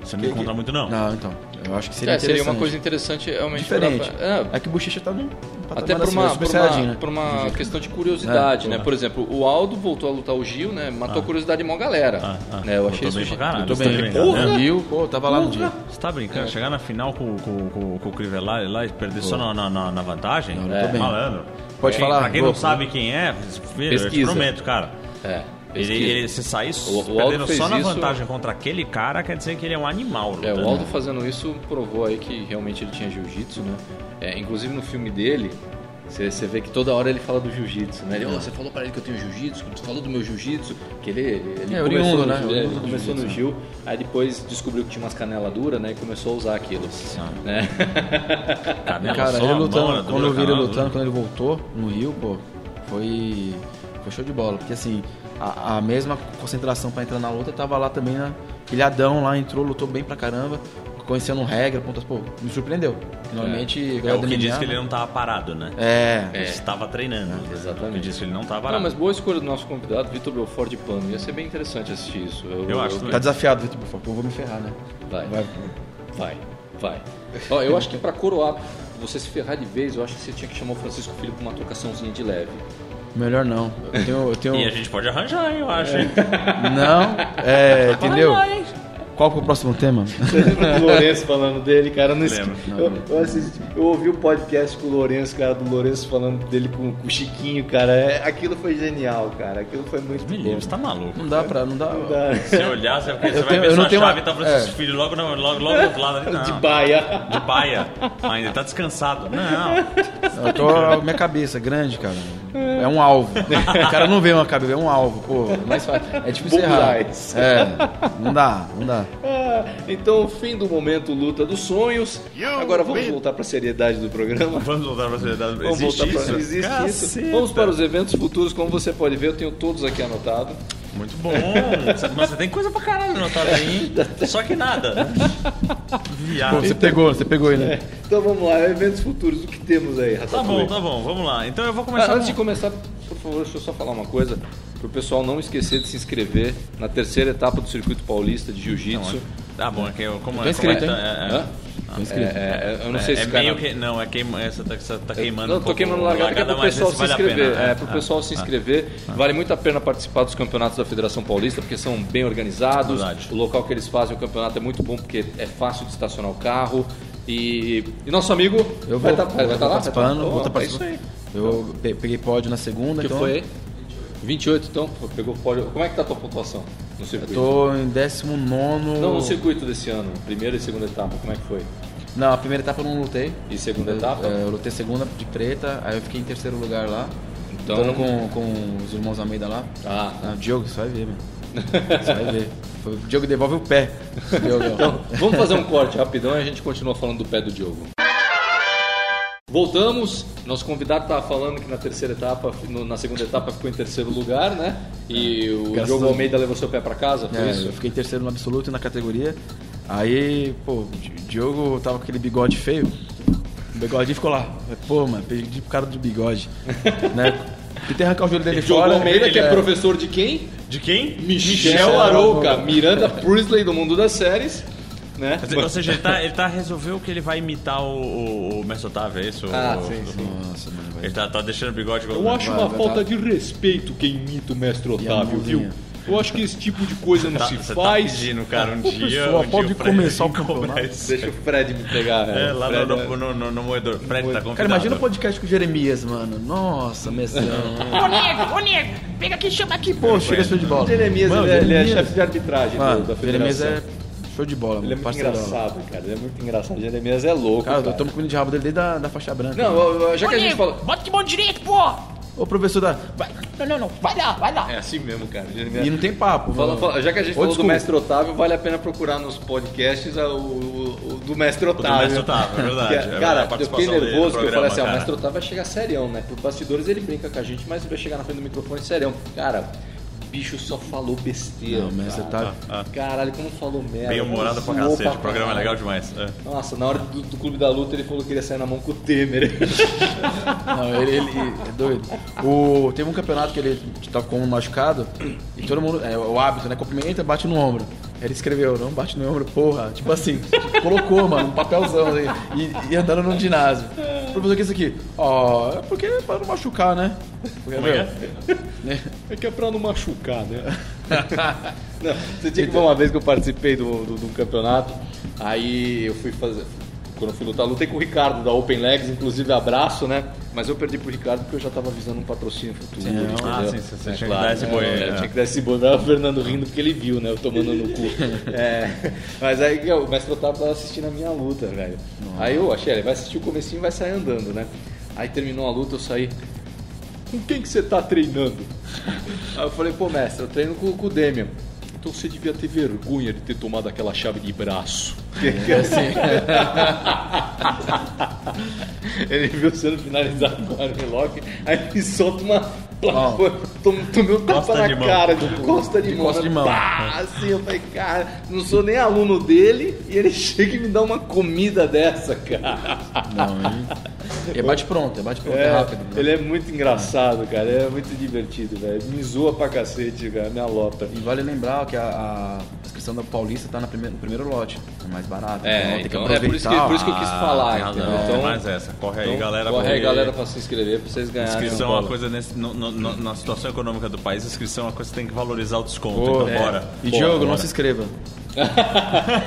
Speaker 2: Você não encontra muito, não.
Speaker 3: Não, então, eu acho que seria
Speaker 1: É, seria
Speaker 3: interessante.
Speaker 1: uma coisa interessante realmente.
Speaker 3: Diferente.
Speaker 1: pra- é,
Speaker 3: É que o Bochecha tá num patamar
Speaker 1: até por
Speaker 3: assim,
Speaker 1: uma,
Speaker 3: super
Speaker 1: por uma,
Speaker 3: saiyajin, né? É,
Speaker 1: por
Speaker 2: Ah,
Speaker 1: uma questão de curiosidade, né? Por exemplo, o Aldo voltou a lutar o Gil, né? Matou a curiosidade de mó galera.
Speaker 2: Ah, ah.
Speaker 6: É,
Speaker 1: né? Eu achei
Speaker 2: Lutou
Speaker 1: isso.
Speaker 2: bem pra caralho.
Speaker 3: Tô
Speaker 2: Lutou
Speaker 3: bem,
Speaker 2: bem,
Speaker 3: bem.
Speaker 2: cara.
Speaker 3: Porra! Gil, pô, eu tava lá no dia.
Speaker 2: Você tá
Speaker 3: É.
Speaker 2: brincando? Chegar na final com, com, com, com o Crivellari lá e perder só na, na- na- na vantagem? É,
Speaker 3: Não, eu tô bem.
Speaker 2: Malandro.
Speaker 3: Pode
Speaker 2: Quem-
Speaker 3: falar,
Speaker 2: Pra quem
Speaker 3: vou-
Speaker 2: não sabe quem é, filho, eu te
Speaker 6: Pesquisa.
Speaker 2: prometo, cara.
Speaker 6: É.
Speaker 2: Ele, ele- se sair
Speaker 6: O- o Aldo
Speaker 2: perdendo
Speaker 6: fez
Speaker 2: só na
Speaker 6: isso-
Speaker 2: vantagem contra aquele cara, quer dizer que ele é um animal.
Speaker 1: É,
Speaker 3: Né?
Speaker 2: lutando.
Speaker 1: o Aldo fazendo isso provou aí que realmente ele tinha jiu-jitsu, né? É, inclusive no filme dele, você você vê que toda hora ele fala do jiu-jitsu, né?
Speaker 3: É.
Speaker 1: Ele, "Ó, você falou pra ele que eu tenho jiu-jitsu, que tu falou do meu jiu-jitsu, que ele, ele
Speaker 3: É,
Speaker 1: começou,
Speaker 3: oriundo,
Speaker 1: no,
Speaker 3: né?
Speaker 1: jiu- é,
Speaker 3: Oriundo do né?
Speaker 1: começou no Gil, aí depois descobriu que tinha umas canelas duras, né? E começou a usar aquilo,
Speaker 2: [laughs]
Speaker 1: né?
Speaker 2: Canela
Speaker 3: É. Cara,
Speaker 2: só,
Speaker 3: ele
Speaker 2: mão,
Speaker 3: lutando,
Speaker 2: né,
Speaker 3: quando
Speaker 2: dura,
Speaker 3: eu vi ele
Speaker 2: canela
Speaker 3: lutando, quando ele voltou no Rio, pô, foi, foi show de bola. Porque assim, a, a mesma concentração pra entrar na luta tava lá também, né? Ilhadão lá entrou, lutou bem pra caramba, conhecendo regra, pontas, pô, me surpreendeu. Normalmente, a
Speaker 2: É
Speaker 3: galera
Speaker 2: o
Speaker 3: da
Speaker 2: que diz
Speaker 3: MMA,
Speaker 2: que ele não tava parado, né?
Speaker 3: É, Ah,
Speaker 2: Ele estava treinando.
Speaker 6: exatamente.
Speaker 2: O que diz que ele não estava
Speaker 1: Não,
Speaker 2: parado.
Speaker 1: mas boa escolha do nosso convidado, Vitor Belfort de Pano. Ia ser bem interessante assistir isso.
Speaker 2: Eu acho
Speaker 3: tá
Speaker 2: também.
Speaker 3: desafiado, Vitor Bufo, pô, eu vou me ferrar, né?
Speaker 6: Vai,
Speaker 3: Vai,
Speaker 6: vai, vai. Ó, eu acho que pra coroar você se ferrar de vez, eu acho que você tinha que chamar o Francisco Filho pra uma trocaçãozinha de leve.
Speaker 3: melhor não.
Speaker 2: [laughs]
Speaker 3: Eu tenho. Eu tenho
Speaker 2: E a gente pode arranjar, hein, eu acho. hein?
Speaker 3: Não, é, entendeu? Qual que é o próximo tema?
Speaker 1: Você lembra do Lourenço falando dele, cara? Eu,
Speaker 6: É,
Speaker 1: não esque-
Speaker 2: Lembro.
Speaker 3: Tá
Speaker 1: eu, eu assisti- eu ouvi o podcast com o Lourenço, cara, do Lourenço falando dele com, com o Chiquinho, cara. É, aquilo foi genial, cara. Aquilo foi muito
Speaker 2: Me
Speaker 1: bom.
Speaker 2: livre, você tá maluco.
Speaker 3: Não dá pra. Não dá.
Speaker 1: Cara,
Speaker 2: Se olhar, você, você
Speaker 3: Eu
Speaker 2: vai
Speaker 3: tenho-
Speaker 2: ver
Speaker 3: eu não
Speaker 2: sua
Speaker 3: tenho
Speaker 2: chave
Speaker 3: uma-
Speaker 2: e tá pra
Speaker 3: é.
Speaker 2: seus filhos logo, no- logo, logo do outro lado ali. Não,
Speaker 1: [laughs] De baia.
Speaker 2: de baia. Ainda tá descansado. Não,
Speaker 3: Eu tô, minha cabeça é grande, cara. É um alvo. O cara não vê uma cabeça, é um alvo, pô. Mas é difícil errar.
Speaker 1: Bullseyes.
Speaker 3: É, não dá, não dá.
Speaker 1: Ah, Então, fim do momento luta dos sonhos. Agora vamos voltar pra seriedade do programa.
Speaker 2: vamos voltar pra sociedade.
Speaker 1: Vamos
Speaker 2: Existe
Speaker 1: voltar
Speaker 2: isso?
Speaker 1: pra... Existe isso.
Speaker 2: Caceta.
Speaker 1: Vamos para os eventos futuros, como você pode ver, eu tenho todos aqui anotado.
Speaker 2: Muito bom. Mas você tem coisa pra caralho anotada aí. hein? Só que nada.
Speaker 3: Pô,
Speaker 2: Viado.
Speaker 3: você pegou, você pegou aí, né?
Speaker 1: Então vamos lá, eventos futuros, o que temos aí,
Speaker 2: Tá
Speaker 1: Ratatouille?
Speaker 2: bom, tá bom. Vamos lá. Então eu vou
Speaker 1: Ah,
Speaker 2: começar.
Speaker 1: antes de
Speaker 2: com-
Speaker 1: começar, por favor, deixa eu só falar uma coisa. Pro pessoal não esquecer de se inscrever na terceira etapa do Circuito Paulista de Jiu-Jitsu.
Speaker 2: Tá bom, é que eu. Como,
Speaker 3: Tô inscrito,
Speaker 2: como
Speaker 3: hein?
Speaker 2: é, é, é,
Speaker 1: Hã? É, é, é, eu não sei
Speaker 2: é,
Speaker 1: se
Speaker 2: é
Speaker 1: o cara-
Speaker 2: meio que. Não, é queima, essa tá, essa tá queimando.
Speaker 1: Não,
Speaker 2: um
Speaker 1: tô
Speaker 2: pouco
Speaker 1: queimando largada, que é pro
Speaker 2: mas
Speaker 1: pessoal
Speaker 2: esse
Speaker 1: se
Speaker 2: vale a
Speaker 1: inscrever.
Speaker 2: pena,
Speaker 1: É, pro
Speaker 2: Ah,
Speaker 1: pessoal se inscrever. Vale muito a pena participar dos campeonatos da Federação Paulista, porque são bem organizados.
Speaker 2: Ah, Verdade.
Speaker 1: O local que eles fazem o campeonato é muito bom, porque é fácil de estacionar o carro. E, e nosso amigo
Speaker 3: Eu
Speaker 1: vai
Speaker 3: vou,
Speaker 1: estar vai
Speaker 3: eu vou
Speaker 1: tá lá?
Speaker 3: participando,
Speaker 1: vai
Speaker 3: vou
Speaker 1: tá
Speaker 3: estar
Speaker 1: lá? É isso
Speaker 3: participando.
Speaker 1: aí.
Speaker 3: Eu pe- peguei pódio na segunda,
Speaker 1: Que
Speaker 3: então.
Speaker 1: foi? 28, então, pô, pegou pódio. Como é que tá a tua pontuação no circuito?
Speaker 3: Tô em 19.
Speaker 1: Não, no circuito desse ano, primeira e segunda etapa, como é que foi?
Speaker 3: Não, a primeira etapa eu não lutei.
Speaker 1: E segunda
Speaker 3: Eu-
Speaker 1: etapa?
Speaker 3: é, eu lutei segunda de preta, aí eu fiquei em terceiro lugar lá.
Speaker 1: Então-
Speaker 3: Lutando com, com os irmãos Almeida lá.
Speaker 1: Ah,
Speaker 3: Ah, Diogo, você vai
Speaker 1: [laughs]
Speaker 3: ver, mano. Você vai ver. Foi- O Diogo devolve o pé. [laughs] Diogo,
Speaker 1: então, vamos fazer um corte rapidão e a gente continua falando do pé do Diogo. Voltamos, nosso convidado estava falando que na terceira etapa, no- na segunda etapa ficou em terceiro lugar, né? E o
Speaker 3: Graças
Speaker 1: Diogo
Speaker 3: a-
Speaker 1: Almeida levou seu pé para casa, foi
Speaker 3: É,
Speaker 1: isso?
Speaker 3: eu fiquei em terceiro no absoluto e na categoria. Aí, pô, o Di- Diogo tava com aquele bigode feio. O bigodinho ficou lá. Pô, mano, perdi por causa
Speaker 1: [laughs]
Speaker 3: do bigode. né? Tentei arrancar o joelho dele
Speaker 1: Diogo
Speaker 3: fora.
Speaker 1: Almeida, que é,
Speaker 3: É.
Speaker 1: professor de quem?
Speaker 2: De quem?
Speaker 1: Michel,
Speaker 3: Michel
Speaker 1: Arouca,
Speaker 3: Arouca.
Speaker 1: Miranda Priestley do mundo das séries, né?
Speaker 2: Ou se- Ou seja, ele tá, ele tá resolveu que ele vai imitar o, o, o Mestre Otávio, é isso?
Speaker 1: Ah,
Speaker 2: O-
Speaker 1: sim, sim.
Speaker 3: Nossa, mano, vai.
Speaker 2: Ele tá, tá deixando o bigode igual.
Speaker 7: Eu acho
Speaker 3: Vai,
Speaker 7: uma
Speaker 3: vai,
Speaker 7: falta
Speaker 3: vai.
Speaker 7: de respeito quem imita o mestre Otávio, viu?
Speaker 3: mãozinha.
Speaker 7: Eu acho que esse tipo de coisa não
Speaker 2: Tá,
Speaker 7: se
Speaker 2: você
Speaker 7: faz.
Speaker 2: tá pedindo, cara,
Speaker 1: [laughs]
Speaker 2: um dia.
Speaker 3: pessoal,
Speaker 2: um dia
Speaker 3: pode
Speaker 2: o Fred
Speaker 3: começar o
Speaker 2: [laughs] cobra
Speaker 3: campeonato.
Speaker 2: isso.
Speaker 1: Deixa o Fred me pegar.
Speaker 2: É,
Speaker 1: né?
Speaker 2: lá
Speaker 1: Fred,
Speaker 2: no, no, no, no, no moedor. Fred tá convidado.
Speaker 3: Cara, imagina o podcast com o Jeremias, mano. Nossa, mesão.
Speaker 8: Ô nego, ô nego, pega aqui, chama aqui, pô.
Speaker 3: pô, chega show de bola.
Speaker 1: Jeremias,
Speaker 3: Mano,
Speaker 1: ele, é- ele é
Speaker 3: Jeremias-
Speaker 1: chefe de arbitragem
Speaker 3: Mano,
Speaker 1: do- da
Speaker 3: Jeremias
Speaker 1: federação.
Speaker 3: é show de bola,
Speaker 1: Ele é
Speaker 3: mano.
Speaker 1: muito
Speaker 3: Parceirão.
Speaker 1: engraçado, cara. Ele é muito engraçado. Jeremias é louco.
Speaker 3: Cara,
Speaker 1: Cara,
Speaker 3: eu tomo comida de rabo dele desde a da faixa branca.
Speaker 1: Não, eu- eu- já
Speaker 8: Ô
Speaker 1: que a gente
Speaker 8: nego,
Speaker 1: falou.
Speaker 8: bota de mão direito, pô.
Speaker 3: Ô, professor da.
Speaker 8: Vai, não, não, não, vai lá, vai lá.
Speaker 1: É assim mesmo, cara.
Speaker 3: E não tem papo,
Speaker 1: Fala-
Speaker 3: mano.
Speaker 1: fala- já que a gente
Speaker 3: Ô,
Speaker 1: falou do
Speaker 3: desculpa.
Speaker 1: mestre Otávio, vale a pena procurar nos podcasts ah, o, o- o do mestre
Speaker 2: do
Speaker 1: Otávio.
Speaker 2: mestre Otávio, é verdade.
Speaker 1: Que,
Speaker 2: É a
Speaker 1: cara, eu
Speaker 2: participação
Speaker 1: fiquei
Speaker 2: dele no
Speaker 1: nervoso que eu falei
Speaker 2: programa,
Speaker 1: assim: ah, o
Speaker 2: cara.
Speaker 1: mestre Otávio vai chegar serião, né? Por bastidores ele brinca com a gente, mas vai chegar na frente do microfone serião. Cara, o bicho só falou besteira.
Speaker 3: Não, mas você
Speaker 1: cara.
Speaker 3: tá.
Speaker 1: Caralho, como falou merda.
Speaker 2: Bem humorado Ah. pra
Speaker 1: como zoou
Speaker 2: cacete, o programa é
Speaker 1: caralho.
Speaker 2: legal demais. É.
Speaker 1: Nossa, na hora do, do Clube da Luta ele falou que ele ia sair na mão com o Temer.
Speaker 3: Não, ele, ele é doido. O, teve um campeonato que ele tava com um machucado e todo mundo. É o hábito, né? Cumprimenta, bate no ombro. Ele escreveu, não bate no ombro, porra. Tipo assim, tipo, colocou, mano, um papelzão assim, e, e andando num ginásio. O professor, o que é isso aqui? Ó, é porque é pra não machucar, né? Porque,
Speaker 2: Como é que
Speaker 3: meu,
Speaker 2: é?
Speaker 7: [laughs] É que é pra não machucar, né?
Speaker 1: [laughs] Não, você tinha que ver uma vez que eu participei do, do, do campeonato, aí eu fui fazer. Quando eu fui lutar, lutei com o Ricardo da Open Legs, inclusive abraço, né? Mas eu perdi pro Ricardo porque eu já tava visando um patrocínio futuro. entendeu?
Speaker 2: Ah, sim, sim, sim,
Speaker 1: É
Speaker 2: tinha que dar esse boi aí,
Speaker 1: é,
Speaker 2: é.
Speaker 1: Tinha que dar esse boi. Tava o Fernando rindo porque ele viu, né? Eu tomando no cu. É, mas aí que eu- o mestre Otávio tava assistindo a minha luta, velho. Aí eu achei, ele vai assistir o comecinho e vai sair andando, né? Aí terminou a luta, eu saí. Com quem que você tá treinando? Aí eu falei, pô, mestre, eu treino com, com o Demian.
Speaker 7: Então você devia ter vergonha de ter tomado aquela chave de braço.
Speaker 3: É assim,
Speaker 1: Ele viu sendo finalizado com o armlock, aí ele solta uma. plataforma, tom- Tomei um tapa
Speaker 2: Costa
Speaker 1: na
Speaker 2: de mão.
Speaker 1: cara, de costa de,
Speaker 3: De
Speaker 1: mão.
Speaker 3: costa
Speaker 1: né?
Speaker 3: de mão.
Speaker 1: Pá, assim, eu falei, cara, não sou nem aluno dele e ele [laughs] chega e me dá uma comida dessa, cara.
Speaker 3: é bate pronto, é bate pronto, é,
Speaker 1: É,
Speaker 3: rápido.
Speaker 1: ele é muito engraçado, cara. É muito divertido, velho. Me zoa pra cacete, cara. Me alopra.
Speaker 3: E vale lembrar que a, a inscrição da Paulista tá na prime- no primeiro lote. É então, mais barato. tem
Speaker 1: então,
Speaker 3: que
Speaker 1: é
Speaker 3: aproveitar.
Speaker 1: eu quis
Speaker 2: Ah, Tem razão,
Speaker 1: entendeu? Então,
Speaker 2: tem mais essa. Corre aí, galera.
Speaker 1: corre aí,
Speaker 2: porque
Speaker 1: galera, pra se inscrever, pra vocês ganharem.
Speaker 2: Inscrição é
Speaker 1: bola.
Speaker 2: uma coisa nesse- no- no- no- na situação econômica do país, inscrição é uma coisa que tem que valorizar o desconto.
Speaker 3: Pô,
Speaker 2: então,
Speaker 3: é.
Speaker 2: bora.
Speaker 3: E
Speaker 2: Bora,
Speaker 3: Diogo, não
Speaker 2: bora.
Speaker 3: se inscreva.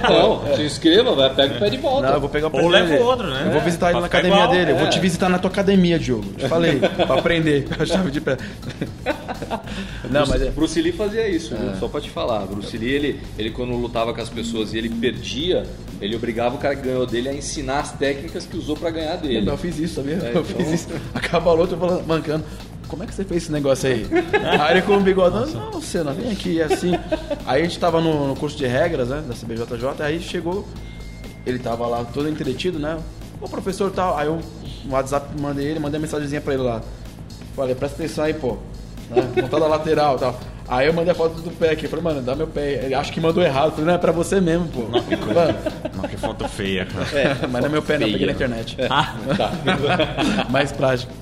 Speaker 1: Não, se inscreva, vai, pega o pé de volta.
Speaker 3: Não, eu vou pegar o
Speaker 2: Ou
Speaker 3: presente
Speaker 2: leva
Speaker 3: dele.
Speaker 2: o outro, né?
Speaker 3: Eu vou visitar ele
Speaker 2: Pra
Speaker 3: na
Speaker 2: ficar
Speaker 3: academia
Speaker 2: igual,
Speaker 3: dele. Eu vou
Speaker 1: é.
Speaker 3: te visitar na tua academia, Diogo. Te
Speaker 2: [laughs]
Speaker 3: falei, pra aprender a chave de pé. Não, mas é.
Speaker 1: Bruce Lee fazia isso, viu? só pra te falar. Bruce Lee, ele, ele quando lutava com as pessoas e ele perdia, ele obrigava o cara que ganhou dele a ensinar as técnicas que usou pra ganhar dele.
Speaker 3: Não, eu fiz isso, sabia?
Speaker 1: É,
Speaker 3: eu
Speaker 1: então-
Speaker 3: fiz isso. Acaba o outro eu falo, mancando. Como é que você fez esse negócio
Speaker 1: [laughs]
Speaker 3: aí? aí ele com o bigodão, não, Senna, vem aqui, é assim. Aí a gente tava no, no curso de regras, né, da CBJJ, aí chegou, ele tava lá todo entretido, né? Ô professor tal, aí eu no WhatsApp mandei ele, mandei uma mensagenzinha pra ele lá. Falei, presta atenção aí, pô. Né? Montada lateral e tal. Aí eu mandei a foto do pé aqui, falei, mano, dá meu pé. aí. Ele acho que mandou errado, falei, não, é pra você mesmo, pô. Mano,
Speaker 2: Não, que foto feia, Então, cara.
Speaker 3: mas não é meu pé, não, peguei na [laughs] internet. Ah. [laughs] Mais prático.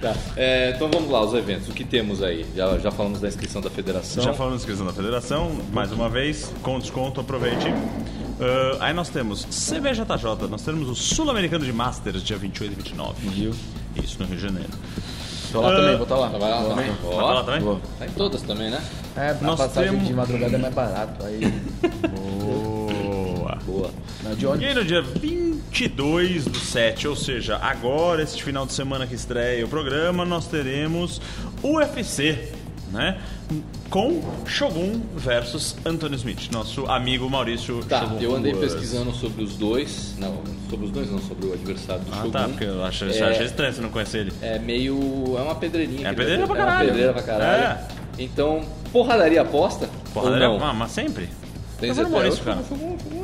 Speaker 1: Tá. É, então vamos lá, os eventos. O que temos aí? Já, já falamos da inscrição da
Speaker 3: Então-
Speaker 1: federação.
Speaker 2: Já falamos da inscrição da federação, mais uma vez, com desconto, aproveite. Ah, aí nós temos CBJJ, nós temos o Sul-Americano de Masters, dia 28 e 29. Isso, no Rio de Janeiro. Ah,
Speaker 3: Tô lá também, vou estar lá.
Speaker 1: tá Vai lá também. Ó,
Speaker 2: Vai pra lá também?
Speaker 3: Vou.
Speaker 1: Tá em todas também, né?
Speaker 3: É,
Speaker 2: Nós
Speaker 3: a passagem
Speaker 2: temos-
Speaker 3: de madrugada é mais barato. Aí,
Speaker 2: Boa.
Speaker 1: Boa.
Speaker 3: na de
Speaker 2: E
Speaker 3: ônibus.
Speaker 2: aí no dia 22 do 7, ou seja, agora, este final de semana que estreia o programa, nós teremos UFC, né? Com Shogun versus Anthony Smith, nosso amigo Maurício
Speaker 1: Tá,
Speaker 2: Shogun.
Speaker 1: eu andei
Speaker 2: Ruas.
Speaker 1: pesquisando sobre os dois. Não, sobre os dois não, sobre o adversário do
Speaker 2: Ah,
Speaker 1: Shogun.
Speaker 2: tá, porque eu achei,
Speaker 1: É.
Speaker 2: eu achei estranho você não conhecer ele.
Speaker 1: É meio. É uma pedreirinha.
Speaker 2: É
Speaker 1: que
Speaker 2: pedreira
Speaker 1: ele vai-
Speaker 2: pra caralho.
Speaker 1: É uma pedreira pra caralho.
Speaker 2: É.
Speaker 1: Então, porradaria aposta?
Speaker 2: Porradaria,
Speaker 1: Ou não?
Speaker 2: ah, mas, mas sempre.
Speaker 1: Tem
Speaker 2: Mas era o
Speaker 1: Zé-
Speaker 2: Maurício,
Speaker 1: Eu-
Speaker 2: cara.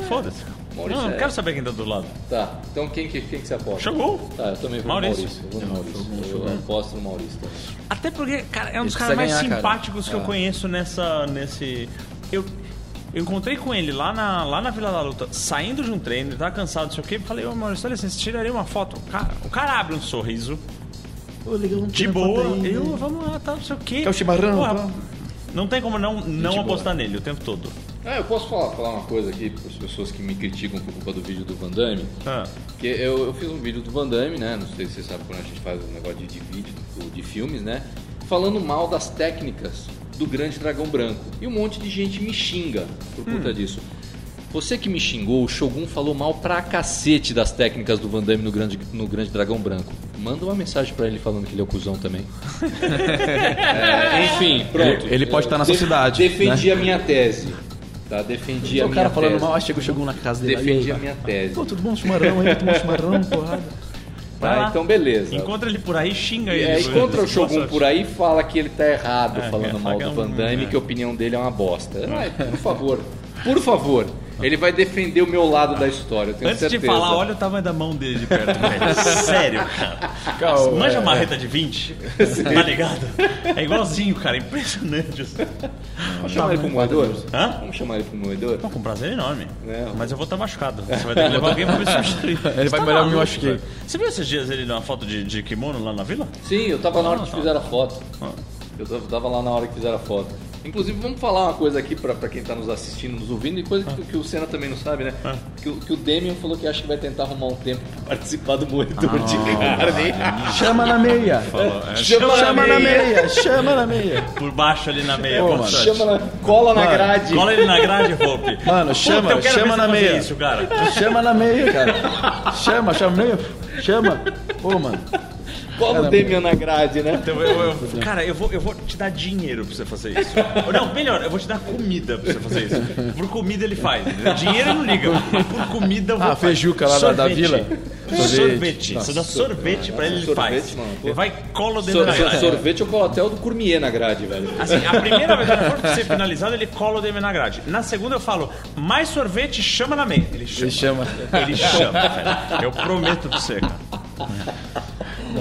Speaker 2: Foda-se. Não,
Speaker 1: é. Maurício
Speaker 2: não
Speaker 1: é-
Speaker 2: quero saber quem tá do lado.
Speaker 1: Tá, então quem que, quem que você aposta?
Speaker 2: Shogun.
Speaker 1: Tá, eu também vou
Speaker 2: Maurício.
Speaker 1: no Maurício. Eu vou no Maurício. Eu, aposto no Maurício. também.
Speaker 2: Até porque, cara, é um dos
Speaker 3: Ele
Speaker 2: caras
Speaker 3: precisa
Speaker 2: mais
Speaker 3: ganhar, cara. É.
Speaker 2: simpáticos que eu conheço nessa. nesse. Eu, eu encontrei com ele lá na, lá na Vila da Luta, saindo de um treino, ele tava cansado, não sei o quê. Falei, ô Maurício, olha assim, você tiraria uma foto. O cara, o cara abre um sorriso, de boa. Eu, vamos lá, tá, não sei o quê.
Speaker 3: Quer o chimarrão?
Speaker 2: Porra,
Speaker 3: Tá.
Speaker 2: não tem como não, não apostar nele o tempo todo.
Speaker 1: Ah, eu posso falar, falar uma coisa aqui para as pessoas que me criticam por culpa do vídeo do Van Damme?
Speaker 2: Ah,
Speaker 1: Porque eu, eu fiz um vídeo do Van Damme, né? Não sei se vocês sabem quando a gente faz um negócio de, de vídeo, de, de filmes, né? Falando mal das técnicas do Grande Dragão Branco. E um monte de gente me xinga por
Speaker 3: Hum.
Speaker 1: conta disso. Você que me xingou, o Shogun falou mal pra cacete das técnicas do Van Damme no Grande, no grande Dragão Branco. Manda uma mensagem pra ele falando que ele é o cuzão
Speaker 3: [laughs]
Speaker 1: também. É, enfim, pronto.
Speaker 3: Ele- ele pode
Speaker 1: Eu
Speaker 3: tá na
Speaker 1: def-
Speaker 3: sociedade, né?
Speaker 1: Defendi a minha tese. Tá, defendi a
Speaker 3: o
Speaker 1: minha
Speaker 3: cara falando
Speaker 1: tese.
Speaker 3: mal, aí chega o Shogun na casa dele.
Speaker 1: Defendi
Speaker 3: aí,
Speaker 1: a minha tese.
Speaker 3: Pô, tudo bom, chimarrão aí, tomou chimarrão, porrada.
Speaker 2: Vai
Speaker 1: Tá,
Speaker 2: lá.
Speaker 1: então beleza.
Speaker 2: encontra ele por aí, xinga ele.
Speaker 1: É,
Speaker 2: por-
Speaker 1: encontra o
Speaker 2: [laughs] por-
Speaker 1: Shogun por aí e fala que ele tá errado
Speaker 2: É,
Speaker 1: falando
Speaker 2: é,
Speaker 1: mal
Speaker 2: é
Speaker 1: do
Speaker 2: um-
Speaker 1: Van Damme,
Speaker 2: é.
Speaker 1: que a opinião dele é uma bosta. Ai, por favor, por favor, ele vai defender o meu lado da história, eu tenho
Speaker 2: Antes
Speaker 1: certeza.
Speaker 2: de falar, olha o tamanho da mão dele de perto,
Speaker 3: [laughs]
Speaker 2: velho. Sério, cara.
Speaker 3: Calma, é.
Speaker 2: Manja uma marreta de 20, tá ligado? É igualzinho, cara, impressionante. assim. isso.
Speaker 1: Vamos chamar ele pro moedor?
Speaker 2: Hã?
Speaker 1: Vamos chamar ele pro moedor?
Speaker 2: Não, com prazer enorme.
Speaker 1: É.
Speaker 2: Mas eu vou estar machucado. Você vai ter que levar alguém pra me
Speaker 3: [laughs]
Speaker 2: substituir. Você
Speaker 3: vai melhorar, eu me
Speaker 2: maluco,
Speaker 3: machuquei.
Speaker 2: velho. Você viu esses dias ele numa foto de, de kimono lá na vila?
Speaker 1: Sim, eu tava na hora que fizeram a foto.
Speaker 2: Ah.
Speaker 1: Eu tava- tava lá na hora que fizeram a foto. Inclusive, vamos falar uma coisa aqui pra, pra quem tá nos assistindo, nos ouvindo, e coisa
Speaker 2: Ah.
Speaker 1: que, que o Senna também não sabe, né? Que, o- que o Demian falou que acha que vai tentar arrumar um tempo pra participar do moedor de carne.
Speaker 3: Chama na meia.
Speaker 2: Falou, é,
Speaker 1: Chama,
Speaker 3: Chama na meia, chama na meia.
Speaker 2: por baixo ali na meia.
Speaker 3: Pô,
Speaker 2: por
Speaker 3: mano,
Speaker 2: sorte.
Speaker 1: Chama na- cola na
Speaker 3: Mano,
Speaker 1: grade.
Speaker 2: Cola ele na grade, Hope.
Speaker 3: Mano, chama,
Speaker 2: eu quero ver
Speaker 3: chama na
Speaker 2: você fazer
Speaker 3: meia.
Speaker 2: isso, cara.
Speaker 3: Chama na meia, cara. Chama, chama na meia. Chama. Pô, mano.
Speaker 1: Cola o Demian na grade, né?
Speaker 2: Então, eu- eu- cara, eu vou, eu vou te dar dinheiro pra você fazer isso. Ou Não, melhor, eu vou te dar comida pra você fazer isso. Por comida ele faz. entendeu? Dinheiro não liga. mas Por comida eu vou
Speaker 3: Ah,
Speaker 2: fazer.
Speaker 3: feijuca lá da- da
Speaker 2: Sorvete.
Speaker 3: vila?
Speaker 2: Sorvete.
Speaker 3: Sorvete.
Speaker 2: Você dá sorvete pra ele, ele
Speaker 1: sorvete,
Speaker 2: faz.
Speaker 1: mano, pô.
Speaker 2: ele vai cola dentro
Speaker 1: Sor-
Speaker 2: da
Speaker 1: sor-
Speaker 2: grade.
Speaker 1: sorvete eu colo até o do Curmier na grade, velho.
Speaker 2: Assim, a primeira vez que for ser finalizado, ele cola o DM na grade. Na segunda eu falo, mais sorvete, chama na meia. Ele chama.
Speaker 3: Ele chama.
Speaker 2: Ele chama, velho. Eu prometo pra você, cara.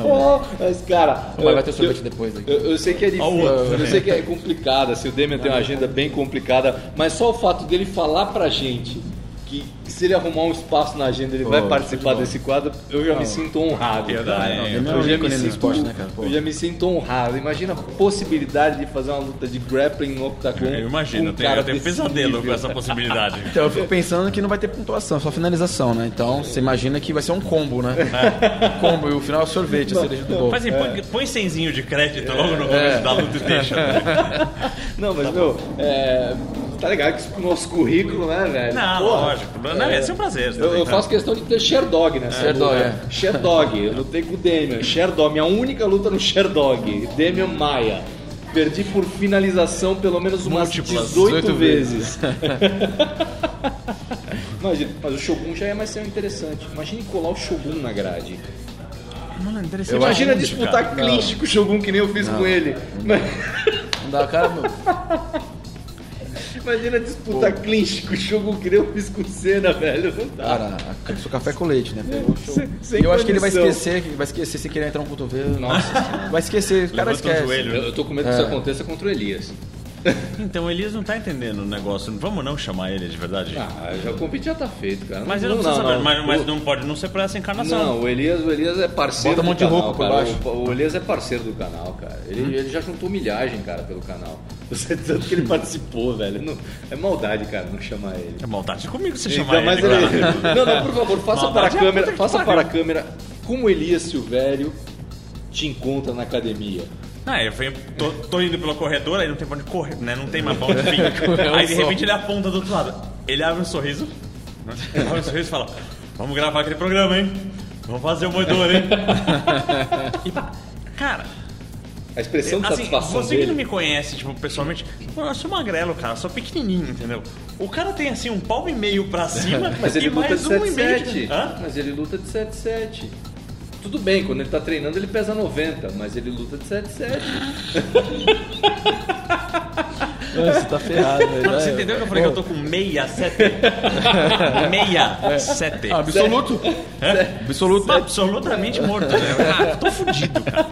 Speaker 1: Pô, mas, cara.
Speaker 3: né? Mas vai ter
Speaker 1: eu-
Speaker 3: sorvete depois aqui.
Speaker 1: Eu, eu sei que é difícil,
Speaker 2: Ó o outro,
Speaker 1: eu sei que é complicado, assim, o Demian tem uma agenda bem complicada, mas só o fato dele falar pra gente que se ele arrumar um espaço na agenda ele vai participar desse quadro, eu já me sinto honrado.
Speaker 2: Piedade,
Speaker 1: cara.
Speaker 2: né?
Speaker 1: Eu,
Speaker 3: Demian é um
Speaker 1: já me
Speaker 3: ícone no
Speaker 1: sinto,
Speaker 3: esporte, né, cara? Pô.
Speaker 1: eu já me sinto honrado. Imagina a possibilidade de fazer uma luta de grappling no octagon.
Speaker 2: Eu
Speaker 1: com
Speaker 2: imagino, eu
Speaker 1: um
Speaker 2: tenho,
Speaker 1: cara
Speaker 2: eu tenho
Speaker 1: desse
Speaker 2: pesadelo com
Speaker 1: nível.
Speaker 2: essa possibilidade.
Speaker 3: Então, eu fico pensando que não vai ter pontuação, só finalização, né? Então, você imagina que vai ser um combo, né? Combo e o final é sorvete, a cereja do bolo.
Speaker 2: Mas assim,
Speaker 1: É.
Speaker 2: põe, põe cenzinho de crédito logo no começo da luta e deixa.
Speaker 1: Não, mas meu, é, Tá ligado que isso pro nosso currículo, né, velho?
Speaker 2: Não,
Speaker 1: Porra.
Speaker 2: lógico. Não, é seu prazer.
Speaker 1: Eu, eu faço questão de ter Sherdog nessa
Speaker 6: Sherdog,
Speaker 1: luta.
Speaker 3: é.
Speaker 1: Sherdog, eu lutei com o Demian. Sherdog, minha única luta no Sherdog. Demian Maia. Perdi por finalização pelo menos umas
Speaker 2: Múltiplas,
Speaker 1: 18,
Speaker 6: 18
Speaker 1: vezes. Imagina, mas o Shogun já é mais ser interessante. Imagina colar o Shogun na grade.
Speaker 2: Mano, interessante.
Speaker 1: Imagina
Speaker 2: Cara,
Speaker 1: disputar clinch com o Shogun que nem eu fiz com ele.
Speaker 6: Não dá cara.
Speaker 1: Imagina disputar clinch com o Shogun que nem eu fiz com o Senna, velho. Não dá.
Speaker 3: Cara, a- seu café com leite, né? Pegou o show.
Speaker 1: Sem- sem
Speaker 3: e eu acho que ele vai
Speaker 1: condição.
Speaker 3: esquecer, que vai esquecer sem querer entrar um cotovelo.
Speaker 1: Nossa,
Speaker 3: [laughs] Vai esquecer, o cara
Speaker 2: Levanta o
Speaker 3: esquece.
Speaker 2: joelho.
Speaker 1: eu, eu tô com medo que
Speaker 3: É.
Speaker 1: isso aconteça contra o Elias.
Speaker 2: Então o Elias não tá entendendo o negócio. Vamos não chamar ele de verdade.
Speaker 1: Ah, já, o convite já tá feito, cara.
Speaker 2: mas ele não, precisa saber. Mas, mas não pode não ser por essa encarnação.
Speaker 1: Não, o Elias, o Elias é parceiro
Speaker 3: Bota um monte de
Speaker 1: do canal,
Speaker 3: roupa por
Speaker 1: cara.
Speaker 3: baixo.
Speaker 1: O, o Elias é parceiro do canal, cara. Ele,
Speaker 3: Hum.
Speaker 1: ele já juntou milhagem, cara, pelo
Speaker 3: [laughs]
Speaker 1: canal. Você [laughs] tanto que ele participou, velho. Não- é maldade, cara, não chamar ele.
Speaker 2: É maldade comigo se
Speaker 1: Então,
Speaker 2: chamar ele.
Speaker 1: mas
Speaker 2: cara.
Speaker 1: [laughs] ele- Não, não, por favor, faça para a
Speaker 2: Maldade é a
Speaker 1: câmera,
Speaker 2: puta que
Speaker 1: faça
Speaker 2: pariu.
Speaker 1: para a câmera como Elias Silvério te encontra na academia.
Speaker 2: Ah, eu venho, tô, tô indo pelo corredor, aí não tem pra onde correr, né? Não tem mais
Speaker 1: [laughs]
Speaker 2: pra onde vir.
Speaker 1: É um
Speaker 2: aí de repente ele aponta do outro lado. Ele abre um sorriso, né? Ele abre um sorriso e fala: Vamos gravar aquele programa, hein? Vamos fazer o
Speaker 1: [laughs]
Speaker 2: moedor, hein? e pá, cara.
Speaker 1: A expressão de
Speaker 2: assim,
Speaker 1: satisfação
Speaker 2: você que
Speaker 1: dele.
Speaker 2: não me conhece, tipo, pessoalmente, pô, eu sou magrelo, cara, sou pequenininho, entendeu? O cara tem, assim, um palmo e meio pra cima
Speaker 1: [laughs] Mas
Speaker 2: e
Speaker 1: ele luta de
Speaker 2: mais um e meio...
Speaker 1: 77.
Speaker 2: Hã?
Speaker 1: Mas ele luta de 77. Tudo bem, quando ele tá treinando ele pesa 90, mas ele luta de 77.
Speaker 3: Nossa, tá ferrado,
Speaker 1: É,
Speaker 3: velho.
Speaker 1: né?
Speaker 2: Mano, você entendeu que eu falei que eu tô com meia
Speaker 1: [laughs]
Speaker 2: sete?
Speaker 1: É.
Speaker 2: meia sete.
Speaker 3: Absoluto.
Speaker 2: Absoluto. Absolutamente
Speaker 1: [laughs]
Speaker 2: morto. Né? Ah, tô fudido, cara.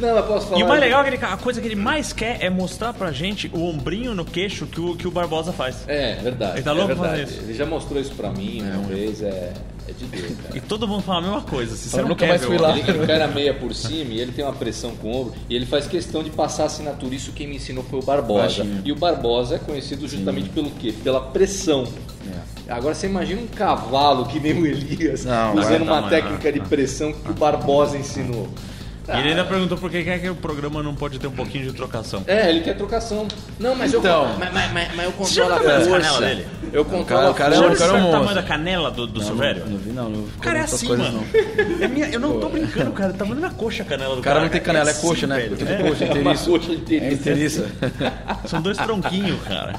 Speaker 1: Não, mas posso falar.
Speaker 2: E o mais legal é que ele- a coisa que ele mais quer é mostrar pra gente o ombrinho no queixo que o, que o Barbosa faz.
Speaker 1: É, verdade.
Speaker 2: Ele tá louco
Speaker 1: é
Speaker 2: pra fazer
Speaker 1: verdade.
Speaker 2: isso.
Speaker 1: Ele já mostrou isso pra mim uma vez, é, é de Deus, cara.
Speaker 2: E todo mundo fala a mesma coisa. Se você
Speaker 3: Eu
Speaker 2: não
Speaker 3: nunca
Speaker 2: quer
Speaker 3: mais
Speaker 2: ver
Speaker 3: fui
Speaker 2: o
Speaker 3: lá.
Speaker 1: Ele, ele cai na meia por cima e ele tem uma pressão com o ombro e ele faz questão de passar a assinatura. Isso quem me ensinou foi o Barbosa. E o Barbosa é conhecido justamente pelo quê? Pela pressão. Agora você imagina um cavalo que nem o Elias
Speaker 3: É. Não,
Speaker 1: usando
Speaker 2: não,
Speaker 1: uma
Speaker 2: não,
Speaker 1: técnica de pressão que o Barbosa ensinou.
Speaker 2: E ele ainda perguntou por que que é que o programa não pode ter um pouquinho de trocação.
Speaker 1: É, ele quer trocação. Não, mas eu,
Speaker 3: Então.
Speaker 1: mas, mas, mas, mas eu
Speaker 2: Você já
Speaker 1: controlo a
Speaker 2: viu as
Speaker 1: força.
Speaker 2: canelas dele?
Speaker 1: Eu controlo
Speaker 3: o
Speaker 1: a
Speaker 3: cara é
Speaker 2: Já
Speaker 3: um
Speaker 2: viu
Speaker 1: força.
Speaker 3: cara-
Speaker 2: o
Speaker 3: monstro.
Speaker 2: tamanho da canela do, do Silvério?
Speaker 3: Não vi, não. não
Speaker 2: O
Speaker 3: ficou
Speaker 2: cara é
Speaker 3: nessas
Speaker 2: assim,
Speaker 3: coisas,
Speaker 2: mano.
Speaker 3: não.
Speaker 2: É minha- eu não tô brincando, cara. Tá vendo minha coxa a canela do
Speaker 3: O cara não tem canela, é
Speaker 2: assim,
Speaker 3: coxa, né?
Speaker 2: velho.
Speaker 3: Tudo
Speaker 2: É,
Speaker 3: coxa, inteiriço.
Speaker 1: Uma coxa
Speaker 3: É
Speaker 1: inteiriça.
Speaker 3: inteiriça.
Speaker 2: são dois tronquinhos, cara.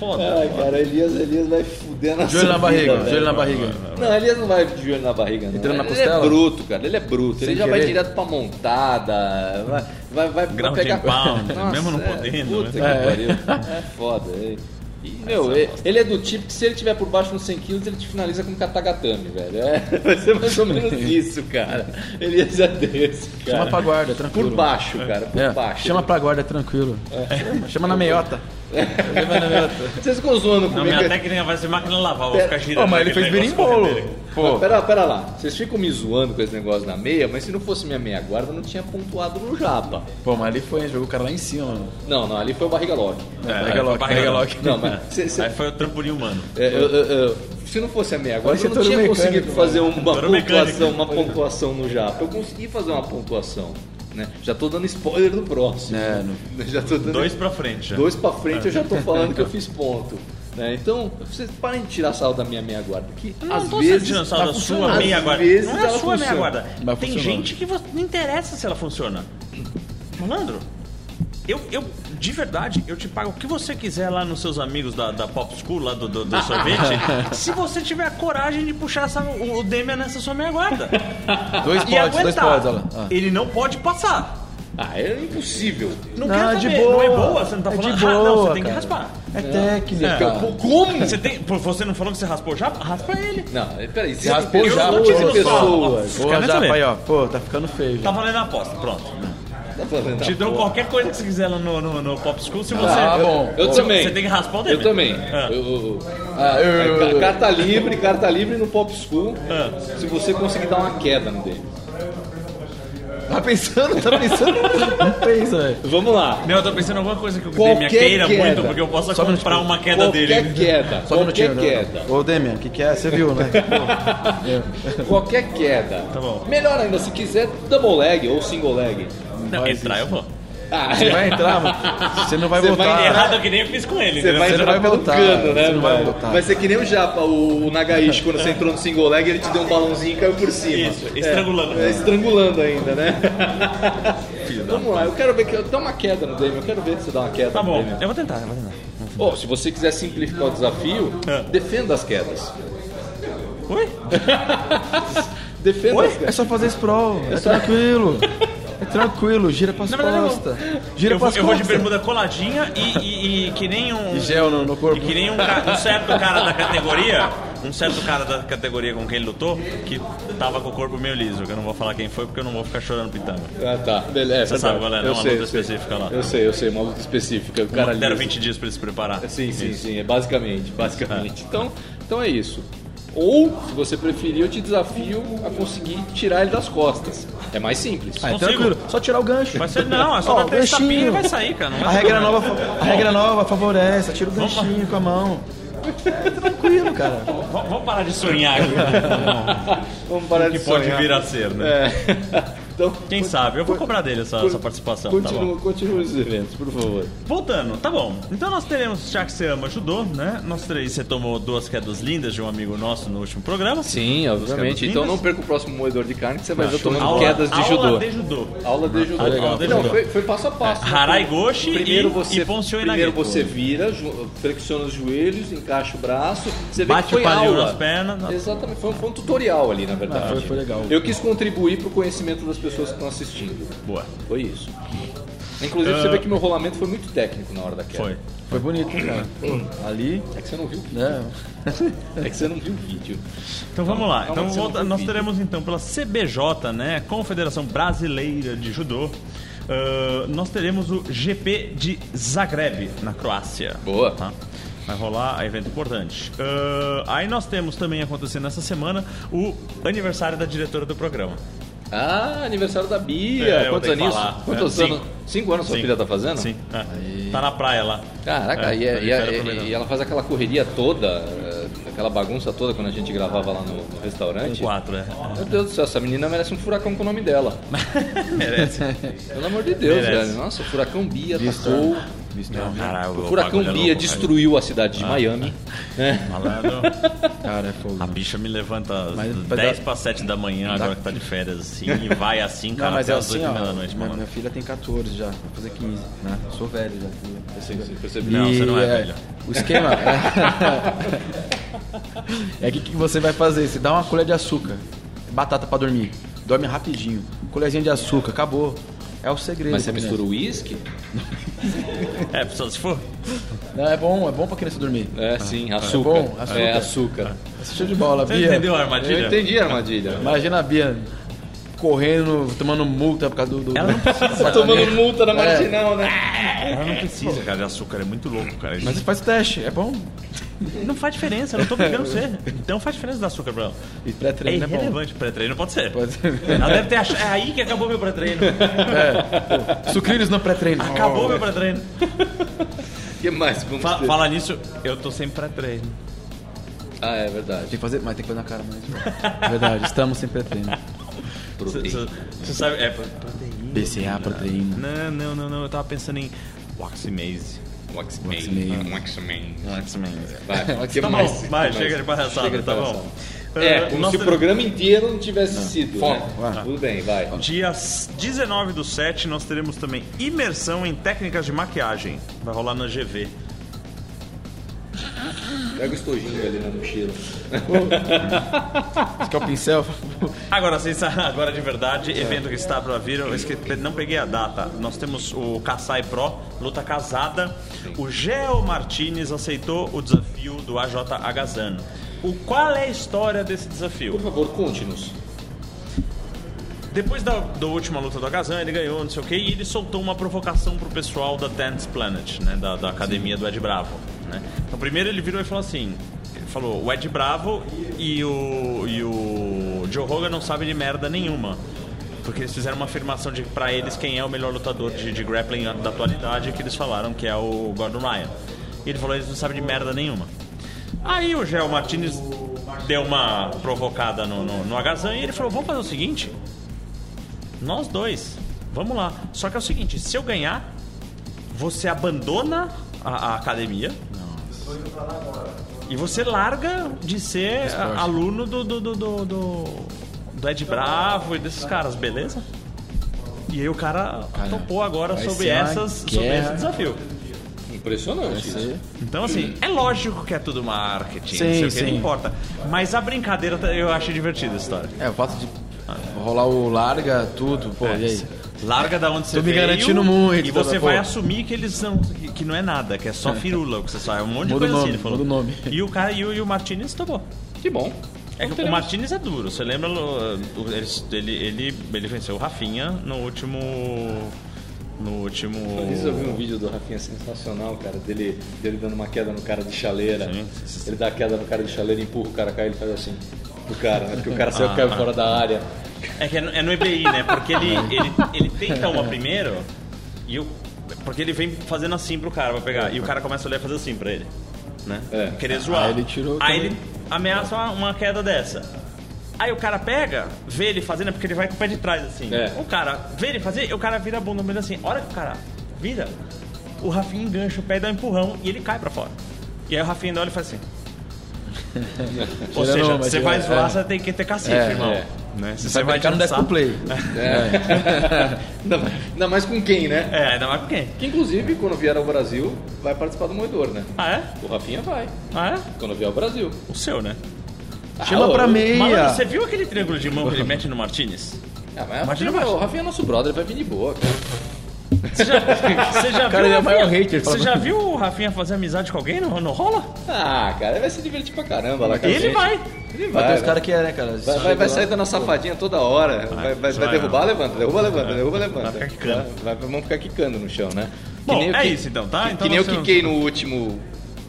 Speaker 2: Foda.
Speaker 1: Ai, cara, Elias, Elias vai fuder na
Speaker 3: Joelho
Speaker 1: sua vida,
Speaker 3: na barriga,
Speaker 1: velho.
Speaker 3: joelho na barriga.
Speaker 1: Não, Elias não vai de joelho na barriga, não.
Speaker 3: Entrando na
Speaker 1: ele
Speaker 3: costela?
Speaker 1: é bruto, cara. Ele é bruto. ele
Speaker 3: Sem
Speaker 1: já vai
Speaker 3: querer.
Speaker 1: direto pra montada. Vai, vai, vai, vai
Speaker 2: Ground
Speaker 1: pegar.
Speaker 2: and pound,
Speaker 1: Nossa,
Speaker 2: mesmo não
Speaker 1: é,
Speaker 2: podendo,
Speaker 1: [laughs] Puta
Speaker 2: né?
Speaker 1: que pariu. É foda. é. E, meu, ele, ele é do tipo que se ele tiver por baixo nos 100 quilos, ele te finaliza com katagatame, velho. É, [laughs] vai ser mais ou
Speaker 3: [laughs]
Speaker 1: menos isso, cara. Elias é desse, cara.
Speaker 3: Chama pra guarda, é
Speaker 1: Por
Speaker 3: tranquilo.
Speaker 1: baixo, cara. Por
Speaker 3: É,
Speaker 1: baixo.
Speaker 3: chama pra guarda, tranquilo. Chama- Chama na meiota. Chama na meiota.
Speaker 1: Vocês ficam zoando
Speaker 2: Não,
Speaker 1: comigo.
Speaker 2: minha técnica vai ser máquina de lavar, eu vou
Speaker 1: Pera-
Speaker 2: ficar girando.
Speaker 3: Pô, mas ele
Speaker 2: aquele
Speaker 3: fez
Speaker 2: negócio com
Speaker 3: berimbolo.
Speaker 2: a cadeira.
Speaker 1: Mas
Speaker 3: Pô,
Speaker 1: Pera, pera lá, vocês ficam me zoando com esse negócio na meia, mas se não fosse minha meia guarda, eu não tinha pontuado no japa.
Speaker 3: pô, mas ali foi, hein, jogou o cara lá em cima, mano.
Speaker 1: Não, não, ali foi o barriga lock.
Speaker 2: É,
Speaker 3: Barriga lock, barriga lock.
Speaker 1: Não, mas
Speaker 2: [laughs]
Speaker 1: cê- cê-
Speaker 2: Aí foi o trampolim humano.
Speaker 1: é, eu- eu- eu- se não fosse a meia guarda,
Speaker 3: Parece
Speaker 1: eu não
Speaker 3: touro
Speaker 1: tinha
Speaker 3: mecânico,
Speaker 1: conseguido
Speaker 3: mano.
Speaker 1: fazer uma
Speaker 2: Touro mecânico.
Speaker 1: pontuação, uma pontuação no japa. Eu consegui fazer uma pontuação, né? Já tô dando spoiler do próximo.
Speaker 3: É, no-
Speaker 1: [laughs] Já tô dando
Speaker 2: Dois pra frente já.
Speaker 1: Dois pra frente eu já tô falando que eu fiz ponto. né? Então, vocês parem de tirar sal da minha meia guarda. Que
Speaker 2: Não
Speaker 1: às
Speaker 2: tô
Speaker 1: vezes.
Speaker 2: sentindo sal da
Speaker 1: tá
Speaker 2: sua
Speaker 1: funcionando.
Speaker 2: meia
Speaker 1: Às
Speaker 2: guarda.
Speaker 1: vezes
Speaker 2: Não é a
Speaker 1: ela
Speaker 2: sua meia
Speaker 1: funciona.
Speaker 2: guarda.
Speaker 3: Mas
Speaker 2: Tem
Speaker 3: funciona.
Speaker 2: gente que vo- não interessa se ela funciona. Malandro, eu, eu, de verdade, eu te pago o que você quiser lá nos seus amigos da, da Pop School, lá do, do, do
Speaker 3: [laughs]
Speaker 2: sorvete, se você tiver a coragem de puxar essa- o, o Demian nessa sua meia guarda.
Speaker 3: [laughs] Dois
Speaker 2: E
Speaker 3: pods, dois
Speaker 2: aguentar.
Speaker 3: pods, olha lá. Ah.
Speaker 2: Ele não pode passar.
Speaker 1: Ah, é impossível.
Speaker 2: Não,
Speaker 3: Não,
Speaker 2: quero
Speaker 3: é de
Speaker 2: saber.
Speaker 3: boa.
Speaker 2: Não é boa? Você não tá
Speaker 3: É de
Speaker 2: falando? ah, não,
Speaker 3: boa,
Speaker 2: você tem que
Speaker 3: cara.
Speaker 2: raspar.
Speaker 3: É técnica.
Speaker 2: Pô, Como? Você, tem, pô, você não falou que você raspou já? Raspa ele.
Speaker 1: Não, peraí. Se
Speaker 3: Raspou
Speaker 1: eu
Speaker 3: já,
Speaker 1: não
Speaker 3: pô,
Speaker 1: tive
Speaker 3: pessoal.
Speaker 1: pessoas.
Speaker 3: Pô,
Speaker 2: Cara,
Speaker 3: já,
Speaker 2: saber.
Speaker 3: pai, ó. Pô, tá ficando feio.
Speaker 2: Tá
Speaker 3: Já.
Speaker 2: valendo a aposta, pronto.
Speaker 1: Tá falando,
Speaker 2: Te
Speaker 1: tá,
Speaker 2: dou
Speaker 1: pô.
Speaker 2: qualquer coisa que você quiser lá no, no, no Pop School, se você...
Speaker 3: Tá bom.
Speaker 1: Ah, Eu também.
Speaker 2: Você tem que raspar o
Speaker 1: Eu
Speaker 2: dedo.
Speaker 1: também.
Speaker 2: Ah.
Speaker 1: Eu- eu-
Speaker 3: Ah, eu- eu-
Speaker 1: é,
Speaker 3: eu-
Speaker 1: ca- Carta livre, carta livre no Pop School.
Speaker 2: Ah.
Speaker 1: Se você conseguir dar uma queda no dele.
Speaker 3: Tá pensando, tá pensando. Não pensa, velho.
Speaker 1: Vamos lá.
Speaker 2: Não, eu tô pensando em alguma coisa que o
Speaker 1: Qualquer
Speaker 2: Demian queira
Speaker 1: queda.
Speaker 2: muito, porque eu posso
Speaker 3: Só um
Speaker 2: comprar
Speaker 3: minutinho.
Speaker 2: uma queda
Speaker 1: qualquer
Speaker 2: dele.
Speaker 1: queda.
Speaker 3: Só um minutinho.
Speaker 1: qualquer
Speaker 3: né?
Speaker 1: queda.
Speaker 3: Ô, Demian, o que que é? Você viu, né?
Speaker 1: Qualquer queda.
Speaker 2: Tá bom.
Speaker 1: Melhor ainda, se quiser, double leg ou single leg.
Speaker 2: Não, entrar eu vou.
Speaker 3: Você vai entrar, mano. Você não vai
Speaker 1: Você vai
Speaker 3: voltar.
Speaker 1: errar,
Speaker 2: Errado é que nem eu fiz com ele.
Speaker 1: Você
Speaker 2: entendeu?
Speaker 1: vai
Speaker 3: Você não
Speaker 1: entrar
Speaker 3: vai
Speaker 1: pelo
Speaker 3: voltar,
Speaker 1: cano, né?
Speaker 3: você não vai
Speaker 1: velho?
Speaker 3: voltar.
Speaker 1: Vai ser que nem o Japa, o, o Nagaishi, quando você entrou no single leg, ele te deu um balãozinho e caiu por cima.
Speaker 2: Isso, estrangulando.
Speaker 1: É, estrangulando ainda, né? [laughs] Vamos lá, eu quero ver que eu dá uma queda no Damien, eu quero ver se você dá uma queda
Speaker 2: Tá
Speaker 1: no
Speaker 2: bom,
Speaker 1: Damien.
Speaker 2: eu vou tentar, eu vou tentar.
Speaker 1: Ó, se você quiser simplificar o desafio,
Speaker 2: É.
Speaker 1: defenda as quedas.
Speaker 2: Oi?
Speaker 1: Defenda
Speaker 2: Oi?
Speaker 1: as
Speaker 3: É
Speaker 1: quedas.
Speaker 3: só fazer sprawl, é tranquilo. É tranquilo, gira pras
Speaker 2: Na verdade, eu-
Speaker 3: costas. Gira
Speaker 2: eu, vou,
Speaker 3: pras
Speaker 2: eu vou de
Speaker 3: costas.
Speaker 2: bermuda coladinha e, e- e que nem um.
Speaker 3: E gel no, no corpo.
Speaker 2: E que nem um, ca- um certo cara da categoria, um certo cara da categoria com quem ele lutou, que tava com o corpo meio liso, que eu não vou falar quem foi porque eu não vou ficar chorando pitando.
Speaker 1: Ah, tá. Beleza.
Speaker 2: Você sabe, galera, é
Speaker 1: eu
Speaker 2: uma
Speaker 1: sei,
Speaker 2: luta
Speaker 1: eu sei.
Speaker 2: específica lá.
Speaker 1: Eu sei, eu sei, uma luta específica. O cara
Speaker 2: Deram
Speaker 1: liso.
Speaker 2: 20 dias pra ele se preparar.
Speaker 1: Sim, sim, sim, é basicamente, basicamente. Então, então é isso. Ou, se você preferir, eu te desafio a conseguir tirar ele das costas. É mais simples.
Speaker 3: Ah, é
Speaker 2: Consigo.
Speaker 3: tranquilo, só tirar o gancho.
Speaker 2: Vai ser, não, é só
Speaker 3: Ó,
Speaker 2: dar três
Speaker 3: ganchinho.
Speaker 2: tapinhas e vai sair, cara. Não vai
Speaker 3: A
Speaker 2: ter
Speaker 3: regra,
Speaker 2: problema.
Speaker 3: nova, fa- a regra nova favorece, atira o
Speaker 2: Vamos lá.
Speaker 3: ganchinho com a mão. É tranquilo, cara.
Speaker 2: V- Vamos parar de sonhar aqui.
Speaker 1: Vamos parar
Speaker 2: que pode vir a ser, né?
Speaker 1: É. Então,
Speaker 2: Quem sabe? Eu vou cobrar dele essa, essa participação, tá bom?
Speaker 1: continua, continua os eventos, por favor.
Speaker 2: Voltando, tá bom. Então nós teremos, já que você ama judô, né? Nós três, você tomou duas quedas lindas de um amigo nosso no último programa.
Speaker 1: Sim, obviamente. Então não
Speaker 2: lindas.
Speaker 1: perca o próximo moedor de carne que você vai ver eu tomando
Speaker 2: Aula,
Speaker 1: quedas de judô.
Speaker 2: Aula de judô.
Speaker 1: Aula de judô.
Speaker 2: Aula de
Speaker 1: Não,
Speaker 2: judô.
Speaker 1: foi, foi passo a passo. né?
Speaker 2: É, Harai Goshi
Speaker 1: primeiro
Speaker 2: e-
Speaker 1: você,
Speaker 2: e Poncio
Speaker 1: Primeiro
Speaker 2: Inagito.
Speaker 1: você vira, ju- flexiona os joelhos, encaixa o braço. Você vê
Speaker 2: Bate
Speaker 1: que foi
Speaker 2: o palio
Speaker 1: aula.
Speaker 2: nas pernas. né? Ah,
Speaker 1: Exatamente, foi um, foi um tutorial ali, na verdade.
Speaker 3: foi- foi legal.
Speaker 1: Eu quis contribuir pro conhecimento das pessoas que estão assistindo.
Speaker 2: Boa.
Speaker 1: Foi isso. Inclusive, você vê que meu rolamento foi muito técnico na hora da queda.
Speaker 2: Ah. Foi.
Speaker 3: Foi bonito, hein, cara. Pô, Ali,
Speaker 1: É que você não viu,
Speaker 3: né?
Speaker 1: é que você não viu o vídeo.
Speaker 2: Então vamos lá.
Speaker 1: Calma
Speaker 2: Então
Speaker 1: que você não
Speaker 2: volta-
Speaker 1: foi
Speaker 2: nós
Speaker 1: vídeo.
Speaker 2: teremos então pela CBJ, né, Confederação Brasileira de Judô, ah, nós teremos o GP de Zagreb na Croácia.
Speaker 1: Boa.
Speaker 2: Tá? Vai rolar evento importante. Ah, aí nós temos também acontecendo essa semana o aniversário da diretora do programa.
Speaker 1: Ah, aniversário da Bia.
Speaker 2: É, eu
Speaker 1: Quantos
Speaker 2: tenho que
Speaker 1: anos?
Speaker 2: falar.
Speaker 1: Quantos
Speaker 2: É,
Speaker 1: anos?
Speaker 2: cinco.
Speaker 1: Cinco anos sua
Speaker 2: Sim.
Speaker 1: filha tá fazendo?
Speaker 2: Sim. é. Tá na praia lá.
Speaker 1: Caraca,
Speaker 2: É,
Speaker 1: e, é- e é-
Speaker 2: aniversário do programa.
Speaker 1: e ela faz aquela correria toda, é, aquela bagunça toda quando a gente gravava lá no, no restaurante.
Speaker 2: Quatro, é.
Speaker 1: Meu Deus do céu, essa menina merece um furacão com o nome dela.
Speaker 2: Merece.
Speaker 1: Pelo amor de Deus,
Speaker 2: Merece.
Speaker 1: velho. Nossa, o furacão Bia atacou.
Speaker 2: Não, caralho,
Speaker 1: O furacão
Speaker 2: bagulho é
Speaker 1: Bia
Speaker 2: louco,
Speaker 1: destruiu a cidade
Speaker 2: Ah,
Speaker 1: de Miami.
Speaker 2: cara. Malandro.
Speaker 3: Cara, é fogo.
Speaker 2: A bicha me levanta às
Speaker 3: Mas-
Speaker 2: 10 para 7 da manhã, agora que tá de férias, [laughs] assim, e vai assim, cara,
Speaker 3: Não, mas
Speaker 2: até
Speaker 3: é
Speaker 2: as 8
Speaker 3: assim,
Speaker 2: h
Speaker 3: ó.
Speaker 2: 30 da noite,
Speaker 3: minha, minha
Speaker 2: mano.
Speaker 3: filha tem 14 já, vai fazer 15, né? Eu Sou velho já.
Speaker 2: ah,
Speaker 3: Percebeu?
Speaker 1: percebeu.
Speaker 2: Não, você não é velho.
Speaker 3: O esquema
Speaker 2: [laughs]
Speaker 3: é [laughs] que que você vai fazer? Você dá uma colher de açúcar, batata pra dormir, dorme rapidinho, colherzinha de açúcar, acabou. É o segredo.
Speaker 1: Mas você
Speaker 3: pra criança.
Speaker 1: mistura o uísque?
Speaker 2: É, pessoal, se for.
Speaker 3: Não, é bom, é bom pra criança dormir.
Speaker 1: É,
Speaker 2: Ah,
Speaker 1: sim,
Speaker 3: É
Speaker 1: açúcar.
Speaker 3: bom? Açúcar.
Speaker 1: É, açúcar.
Speaker 3: Esse show de bola,
Speaker 2: Você
Speaker 3: Bia.
Speaker 2: entendeu a
Speaker 1: Eu
Speaker 2: armadilha?
Speaker 1: entendi a armadilha.
Speaker 3: Imagina a Bia correndo, tomando multa por causa do. do-
Speaker 2: Ela não precisa.
Speaker 1: Tá Tomando multa na
Speaker 2: É.
Speaker 1: marginal, né?
Speaker 2: Ela não precisa, cara, de açúcar, é muito louco, cara.
Speaker 3: Mas você faz o teste, é bom.
Speaker 2: Não faz diferença, eu não tô brigando você. Então faz diferença dar açúcar pra ela.
Speaker 3: E
Speaker 2: É
Speaker 3: pré-treino é, bom.
Speaker 2: irrelevante, pré-treino pode ser.
Speaker 3: Pode ser. [laughs] É,
Speaker 2: Ela deve ter achado. É aí que acabou meu [laughs] pré-treino.
Speaker 3: Sucrilhos no pré-treino.
Speaker 2: Acabou meu [laughs] pré-treino.
Speaker 1: O que mais? Vamos
Speaker 2: Fa-
Speaker 1: ter?
Speaker 2: Fala nisso, eu tô sem pré-treino.
Speaker 1: Ah, é verdade.
Speaker 3: Tem que fazer, mas tem que fazer na cara mais. Verdade, estamos sem pré-treino.
Speaker 2: Você
Speaker 1: Proteína.
Speaker 2: você sabe. É, proteína.
Speaker 3: BCA, proteína.
Speaker 2: Não, não, não, não. Eu tava pensando em Waximase.
Speaker 3: Um
Speaker 1: Waxman. Waxman.
Speaker 2: Waximase.
Speaker 1: Um Vai, o que
Speaker 2: Tá bom,
Speaker 1: mais?
Speaker 2: vai, chega de palhaçada,
Speaker 1: Chega de
Speaker 2: tá
Speaker 1: palhaçada.
Speaker 2: bom.
Speaker 1: É,
Speaker 2: Uh,
Speaker 1: como
Speaker 2: nós
Speaker 1: se o
Speaker 2: teremos-
Speaker 1: programa inteiro não tivesse sido. né?
Speaker 3: Vai.
Speaker 1: Tudo bem, vai.
Speaker 2: Dia 19 do 7, nós teremos também imersão em técnicas de maquiagem. Vai rolar na GV.
Speaker 1: Pega o estojinho ali na mochila.
Speaker 3: Você quer o pincel?
Speaker 2: Agora, sim, [laughs] agora de verdade,
Speaker 1: É.
Speaker 2: evento que está para vir, eu esque- não peguei a data. Nós temos o Kassai Pro, luta casada. O Geo Martinez aceitou o desafio do AJ Agazano. O qual é a história desse desafio?
Speaker 1: Por favor, conte-nos.
Speaker 2: Depois da, da última luta do Agazan, ele ganhou, não sei o que, e ele soltou uma provocação pro pessoal da Dance Planet, né? Da, da academia do Ed Bravo. Né? Então primeiro ele virou e falou assim: ele falou, o Ed Bravo e o, e o Joe Rogan não sabem de merda nenhuma. Porque eles fizeram uma afirmação de pra eles quem é o melhor lutador de, de grappling da atualidade, que eles falaram que é o Gordon Ryan. E ele falou, eles não sabem de merda nenhuma. Aí o Gel Martinez deu uma provocada no, no, no Agazan e ele falou: vamos fazer o seguinte. Nós dois Vamos lá. Só que é o seguinte, se eu ganhar, você abandona a, a academia. E você larga de ser a- aluno do, do, do, do, do- do Ed Bravo e desses caras, beleza? E aí o cara topou agora
Speaker 3: vai
Speaker 2: sobre,
Speaker 3: ser uma
Speaker 2: essas, sobre
Speaker 3: guerra.
Speaker 2: esse desafio.
Speaker 6: Impressionante. isso.
Speaker 2: Então, assim, é lógico que é tudo marketing, não sei
Speaker 3: Sim,
Speaker 2: o que,
Speaker 3: sim.
Speaker 2: não importa. Mas a brincadeira tá- eu acho divertida a história.
Speaker 3: É, o fato de rolar o larga, tudo, pô, e aí?
Speaker 2: Larga da onde você
Speaker 3: Tô me
Speaker 2: veio
Speaker 3: garantindo muito,
Speaker 2: E você
Speaker 3: toda-
Speaker 2: vai
Speaker 3: pô.
Speaker 2: assumir que eles são. Que, que não é nada, que é só firula, que você só é um monte de
Speaker 3: Muda o
Speaker 2: coisa assim.
Speaker 3: nome,
Speaker 2: Ele falou.
Speaker 3: muda o nome.
Speaker 2: E o cara e o, e o Martinez tomou.
Speaker 1: [laughs]
Speaker 2: [laughs]
Speaker 6: Que bom.
Speaker 2: É que o Martinez é duro, você lembra? o- o- Ele, ele, ele, ele venceu o Rafinha no último. No último.
Speaker 6: Aliás, eu vi um vídeo do Rafinha sensacional, cara, dele, dele dando uma queda no cara de chaleira.
Speaker 2: Sim.
Speaker 6: Ele dá a queda no cara de chaleira, empurra o cara, cai, ele faz assim. O cara, né? porque o cara saiu caiu fora da área.
Speaker 2: É que é no, é no EBI, né? Porque
Speaker 3: [laughs]
Speaker 2: ele, ele, ele tenta uma primeiro e o. Porque ele vem fazendo assim pro cara pra pegar. E o cara começa a olhar e fazer assim pra ele. Né?
Speaker 6: É.
Speaker 2: Querer zoar.
Speaker 3: Aí ele tirou
Speaker 2: Aí
Speaker 3: também.
Speaker 2: ele ameaça uma, uma queda dessa. Aí o cara pega, vê ele fazendo, é porque ele vai com o pé de trás assim.
Speaker 6: É.
Speaker 2: O cara vê ele fazer, e o cara vira a bunda no meio assim. A hora que o cara vira, o Rafinha engancha o pé e dá um empurrão e ele cai pra fora. E aí o Rafinha dá olha e faz
Speaker 3: [laughs]
Speaker 2: assim. Ou
Speaker 3: Tirando
Speaker 2: seja,
Speaker 3: uma,
Speaker 2: você
Speaker 3: tirando-
Speaker 2: vai zoar,
Speaker 3: é.
Speaker 2: você tem que ter cacete,
Speaker 3: É,
Speaker 2: irmão.
Speaker 6: é.
Speaker 2: Né? Se
Speaker 3: Vai É. brincar no
Speaker 2: dançar-
Speaker 3: Deco Play.
Speaker 6: Ainda mais- Ainda mais com quem, né?
Speaker 2: É, ainda mais com quem?
Speaker 6: Que inclusive, quando vier ao Brasil, vai participar do Moedor, né?
Speaker 2: Ah, é?
Speaker 6: O Rafinha vai,
Speaker 2: Ah, é?
Speaker 6: quando vier ao Brasil.
Speaker 2: O seu, né?
Speaker 3: Chama
Speaker 6: Ah,
Speaker 3: pra
Speaker 6: ô,
Speaker 2: Malandro,
Speaker 3: meia.
Speaker 2: você viu aquele triângulo de mão que ele mete no Martinez?
Speaker 6: Ah, mas
Speaker 2: Imagina
Speaker 6: Imagina,
Speaker 2: mais.
Speaker 6: o Rafinha é nosso brother, ele vai vir de boa, cara.
Speaker 2: Você
Speaker 6: [laughs]
Speaker 2: já, você já
Speaker 3: Cara,
Speaker 2: viu
Speaker 3: ele é
Speaker 2: o
Speaker 3: o maior
Speaker 2: Rafinha-
Speaker 3: hater, fala-
Speaker 2: Você já viu o Rafinha fazer amizade com alguém no, no rola?
Speaker 6: Ah, cara, ele vai se divertir pra caramba lá com a
Speaker 2: ele
Speaker 6: gente.
Speaker 2: vai.
Speaker 6: Ele
Speaker 3: Vai ter
Speaker 6: vai.
Speaker 3: os caras que é, né, cara?
Speaker 6: Vai, vai, vai sair dando uma safadinha toda hora. Vai, vai, vai
Speaker 2: vai,
Speaker 6: derrubar, levanta, derruba, levanta, derruba, levanta.
Speaker 2: Ah, Vai ficar quicando.
Speaker 6: Vai- vai- vamos ficar quicando no chão, né?
Speaker 2: Bom,
Speaker 6: nem eu
Speaker 2: é isso então, tá?
Speaker 6: Que,
Speaker 2: Então
Speaker 6: que nem eu
Speaker 2: você-
Speaker 6: quiquei no último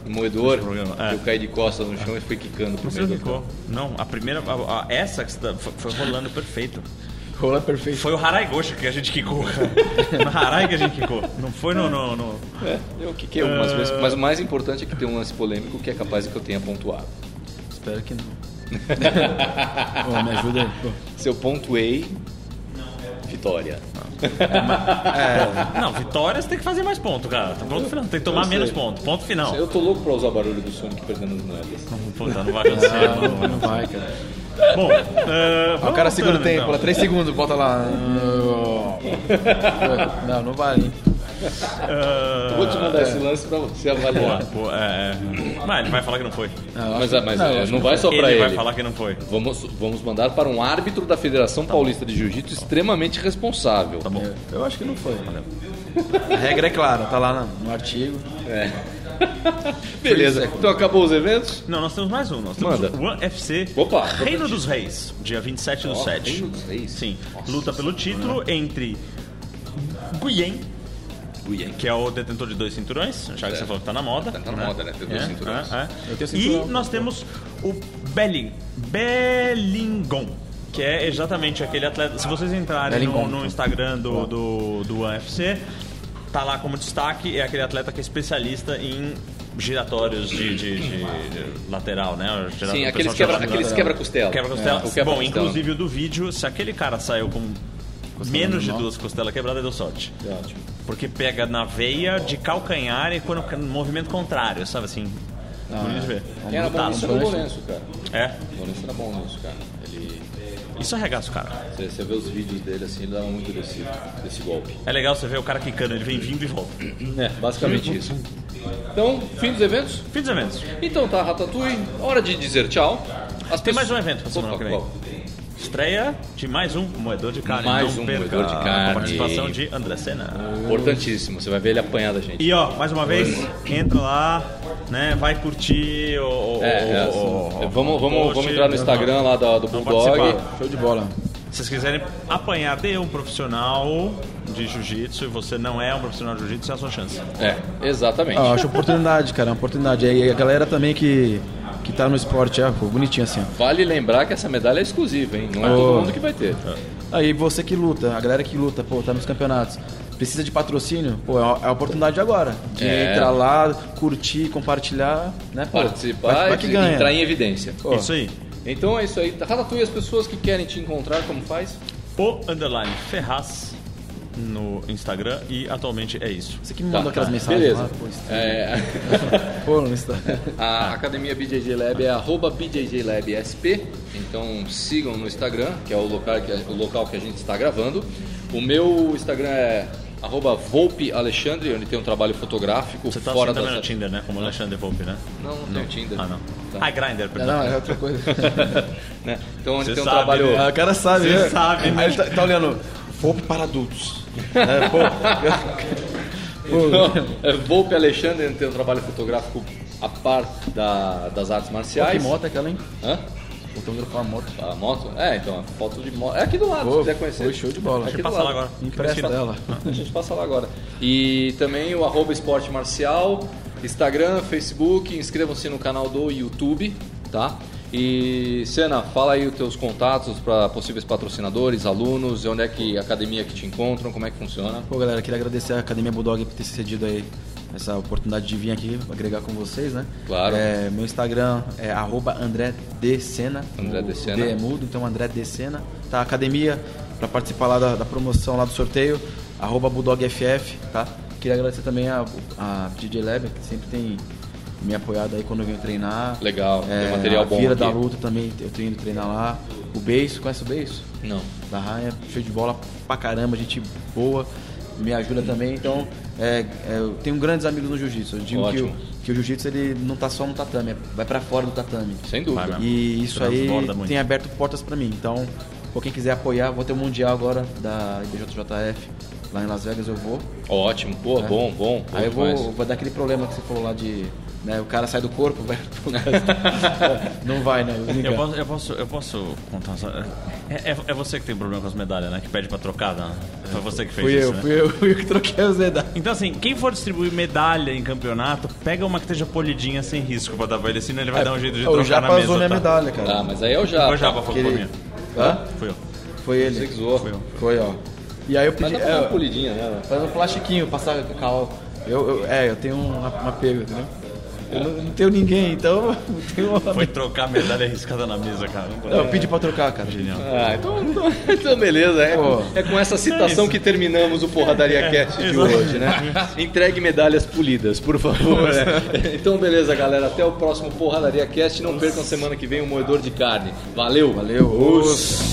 Speaker 6: moedor.
Speaker 2: programa, é.
Speaker 6: Eu caí de costas no chão e fui quicando pro
Speaker 2: Você
Speaker 6: meio do
Speaker 2: ficou. Não, a primeira. a- a- essa que você tá- foi, foi rolando perfeito.
Speaker 3: Rola perfeito.
Speaker 2: Foi o Harai Gosha que a gente
Speaker 6: [laughs]
Speaker 2: quicou. no Harai que a gente quicou. Não foi no. no, no-
Speaker 6: É, eu quiquei algumas vezes. Mas o mais importante é que tem um lance polêmico que é capaz de que eu tenha pontuado.
Speaker 3: Espero que [laughs] não. Pô, me ajuda aí. pô.
Speaker 6: Se eu pontuei. Vitória.
Speaker 2: Não, vitórias tem que fazer mais ponto, cara. Tá pronto final. Tem que tomar
Speaker 6: Eu sei.
Speaker 2: menos ponto. Ponto final.
Speaker 6: Eu tô louco pra usar o barulho do Sonic perdendo as moedas.
Speaker 2: Puta, não vai acontecer,
Speaker 3: Ah,
Speaker 2: mano.
Speaker 3: não, não vai, cara.
Speaker 2: Bom, eh,
Speaker 3: Ah,
Speaker 2: vamos
Speaker 3: o cara
Speaker 2: voltando,
Speaker 3: segura o tempo,
Speaker 2: então.
Speaker 3: lá
Speaker 6: né?
Speaker 3: 3 segundos, bota [laughs] lá. Não, não vale. hein?
Speaker 2: Eh,
Speaker 6: Vou te mandar esse lance pra você
Speaker 2: Boa,
Speaker 6: avaliar.
Speaker 2: boa, é, é. Mas ele vai falar que não foi.
Speaker 6: Mas, mas é, não, vai só pra
Speaker 2: Ele
Speaker 6: ele.
Speaker 2: vai falar que não foi.
Speaker 6: Vamos, vamos mandar para um árbitro da Federação Paulista de Jiu-Jitsu extremamente responsável. Tá bom.
Speaker 3: Eu acho que não foi. A regra é clara, tá lá no, no artigo.
Speaker 6: Beleza. Então acabou os eventos?
Speaker 2: Não, nós temos mais um. Nós temos
Speaker 6: Manda.
Speaker 2: o One FC
Speaker 6: Opa.
Speaker 2: Reino dos Reis, dia 27 do 7.
Speaker 6: Reino dos Reis.
Speaker 2: Sim. Luta pelo título entre Guyen,
Speaker 6: Guyen.
Speaker 2: que é o detentor de dois cinturões, já que você falou que tá na moda.
Speaker 6: Tá na moda, né? Ter dois cinturões.
Speaker 2: é.
Speaker 3: Eu tenho
Speaker 2: E
Speaker 3: cinturão.
Speaker 2: nós temos o Belling, Bellingon. Que é exatamente aquele atleta. Se vocês entrarem no,
Speaker 3: Bellingon.
Speaker 2: no Instagram do, do, do UFC, tá lá como destaque. É aquele atleta que é especialista em giratórios de, de- de- de lateral, né? O giratório-
Speaker 6: Sim, tá
Speaker 2: o pessoal
Speaker 6: aqueles quebra,
Speaker 2: chama de
Speaker 6: aqueles
Speaker 2: lateral.
Speaker 6: quebra costela.
Speaker 2: Quebra-costela.
Speaker 6: É, o quebra
Speaker 2: Bom, inclusive o do vídeo, se aquele cara saiu com menos de duas costelas quebradas, deu sorte. Porque pega na veia de calcanhar e quando no movimento contrário, sabe assim?
Speaker 6: Ah,
Speaker 2: Bonito de ver.
Speaker 6: Quem era bom nisso era o Lourenço, cara.
Speaker 2: É.
Speaker 6: O Lourenço era tá bom nisso, cara. Ele,
Speaker 2: Isso arregaça o cara.
Speaker 6: você, você vê os vídeos dele assim, ele dava muito desse, desse golpe.
Speaker 2: É legal você ver o cara quicando, ele vem vindo e volta.
Speaker 6: É, basicamente isso. Então, fim dos eventos?
Speaker 2: Fim dos eventos.
Speaker 6: Então tá, Ratatouille, hora de dizer tchau. As
Speaker 2: Tem
Speaker 6: pessoas-
Speaker 2: mais um evento pra semana
Speaker 6: Opa,
Speaker 2: que vem.
Speaker 6: qual?
Speaker 2: Estreia de mais um Moedor de Carne.
Speaker 6: Mais
Speaker 2: Não
Speaker 6: um
Speaker 2: perca
Speaker 6: Moedor de
Speaker 2: Com
Speaker 6: Carne.
Speaker 2: a participação de André Senna.
Speaker 6: Importantíssimo, você vai ver ele apanhar da gente.
Speaker 2: E ó, mais uma vez, entra lá, né? Vai curtir o. o-
Speaker 6: É,
Speaker 2: o-
Speaker 6: é,
Speaker 2: o-
Speaker 6: assim, vamos, vamos,
Speaker 2: post. né?
Speaker 6: vamos entrar no Instagram lá do, do
Speaker 2: Vamos
Speaker 6: Bulldog.
Speaker 2: participar.
Speaker 3: Show de bola.
Speaker 2: Se vocês quiserem apanhar de um profissional de jiu-jitsu e você não é um profissional de jiu-jitsu, é a sua chance.
Speaker 6: É, exatamente.
Speaker 3: Ah, eu acho oportunidade, cara, uma oportunidade. E a galera também que, que tá no esporte, é, pô, bonitinho assim, ó.
Speaker 6: Vale lembrar que essa medalha é exclusiva, hein? Não é todo
Speaker 3: Oh.
Speaker 6: mundo que vai ter.
Speaker 2: Ah.
Speaker 3: Aí você que luta, a galera que luta, pô, tá nos campeonatos, precisa de patrocínio, pô, é a- é a oportunidade de agora. De
Speaker 6: É.
Speaker 3: entrar lá, curtir, compartilhar, né, pô?
Speaker 6: Participar
Speaker 3: Vai- vai
Speaker 6: e
Speaker 3: que ganha.
Speaker 6: entrar em evidência.
Speaker 3: Pô,
Speaker 2: Isso aí.
Speaker 6: Então é isso aí. Ratatouille, as pessoas que querem te encontrar, como faz?
Speaker 2: O underline Ferraz no Instagram e atualmente é isso.
Speaker 3: Você que me mandou
Speaker 6: Tá,
Speaker 3: aquelas
Speaker 6: tá.
Speaker 3: mensagens
Speaker 6: Beleza.
Speaker 3: lá, pô, isso-
Speaker 6: É,
Speaker 3: [laughs] pô, no Insta.
Speaker 6: a Academia BJJ Lab é arroba BJJ Lab SP, então sigam no Instagram, que é o local que, o local que a gente está gravando. O meu Instagram é arroba Volpe Alexandre, onde tem um trabalho fotográfico
Speaker 2: Você tá
Speaker 6: fora
Speaker 2: assim também
Speaker 6: da...
Speaker 2: no Tinder, né? Como Alexandre Volpe, né?
Speaker 6: Não, não tenho Tinder.
Speaker 2: Ah, não.
Speaker 6: Tá.
Speaker 2: Ah, Grindr,
Speaker 3: Não,
Speaker 2: perdão.
Speaker 3: não, é outra coisa.
Speaker 6: Né? Então onde
Speaker 2: Você
Speaker 6: tem um
Speaker 2: sabe,
Speaker 6: trabalho...
Speaker 3: [laughs]
Speaker 2: né?
Speaker 3: Ah, o cara sabe,
Speaker 2: Você
Speaker 3: né?
Speaker 2: sabe, né?
Speaker 3: Aí ele tá, tá olhando, Volpe para adultos. É, [laughs] pô,
Speaker 6: Então, é, Volpe Alexandre tem um trabalho fotográfico a par da- das artes
Speaker 3: que
Speaker 6: marciais.
Speaker 3: moto é aquela, hein?
Speaker 6: Hã?
Speaker 3: Fotografar uma moto.
Speaker 6: A moto? É, então, a foto de moto. É aqui do lado,
Speaker 3: Pô,
Speaker 6: se quiser conhecer.
Speaker 3: foi show de bola.
Speaker 6: É
Speaker 3: Deixa
Speaker 6: aqui
Speaker 2: eu
Speaker 6: do
Speaker 2: passar lá
Speaker 6: lado.
Speaker 2: agora.
Speaker 3: tipo Empresta ela.
Speaker 6: A gente passa lá agora. E também o arroba esporte marcial, Instagram, Facebook, inscrevam-se no canal do YouTube, tá? E Sena, fala aí os teus contatos para possíveis patrocinadores, alunos, onde é que a academia que te encontram, como é que funciona.
Speaker 3: Pô, galera, queria agradecer a Academia Bulldog por ter cedido aí essa oportunidade de vir aqui agregar com vocês, né?
Speaker 6: Claro.
Speaker 3: É, meu Instagram é arroba André D. Sena.
Speaker 6: André
Speaker 3: O
Speaker 6: D. Sena.
Speaker 3: D é mudo, então André D. Sena. Tá, academia, pra participar lá da, da promoção, lá do sorteio, arroba Bulldog FF, tá? Queria agradecer também a, a DJ Lab, que sempre tem me apoiado aí quando eu venho treinar. É,
Speaker 6: Legal, tem material
Speaker 3: a
Speaker 6: bom
Speaker 3: Vira
Speaker 6: aqui.
Speaker 3: da Luta também, eu tenho ido treinar lá. O Beijo, conhece o Beijo?
Speaker 6: Não.
Speaker 3: da Raia, show de bola pra caramba, gente boa, me ajuda também. Então, é, é, eu tenho grandes amigos no jiu-jitsu. Eu digo que o,
Speaker 6: Ótimo.
Speaker 3: que o jiu-jitsu ele não tá só no tatame, é- vai pra fora do tatame.
Speaker 6: Sem dúvida.
Speaker 2: Vai, vai.
Speaker 3: E isso aí
Speaker 2: Transborda muito.
Speaker 3: tem aberto portas pra mim. Então, pô, quem quiser apoiar, vou ter o Mundial agora da IBJJF lá em Las Vegas, eu vou.
Speaker 6: Ótimo, pô, bom, bom. bom
Speaker 3: aí eu
Speaker 6: demais.
Speaker 3: vou, vou dar aquele problema que você falou lá de. né, o cara sai do corpo, [laughs] vai pro gasto. Não vai, né?
Speaker 2: Eu
Speaker 3: Brinca.
Speaker 2: posso, eu posso, eu posso contar só. É, é- é você que tem problema com as medalhas, né? Que pede pra trocar, né? Foi você que fez
Speaker 3: Fui
Speaker 2: isso,
Speaker 3: eu,
Speaker 2: né?
Speaker 3: fui eu, fui eu que troquei os medalhas.
Speaker 2: Então, assim, quem for distribuir medalha em campeonato, pega uma que esteja polidinha sem risco pra dar pra ele, senão ele vai
Speaker 3: É,
Speaker 2: dar um jeito de
Speaker 3: Eu
Speaker 2: trocar
Speaker 3: já
Speaker 2: na mesa.
Speaker 3: passou minha
Speaker 2: tá?
Speaker 3: medalha, cara.
Speaker 6: Ah, mas aí eu já.
Speaker 2: Foi já, foi
Speaker 3: Aquele-
Speaker 2: foi minha.
Speaker 3: Hã?
Speaker 2: Foi eu.
Speaker 3: Foi
Speaker 6: Você que
Speaker 3: ele.
Speaker 6: zoou.
Speaker 3: Foi, ó. E aí eu
Speaker 6: Mas
Speaker 3: pedi.
Speaker 6: dá pra dar uma
Speaker 3: é,
Speaker 6: polidinha, né?
Speaker 3: fazer um plastiquinho, passar cacau. Eu, eu- é, eu tenho um, um apego, entendeu? Eu não, eu não tenho ninguém, então [laughs] eu tenho uma...
Speaker 2: Foi trocar a medalha arriscada na mesa, cara. Não
Speaker 6: É.
Speaker 2: pode-
Speaker 3: Não, eu pedi pra trocar, cara.
Speaker 2: Genial.
Speaker 6: Ah, então, então, então beleza. É,
Speaker 3: Pô.
Speaker 6: é com essa citação que terminamos o Porradaria Cast de
Speaker 2: exato.
Speaker 6: hoje, né? Entregue medalhas polidas, por favor. né? [laughs] Então, beleza, galera. Até o próximo Porradaria Cast. Não percam semana que vem o Moedor de Carne. Valeu.
Speaker 3: Valeu.
Speaker 6: Os.